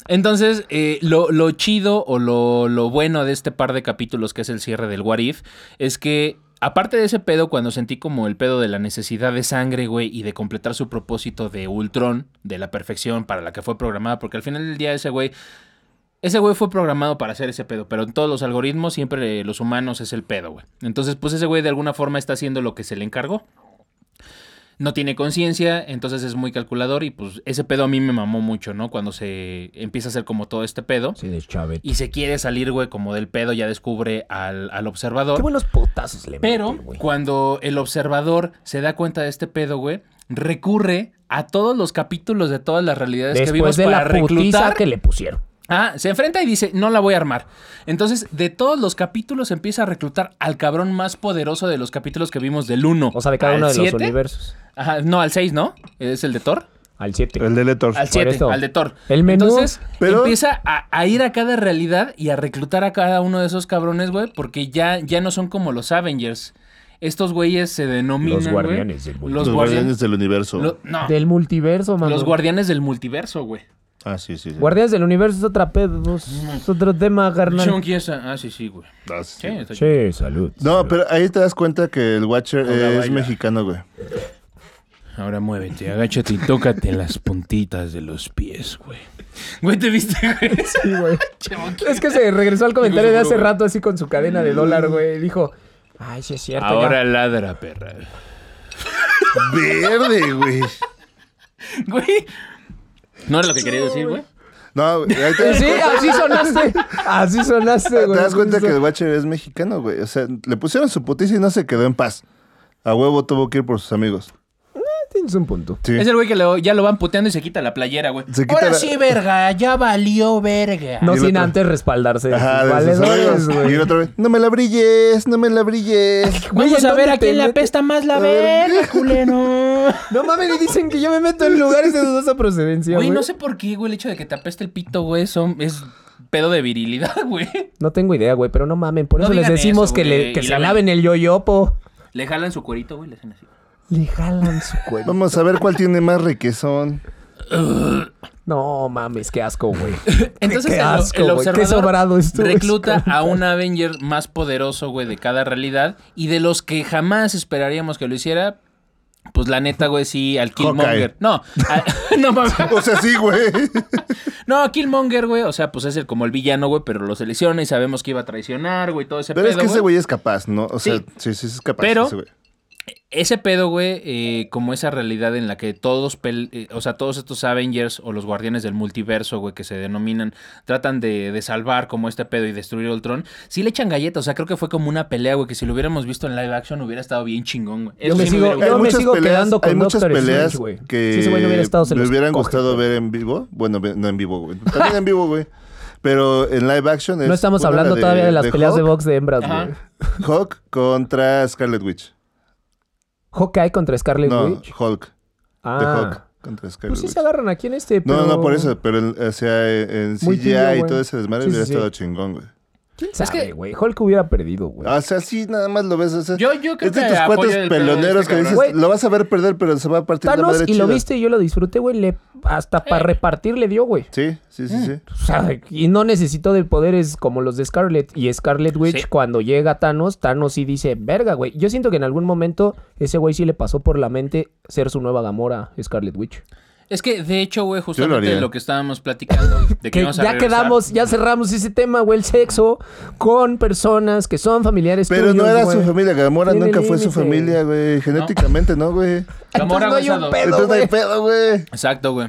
S1: Entonces, eh, lo, lo chido o lo, lo bueno de este par de capítulos que es el cierre del What If es que, aparte de ese pedo, cuando sentí como el pedo de la necesidad de sangre, güey, y de completar su propósito de Ultron, de la perfección para la que fue programada, porque al final del día ese güey ese güey fue programado para hacer ese pedo, pero en todos los algoritmos siempre eh, los humanos es el pedo, güey. Entonces, pues ese güey de alguna forma está haciendo lo que se le encargó. no tiene conciencia, entonces es muy calculador y pues ese pedo a mí me mamó mucho, ¿no? Cuando se empieza a hacer como todo este pedo
S2: Sí, de Chávez.
S1: y se quiere salir, güey, como del pedo, ya descubre al, al observador.
S2: Qué buenos putazos le
S1: Pero
S2: meten, güey.
S1: cuando el observador se da cuenta de este pedo, güey, recurre a todos los capítulos de todas las realidades que
S2: Después
S1: vimos
S2: de
S1: para
S2: la putiza
S1: reclutar.
S2: que le pusieron.
S1: Ah, se enfrenta y dice, no la voy a armar. Entonces, de todos los capítulos empieza a reclutar al cabrón más poderoso de los capítulos que vimos del 1.
S2: O sea, de cada
S1: al
S2: uno de los
S1: siete.
S2: universos.
S1: Ajá, no, al 6, ¿no? Es el de Thor.
S2: Al 7.
S3: El de Letor.
S1: Al 7,
S2: esto.
S1: al de Thor.
S2: El menú,
S1: Entonces,
S3: pero-
S1: empieza a, a ir a cada realidad y a reclutar a cada uno de esos cabrones, güey, porque ya, ya no son como los Avengers. Estos güeyes se denominan.
S2: Los
S1: güey,
S2: guardianes del multiverso.
S3: Los,
S1: Los,
S3: guardianes
S1: guardianes.
S3: del universo.
S1: lo- no,
S2: Del multiverso, mano.
S1: los guardianes del multiverso, güey.
S3: Ah, sí, sí. sí.
S2: Guardianes del universo es otra pedo.
S3: Mm.
S2: Es otro tema, carnal.
S1: Chunky esa- Ah, sí, sí, güey.
S3: Ah, sí,
S1: Sí,
S3: sí.
S1: está-
S2: Che, salud.
S3: No, pero ahí te das cuenta que el Watcher
S1: Hola,
S3: es
S1: vaya.
S3: mexicano, güey.
S4: Ahora muévete, agáchate y tócate las puntitas de los pies, güey.
S1: Güey, ¿te viste, güey?
S2: Sí, güey. Es que se regresó al comentario de hace rato así con su cadena de dólar, güey. Dijo, ay, sí es cierto.
S4: Ahora ladra, perra.
S3: Verde, güey.
S1: Güey. No era lo que quería decir, güey.
S3: No, güey, ahí
S2: ya".
S3: te,
S2: Sí, así sonaste. Así sonaste,
S3: te
S2: güey.
S3: das cuenta que el Watcher es mexicano, güey. O sea, le pusieron su putiza y no se quedó en paz. A huevo tuvo que ir por sus amigos.
S2: Tienes un punto.
S3: Sí.
S1: Es el güey que lo- ya lo van puteando y se quita la playera, güey.
S3: Se quita
S1: Ahora
S3: la-
S1: sí, verga, ya valió verga.
S2: No
S3: Y el
S2: sin
S3: otro-
S2: antes respaldarse. de
S3: Ajá,
S2: sus
S3: de sus
S2: valedores,
S3: amigos. Y el otro vez, no me la brilles, no me la brilles.
S2: Güey,
S1: Vamos
S2: ¿en
S1: a ver
S2: dónde
S1: a
S2: te
S1: quién le
S2: metes?
S1: apesta más la verga, culero.
S2: No mames, y dicen que yo me meto en lugares de dudosa procedencia,
S1: Güey,
S2: güey.
S1: no sé por qué, güey, el hecho de que te apeste el pito, güey, son- es pedo de virilidad, güey.
S2: No tengo idea, güey, pero no mamen. Por
S1: No
S2: eso les
S1: digan
S2: decimos
S1: eso,
S2: que, le-
S1: güey,
S2: que
S1: y
S2: se
S1: la-
S2: laven el yoyopo.
S1: Le jalan su cuerito, güey, le hacen así.
S2: Le jalan su cuello.
S3: Vamos a ver cuál tiene más requesón.
S2: No mames, qué asco, güey.
S1: Entonces,
S2: Qué
S1: el-
S2: asco,
S1: el,
S2: güey, qué sobrado
S1: observador
S2: estuvo
S1: recluta
S2: ese
S1: a un Avenger más poderoso, güey, de cada realidad y de los que jamás esperaríamos que lo hiciera. Pues la neta, güey, sí, al Killmonger.
S3: Hawkeye.
S1: No, a- no mames.
S3: O sea, sí, güey.
S1: No, Killmonger, güey, o sea, pues es el como el villano, güey, pero lo selecciona y sabemos que iba a traicionar, güey, todo ese
S3: Pero
S1: pedo.
S3: es que ese güey es capaz, ¿no? O sea,
S1: Sí.
S3: sí, sí, es capaz.
S1: Pero-
S3: ese güey.
S1: Ese pedo, güey, eh, como esa realidad en la que todos, pel- eh, o sea, todos estos Avengers o los guardianes del multiverso, güey, que se denominan, tratan de, de salvar como este pedo y destruir Ultron, sí le echan galletas, o sea, creo que fue como una pelea, güey, que si lo hubiéramos visto en live action hubiera estado bien chingón, güey.
S2: Yo me
S1: sí
S2: sigo-
S1: hubiera
S2: yo
S3: Hay
S1: gustado.
S2: me
S3: muchas
S2: sigo quedando con
S3: hay muchas
S2: Doctor Strange,
S3: peleas
S2: güey.
S3: que
S2: Si ese güey no hubiera estado, se
S3: me
S2: los
S3: hubieran
S2: coge,
S3: gustado
S2: güey.
S3: ver en vivo. Bueno, ve- no en vivo, güey. También en vivo, güey. Pero en live action es
S2: No estamos
S3: una
S2: hablando todavía de las peleas de
S3: Hawk-
S2: box de hembras,
S1: Ajá.
S2: güey.
S3: Hawk contra Scarlet Witch.
S2: Hawkeye contra Scarlet
S3: no,
S2: Witch.
S3: Hulk. De
S2: Ah.
S3: Hulk contra Scarlet
S2: Pues sí
S3: Witch.
S2: se agarran aquí en este,
S3: No,
S2: pero-
S3: no, por eso. Pero, en- o sea, en
S2: Muy
S3: CGI
S2: tibio,
S3: y
S2: güey.
S3: todo ese desmadre
S2: Sí, sí,
S3: hubiera
S2: sí.
S3: estado chingón, güey.
S2: ¿Quién sabe, güey? Hulk hubiera perdido, güey.
S3: O sea, sí, nada más lo ves. O sea,
S1: Yo- yo creo
S3: es de
S1: que
S3: tus
S1: apoyo
S3: cuates
S1: el pedo de
S3: peloneros
S1: este
S3: que dices,
S2: cabrón.
S3: lo vas a ver perder, pero se va a partir la
S2: Thanos,
S3: madre
S2: y lo
S3: chida".
S2: viste y yo lo disfruté, güey. le-
S1: Eh.
S2: Hasta para repartir le dio, güey.
S3: Sí, sí, sí, sí.
S2: O sea, y no necesito de poderes como los de Scarlet. Y Scarlet Witch,
S1: Sí.
S2: cuando llega Thanos, Thanos sí dice, verga, güey. Yo siento que en algún momento ese güey sí le pasó por la mente ser su nueva Gamora, Scarlet Witch.
S1: Es que, de hecho, güey,
S3: lo
S1: justamente
S3: haría.
S1: lo, que estábamos platicando, de que
S2: Que
S1: íbamos a
S2: ya
S1: regresar.
S2: quedamos, ya cerramos ese tema, güey, el sexo con personas que son familiares
S3: Pero no
S2: tuyos,
S3: era
S2: güey.
S3: su familia, Gamora
S2: Tiene
S3: nunca fue su
S2: límite.
S3: familia, güey. Genéticamente, ¿no, güey?
S1: Gamora,
S2: Entonces no hay un
S1: güey,
S2: pedo,
S3: Entonces no hay
S2: güey.
S3: pedo, güey.
S1: Exacto, güey.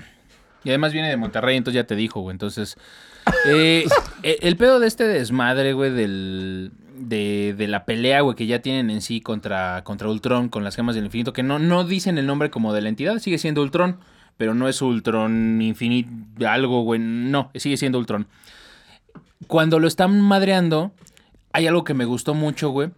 S1: Y además viene de Monterrey, entonces ya te dijo, güey. Entonces, eh, eh, el pedo de este desmadre, güey, del, de, de la pelea, güey, que ya tienen en sí contra, contra Ultron con las gemas del infinito, que no, no dicen el nombre como de la entidad, sigue siendo Ultron, pero no es Ultron infinito, algo, güey, no, sigue siendo Ultron. Cuando lo están madreando, hay algo que me gustó mucho, güey.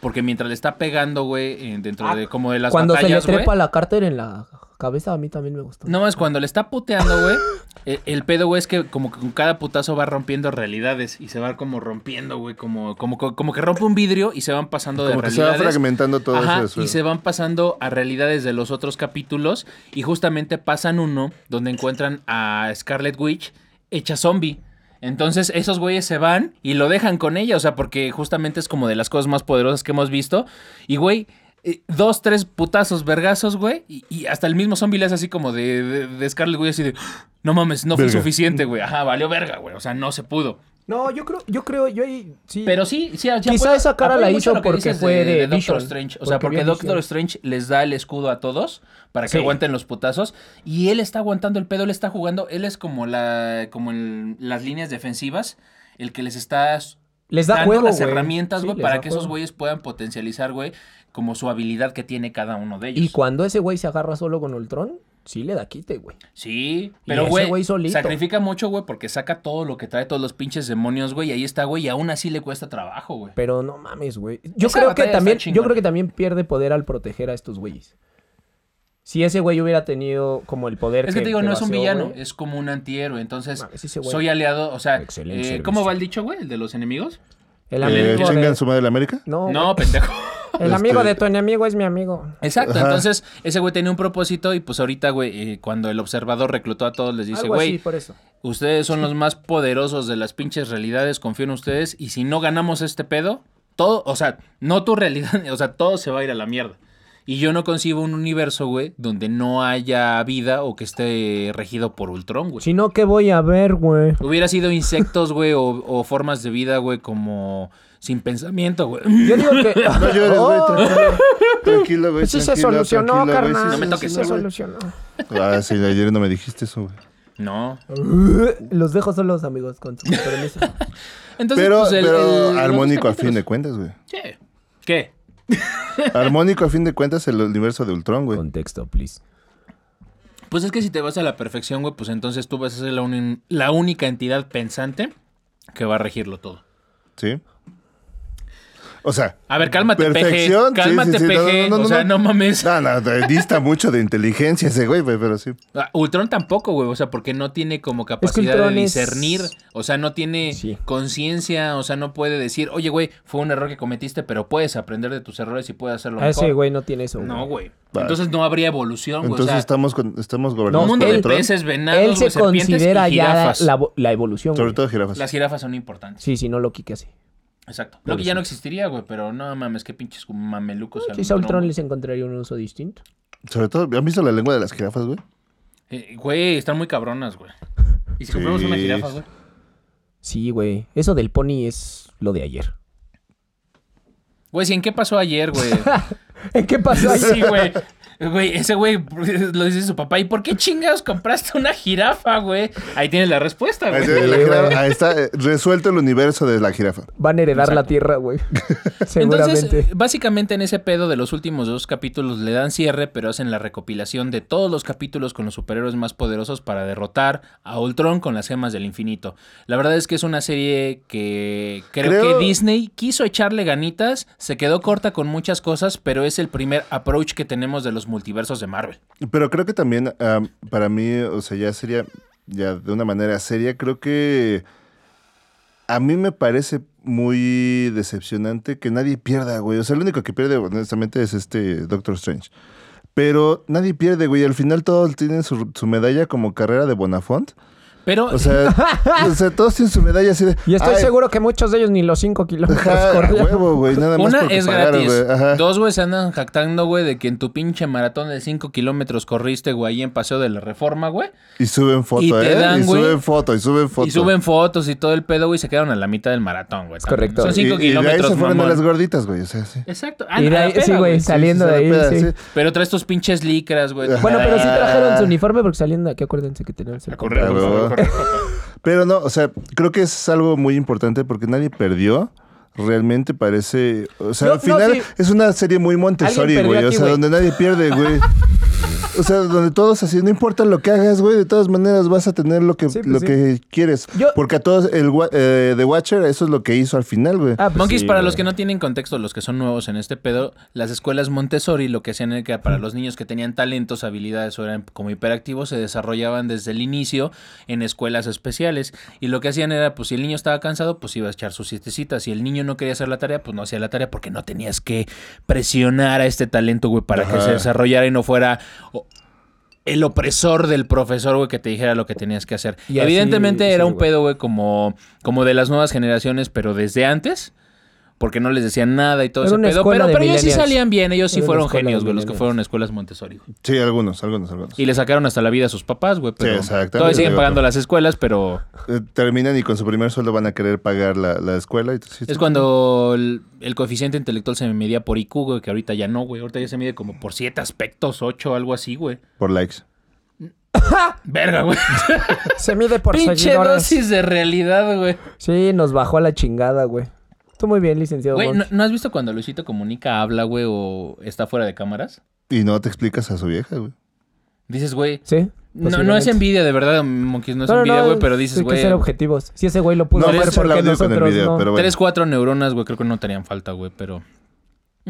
S1: Porque mientras le está pegando, güey, eh, dentro de como de las
S2: Ah, Cuando
S1: batallas,
S2: se le
S1: güey.
S2: trepa la cárter en la cabeza, a mí también me gustó.
S1: No más cuando le está puteando, güey. El, el pedo, güey, es que como que con cada putazo va rompiendo realidades y se va como rompiendo, güey. Como, como, como que rompe un vidrio y se van pasando de
S3: Como que se va
S1: realidades.
S3: fragmentando todo
S1: Ajá,
S3: eso. eh.
S1: y se van pasando a realidades de los otros capítulos y justamente pasan uno donde encuentran a Scarlet Witch hecha zombie. Entonces esos güeyes se van y lo dejan con ella, o sea, porque justamente es como de las cosas más poderosas que hemos visto. Y güey, eh, dos, tres putazos, vergazos, güey, y, y hasta el mismo zombie le hace así como de, de- de Scarlet Witch así de, no mames, no fue
S3: Verga.
S1: suficiente, güey. Ajá, valió verga, güey, o sea, no se pudo.
S2: No, yo creo, yo creo, yo ahí sí.
S1: Pero sí, sí, ya
S2: Quizá
S1: apoyo-
S2: esa cara
S1: apoyo
S2: la
S1: mucho
S2: hizo
S1: lo que
S2: porque
S1: dices
S2: fue de
S1: Doctor
S2: Vision,
S1: Strange. O sea,
S2: porque
S1: porque
S2: vio
S1: Doctor
S2: Vision.
S1: Strange les da el escudo a todos para que
S2: Sí.
S1: aguanten los putazos. Y él está aguantando el pedo, él está jugando. Él es como la como el- las líneas defensivas, el que les está
S2: les da
S1: dando
S2: juego,
S1: las
S2: güey.
S1: herramientas,
S2: Sí,
S1: güey,
S2: les
S1: para
S2: da
S1: que esos
S2: juego.
S1: güeyes puedan potencializar, güey, como su habilidad que tiene cada uno de ellos.
S2: Y cuando ese güey se agarra solo con Ultron, sí le da quite, güey.
S1: Sí,
S2: Y
S1: pero
S2: ese
S1: güey,
S2: güey solito.
S1: sacrifica mucho, güey, porque saca todo lo que trae, todos los pinches demonios, güey, y ahí está, güey, y aún así le cuesta trabajo, güey.
S2: Pero no mames, güey. Yo
S1: Esa
S2: creo
S1: batalla
S2: que
S1: está
S2: también,
S1: chingona.
S2: yo creo que también pierde poder al proteger a estos güeyes. Si ese güey hubiera tenido como el poder
S1: Es que te digo, no es un
S2: vació,
S1: villano,
S2: güey.
S1: es como un antihéroe, entonces
S2: Mames, ese güey.
S1: soy aliado, o sea,
S2: Excelente
S1: eh,
S2: servicio.
S1: ¿cómo va el dicho, güey, el de los enemigos?
S2: El
S3: Eh,
S2: amigo
S3: ¿Chingan
S2: de...
S3: su madre la América?
S2: No,
S1: No,
S2: güey.
S1: pendejo.
S2: el amigo
S3: este-
S2: de tu enemigo es mi amigo.
S1: Exacto,
S3: Ajá.
S1: entonces ese güey tenía un propósito y pues ahorita, güey, eh, cuando el observador reclutó a todos les dice,
S2: Algo así,
S1: güey,
S2: por eso.
S1: ustedes son los más poderosos de las pinches realidades, confío en ustedes y si no ganamos este pedo, todo, o sea, no tu realidad, o sea, todo se va a ir a la mierda. Y yo no concibo un universo, güey, donde no haya vida o que esté regido por Ultron, güey.
S2: Si no, ¿qué voy a ver, güey?
S1: Hubiera sido insectos, güey, o, o formas de vida, güey, como sin pensamiento, güey.
S2: Yo digo que...
S3: No llores, güey,
S2: Oh,
S3: tranquilo. Tranquilo, güey.
S2: sí se
S3: tranquilo,
S2: solucionó,
S3: tranquilo, güey, sí,
S2: carnal.
S3: sí,
S1: No me
S3: sí,
S1: toques.
S3: sí,
S2: Se
S3: güey.
S2: solucionó.
S3: Ah, sí, ayer no me dijiste eso, güey.
S1: No.
S2: Los dejo solos, amigos, con su permiso.
S1: Entonces,
S3: Pero,
S1: pues, el-
S3: pero
S1: el-
S3: armónico a
S1: los
S3: fin de cuentas, güey.
S1: capítulos. Sí. ¿Qué?
S3: Armónico a fin de cuentas el universo de Ultron, güey.
S2: Contexto, please.
S1: Pues es que si te vas a la perfección, güey, pues entonces tú vas a ser la, uni- la única entidad pensante que va a regirlo todo.
S3: ¿Sí? O sea,
S1: A ver, cálmate,
S3: Perfección,
S1: PG.
S3: sí, sí,
S1: Cálmate,
S3: sí, no,
S1: PG.
S3: no, no,
S1: o
S3: no,
S1: sea,
S3: no. Ah.
S1: no, mames.
S3: no, no, te dista mucho de inteligencia ese güey, güey, pero sí.
S1: Ah, Ultron tampoco, güey, o sea, porque no tiene como capacidad
S2: Ultron
S1: de
S2: es-
S1: discernir, o sea, no tiene
S2: Sí.
S1: conciencia, o sea, no puede decir, oye, güey, fue un error que cometiste, pero puedes aprender de tus errores y puedes hacerlo
S2: A
S1: mejor.
S2: ese güey no tiene eso,
S1: No, güey.
S3: Vale.
S1: Entonces no habría evolución, güey.
S3: Entonces
S1: o sea,
S3: estamos, con- estamos
S1: un
S3: gobernados
S2: No,
S3: por
S1: mundo de
S3: Ultron.
S1: peces, venados,
S2: Él se
S1: güey, serpientes
S2: considera
S1: y
S2: ya
S1: jirafas.
S2: la, la evolución, güey.
S3: Sobre todo jirafas.
S1: Las jirafas son importantes.
S2: Sí, sí, no lo quique así.
S1: Exacto. Lo que ya no existiría, güey, pero no mames, qué pinches mamelucos. al
S2: Quizá Ultron
S1: Ultron.
S2: les encontraría un uso distinto.
S3: Sobre todo, ¿han visto la lengua de las jirafas, güey?
S1: Eh, Güey, están muy cabronas, güey. Y si
S3: Sí.
S1: compramos una jirafa, güey.
S2: Sí, güey. Eso del pony es lo de ayer.
S1: Güey, si en qué pasó ayer, güey.
S2: ¿Qué pasó ahí?
S1: Sí, güey. Güey, ese güey lo dice su papá. ¿Y por qué chingados compraste una jirafa, güey? Ahí tienes la respuesta,
S3: Ahí
S1: güey.
S3: está, la
S2: güey.
S3: jirafa- ahí está eh, resuelto el universo de la jirafa.
S2: Van a heredar la
S1: Exacto.
S2: tierra, güey.
S1: Entonces,
S2: Seguramente.
S1: eh, básicamente en ese pedo de los últimos dos capítulos le dan cierre, pero hacen la recopilación de todos los capítulos con los superhéroes más poderosos para derrotar a Ultron con las gemas del infinito. La verdad es que es una serie que creo,
S3: Creo-
S1: que Disney quiso echarle ganitas, se quedó corta con muchas cosas, pero es el primer approach que tenemos de los multiversos de Marvel.
S3: Pero creo que también am, para mí, o sea, ya sería, ya de una manera seria, creo que a mí me parece muy decepcionante que nadie pierda, güey. O sea, el único que pierde, honestamente, es este Doctor Strange. Pero nadie pierde, güey. Al final todos tienen su, su medalla como carrera de Bonafont.
S1: Pero
S3: O sea, o sea, todos tienen su medalla así de...
S2: Y estoy
S3: "Ay,
S2: seguro que muchos de ellos ni los 5 kilómetros
S3: ajá, a
S2: corrieron.
S3: huevo, güey. Nada más
S1: Una
S3: porque
S1: es
S3: pagaron,
S1: gratis.
S3: güey. Ajá.
S1: Dos, güey, se andan jactando, güey, de que en tu pinche maratón de 5 kilómetros corriste, güey, ahí en Paseo de la Reforma, güey.
S3: Y suben foto,
S1: Y te
S3: ¿eh?
S1: dan,
S3: y
S1: güey.
S3: suben foto, y suben foto.
S1: Y suben fotos y todo el pedo, güey, y se quedaron a la mitad del maratón, güey. también.
S2: correcto.
S1: Son 5
S3: Y- y de ahí se
S1: kilómetros,
S3: fueron a
S1: mamón.
S3: las gorditas, güey. O sea, sí.
S1: Exacto. Ah,
S2: Y de
S1: a la
S2: ahí-
S1: peda,
S2: sí, güey,
S1: güey.
S2: saliendo
S3: Sí, sí,
S2: de
S3: se la
S2: ahí,
S3: peda,
S2: sí.
S3: sí.
S1: Pero trae estos pinches licras, güey.
S2: Bueno, pero sí
S1: Ah,
S2: trajeron su uniforme porque salían de aquí, acuérdense que tenían su
S1: correr,
S3: Ah,
S1: güey,
S3: huevo.
S1: correr.
S3: Pero no, o sea, creo que es algo muy importante porque nadie perdió. Realmente parece. O sea,
S2: No,
S3: al final
S2: no, sí.
S3: es una serie muy
S2: Alguien
S3: Montessori,
S2: perdió
S3: güey. O
S2: aquí,
S3: sea,
S2: güey.
S3: donde nadie pierde, güey. O sea, donde todos así, no importa lo que hagas, güey, de todas maneras vas a tener lo que,
S2: Sí, pues
S3: lo
S2: sí.
S3: que quieres.
S2: Yo-
S3: Porque a todos, el wa- eh, The Watcher, eso es lo que hizo al final, güey.
S2: Ah, pues
S1: Monkeys,
S2: sí,
S1: para
S2: güey.
S1: los que no tienen contexto, los que son nuevos en este pedo, las escuelas Montessori lo que hacían era que
S2: Mm.
S1: para los niños que tenían talentos, habilidades o eran como hiperactivos, se desarrollaban desde el inicio en escuelas especiales. Y lo que hacían era, pues si el niño estaba cansado, pues iba a echar sus siestecitas. Si el niño no quería hacer la tarea, pues no hacía la tarea porque no tenías que presionar a este talento, güey, para que
S3: Ajá.
S1: se desarrollara y no fuera... o- el opresor del profesor, güey, que te dijera lo que tenías que hacer.
S2: Y así-
S1: Evidentemente
S2: sí,
S1: era un
S2: güey.
S1: pedo, güey, como, como de las nuevas generaciones, pero desde antes. porque no les decían nada y todo
S2: Era
S1: ese
S2: una
S1: pedo.
S2: escuela
S1: Pero,
S2: de
S1: pero ellos sí
S2: millennials.
S1: salían bien, ellos sí
S2: Era una
S1: fueron
S2: escuela de
S1: genios, güey, los que
S2: millennials.
S1: fueron a escuelas Montessori. güey.
S3: Sí, algunos, algunos, algunos.
S1: Y le sacaron hasta la vida a sus papás, güey. Pero
S3: exactamente.
S1: Todavía siguen pagando las escuelas, pero
S3: Eh, Terminan y con su primer sueldo van a querer pagar la, la escuela. Y tú dices,
S1: es cuando el, el coeficiente intelectual se medía por IQ, güey, que ahorita ya no, güey. Ahorita ya se mide como por siete aspectos, ocho, algo así, güey.
S3: Por likes.
S1: Verga, güey.
S2: Se mide por
S1: Pinche
S2: seguidores.
S1: dosis de realidad, güey.
S2: Sí, nos bajó a la chingada, güey. Tú muy bien, licenciado.
S1: Güey, ¿no,
S2: Monch.
S1: no has visto cuando Luisito comunica, habla, güey, o está fuera de cámaras?
S3: Y no te explicas a su vieja, güey.
S1: Dices, güey.
S2: Sí.
S1: No, no es
S2: posiblemente.
S1: envidia, de verdad, Monkeys, no es
S2: No, no,
S1: envidia,
S2: no,
S1: güey, pero
S2: hay
S1: dices,
S2: que
S1: güey.
S2: ser objetivos. Si ese güey lo
S3: No,
S2: pudo ver,
S3: ves
S2: Pues ¿por
S3: por el
S2: qué
S3: audio con el
S2: nosotros
S3: video,
S2: no?
S3: pero bueno.
S1: Tres, cuatro neuronas, güey, creo que no te harían falta, güey, pero...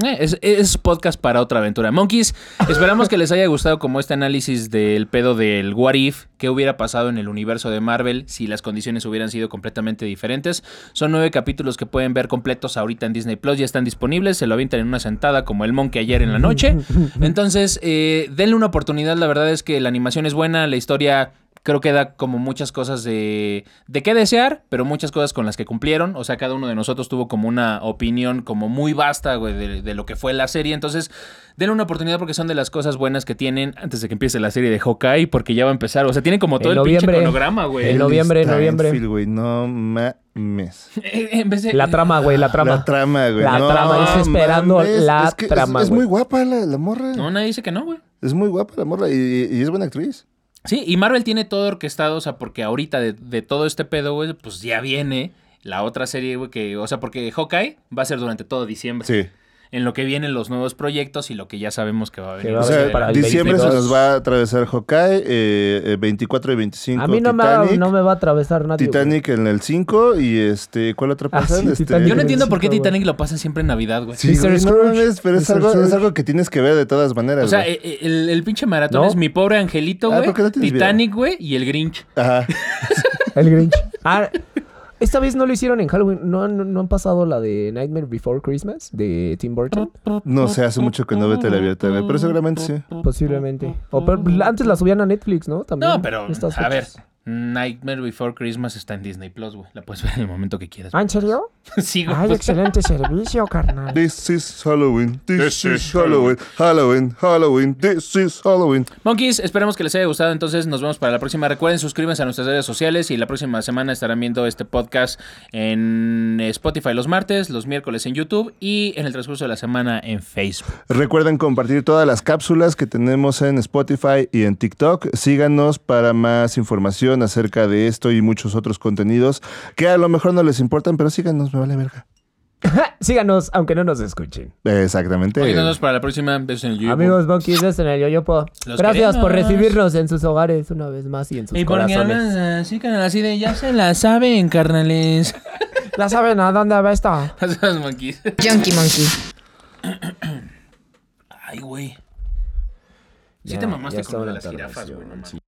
S1: Eh, es, es podcast para otra aventura. Monkeys, esperamos que les haya gustado como este análisis del pedo del What If, qué hubiera pasado en el universo de Marvel si las condiciones hubieran sido completamente diferentes. Son nueve capítulos que pueden ver completos ahorita en Disney Plus, ya están disponibles, se lo avientan en una sentada como el Monkey ayer en la noche. Entonces, eh, denle una oportunidad, la verdad es que la animación es buena, la historia creo que da como muchas cosas de, de qué desear, pero muchas cosas con las que cumplieron. O sea, cada uno de nosotros tuvo como una opinión como muy vasta, güey, de, de lo que fue la serie. Entonces, denle una oportunidad porque son de las cosas buenas que tienen antes de que empiece la serie de Hawkeye, porque ya va a empezar. O sea, tienen como todo
S2: En
S1: el pinche
S2: noviembre.
S1: cronograma, güey.
S2: En noviembre, en
S3: Ellis
S2: noviembre.
S3: Stanfield, güey, no mames.
S1: Eh, En vez de-
S2: La trama, güey, la trama.
S3: La trama, güey.
S2: La
S3: no
S2: trama, estoy esperando
S3: mames.
S2: la
S3: Es que es-
S2: trama,
S3: Es,
S2: güey.
S3: muy guapa la, la morra.
S1: No, nadie dice que no, güey.
S3: Es muy guapa la morra y, y es buena actriz.
S1: Sí, y Marvel tiene todo orquestado, o sea, porque ahorita de, de todo este pedo, güey, pues ya viene la otra serie, güey, que, o sea, porque Hawkeye va a ser durante todo diciembre.
S3: Sí.
S1: en lo que vienen los nuevos proyectos y lo que ya sabemos que va a
S2: Que
S1: venir.
S2: va
S3: O
S2: a
S3: sea,
S2: venir para el
S3: diciembre se
S2: 22.
S3: nos va a atravesar Hawkeye, eh, eh, 24 y 25
S2: A mí no me, va,
S3: Titanic,
S2: no me va a atravesar nadie. güey.
S3: Titanic en el 5 y este, ¿cuál otra
S2: Ah,
S3: pasa?
S2: sí,
S3: Este,
S2: Titanic.
S1: Yo no entiendo por qué
S2: Sí, güey.
S1: Titanic lo pasan siempre en Navidad, güey.
S3: Sí,
S2: Mr.
S3: güey, no
S2: Scrooge.
S3: mames, pero es
S2: Mr.
S3: algo, es
S2: Scrooge.
S3: algo que tienes que ver de todas maneras.
S1: O sea,
S3: güey.
S1: e- e- el, el pinche maratón
S2: Pues, ¿No?
S1: es mi pobre angelito,
S3: Ah,
S1: güey.
S3: ¿por qué no tienes
S1: Titanic, güey, y el Grinch.
S3: Ajá.
S2: El Grinch. Ah, esta vez no lo hicieron en Halloween. ¿No, no, no han pasado la de Nightmare Before Christmas de Tim Burton?
S3: No sé, hace mucho que no veo teleabierta, güey, pero seguramente sí.
S2: Posiblemente. O pero antes la subían a Netflix, ¿no? También.
S1: No, pero
S2: estas
S1: a ver.
S2: fechas.
S1: Nightmare Before Christmas está en Disney Plus, güey. La puedes ver en el momento que quieras.
S2: ¿Ah, en serio?
S1: sí, güey.
S2: Ay,
S1: pues,
S2: excelente servicio, carnal.
S3: This is Halloween, this, is Halloween, Halloween, Halloween, this is Halloween.
S1: Monkeys, esperemos que les haya gustado. Entonces, nos vemos para la próxima. Recuerden, suscríbanse a nuestras redes sociales y la próxima semana estarán viendo este podcast en Spotify los martes, los miércoles en YouTube y en el transcurso de la semana en Facebook.
S3: Recuerden compartir todas las cápsulas que tenemos en Spotify y en TikTok. Síganos para más información acerca de esto y muchos otros contenidos que a lo mejor no les importan, pero síganos, me vale verga.
S2: Síganos, aunque no nos escuchen.
S3: Exactamente.
S1: Oye, nos vemos para la próxima. Besos en el YouTube.
S2: Amigos Monkeys, es en el Yoyopo.
S1: Los
S2: Gracias por
S1: queremos.
S2: recibirnos en sus hogares una vez más y en sus
S1: Y porque
S2: corazones.
S1: hablan así, carnal, así de ya se la saben, carnales.
S2: ¿La saben a dónde va esta?
S1: Gracias, monkeys.
S5: Junkie Monkey.
S1: Ay, güey. Sí
S2: Ya,
S1: te mamaste
S2: ya
S1: con lo de las
S2: estaba en la
S1: jirafas, güey. no mames.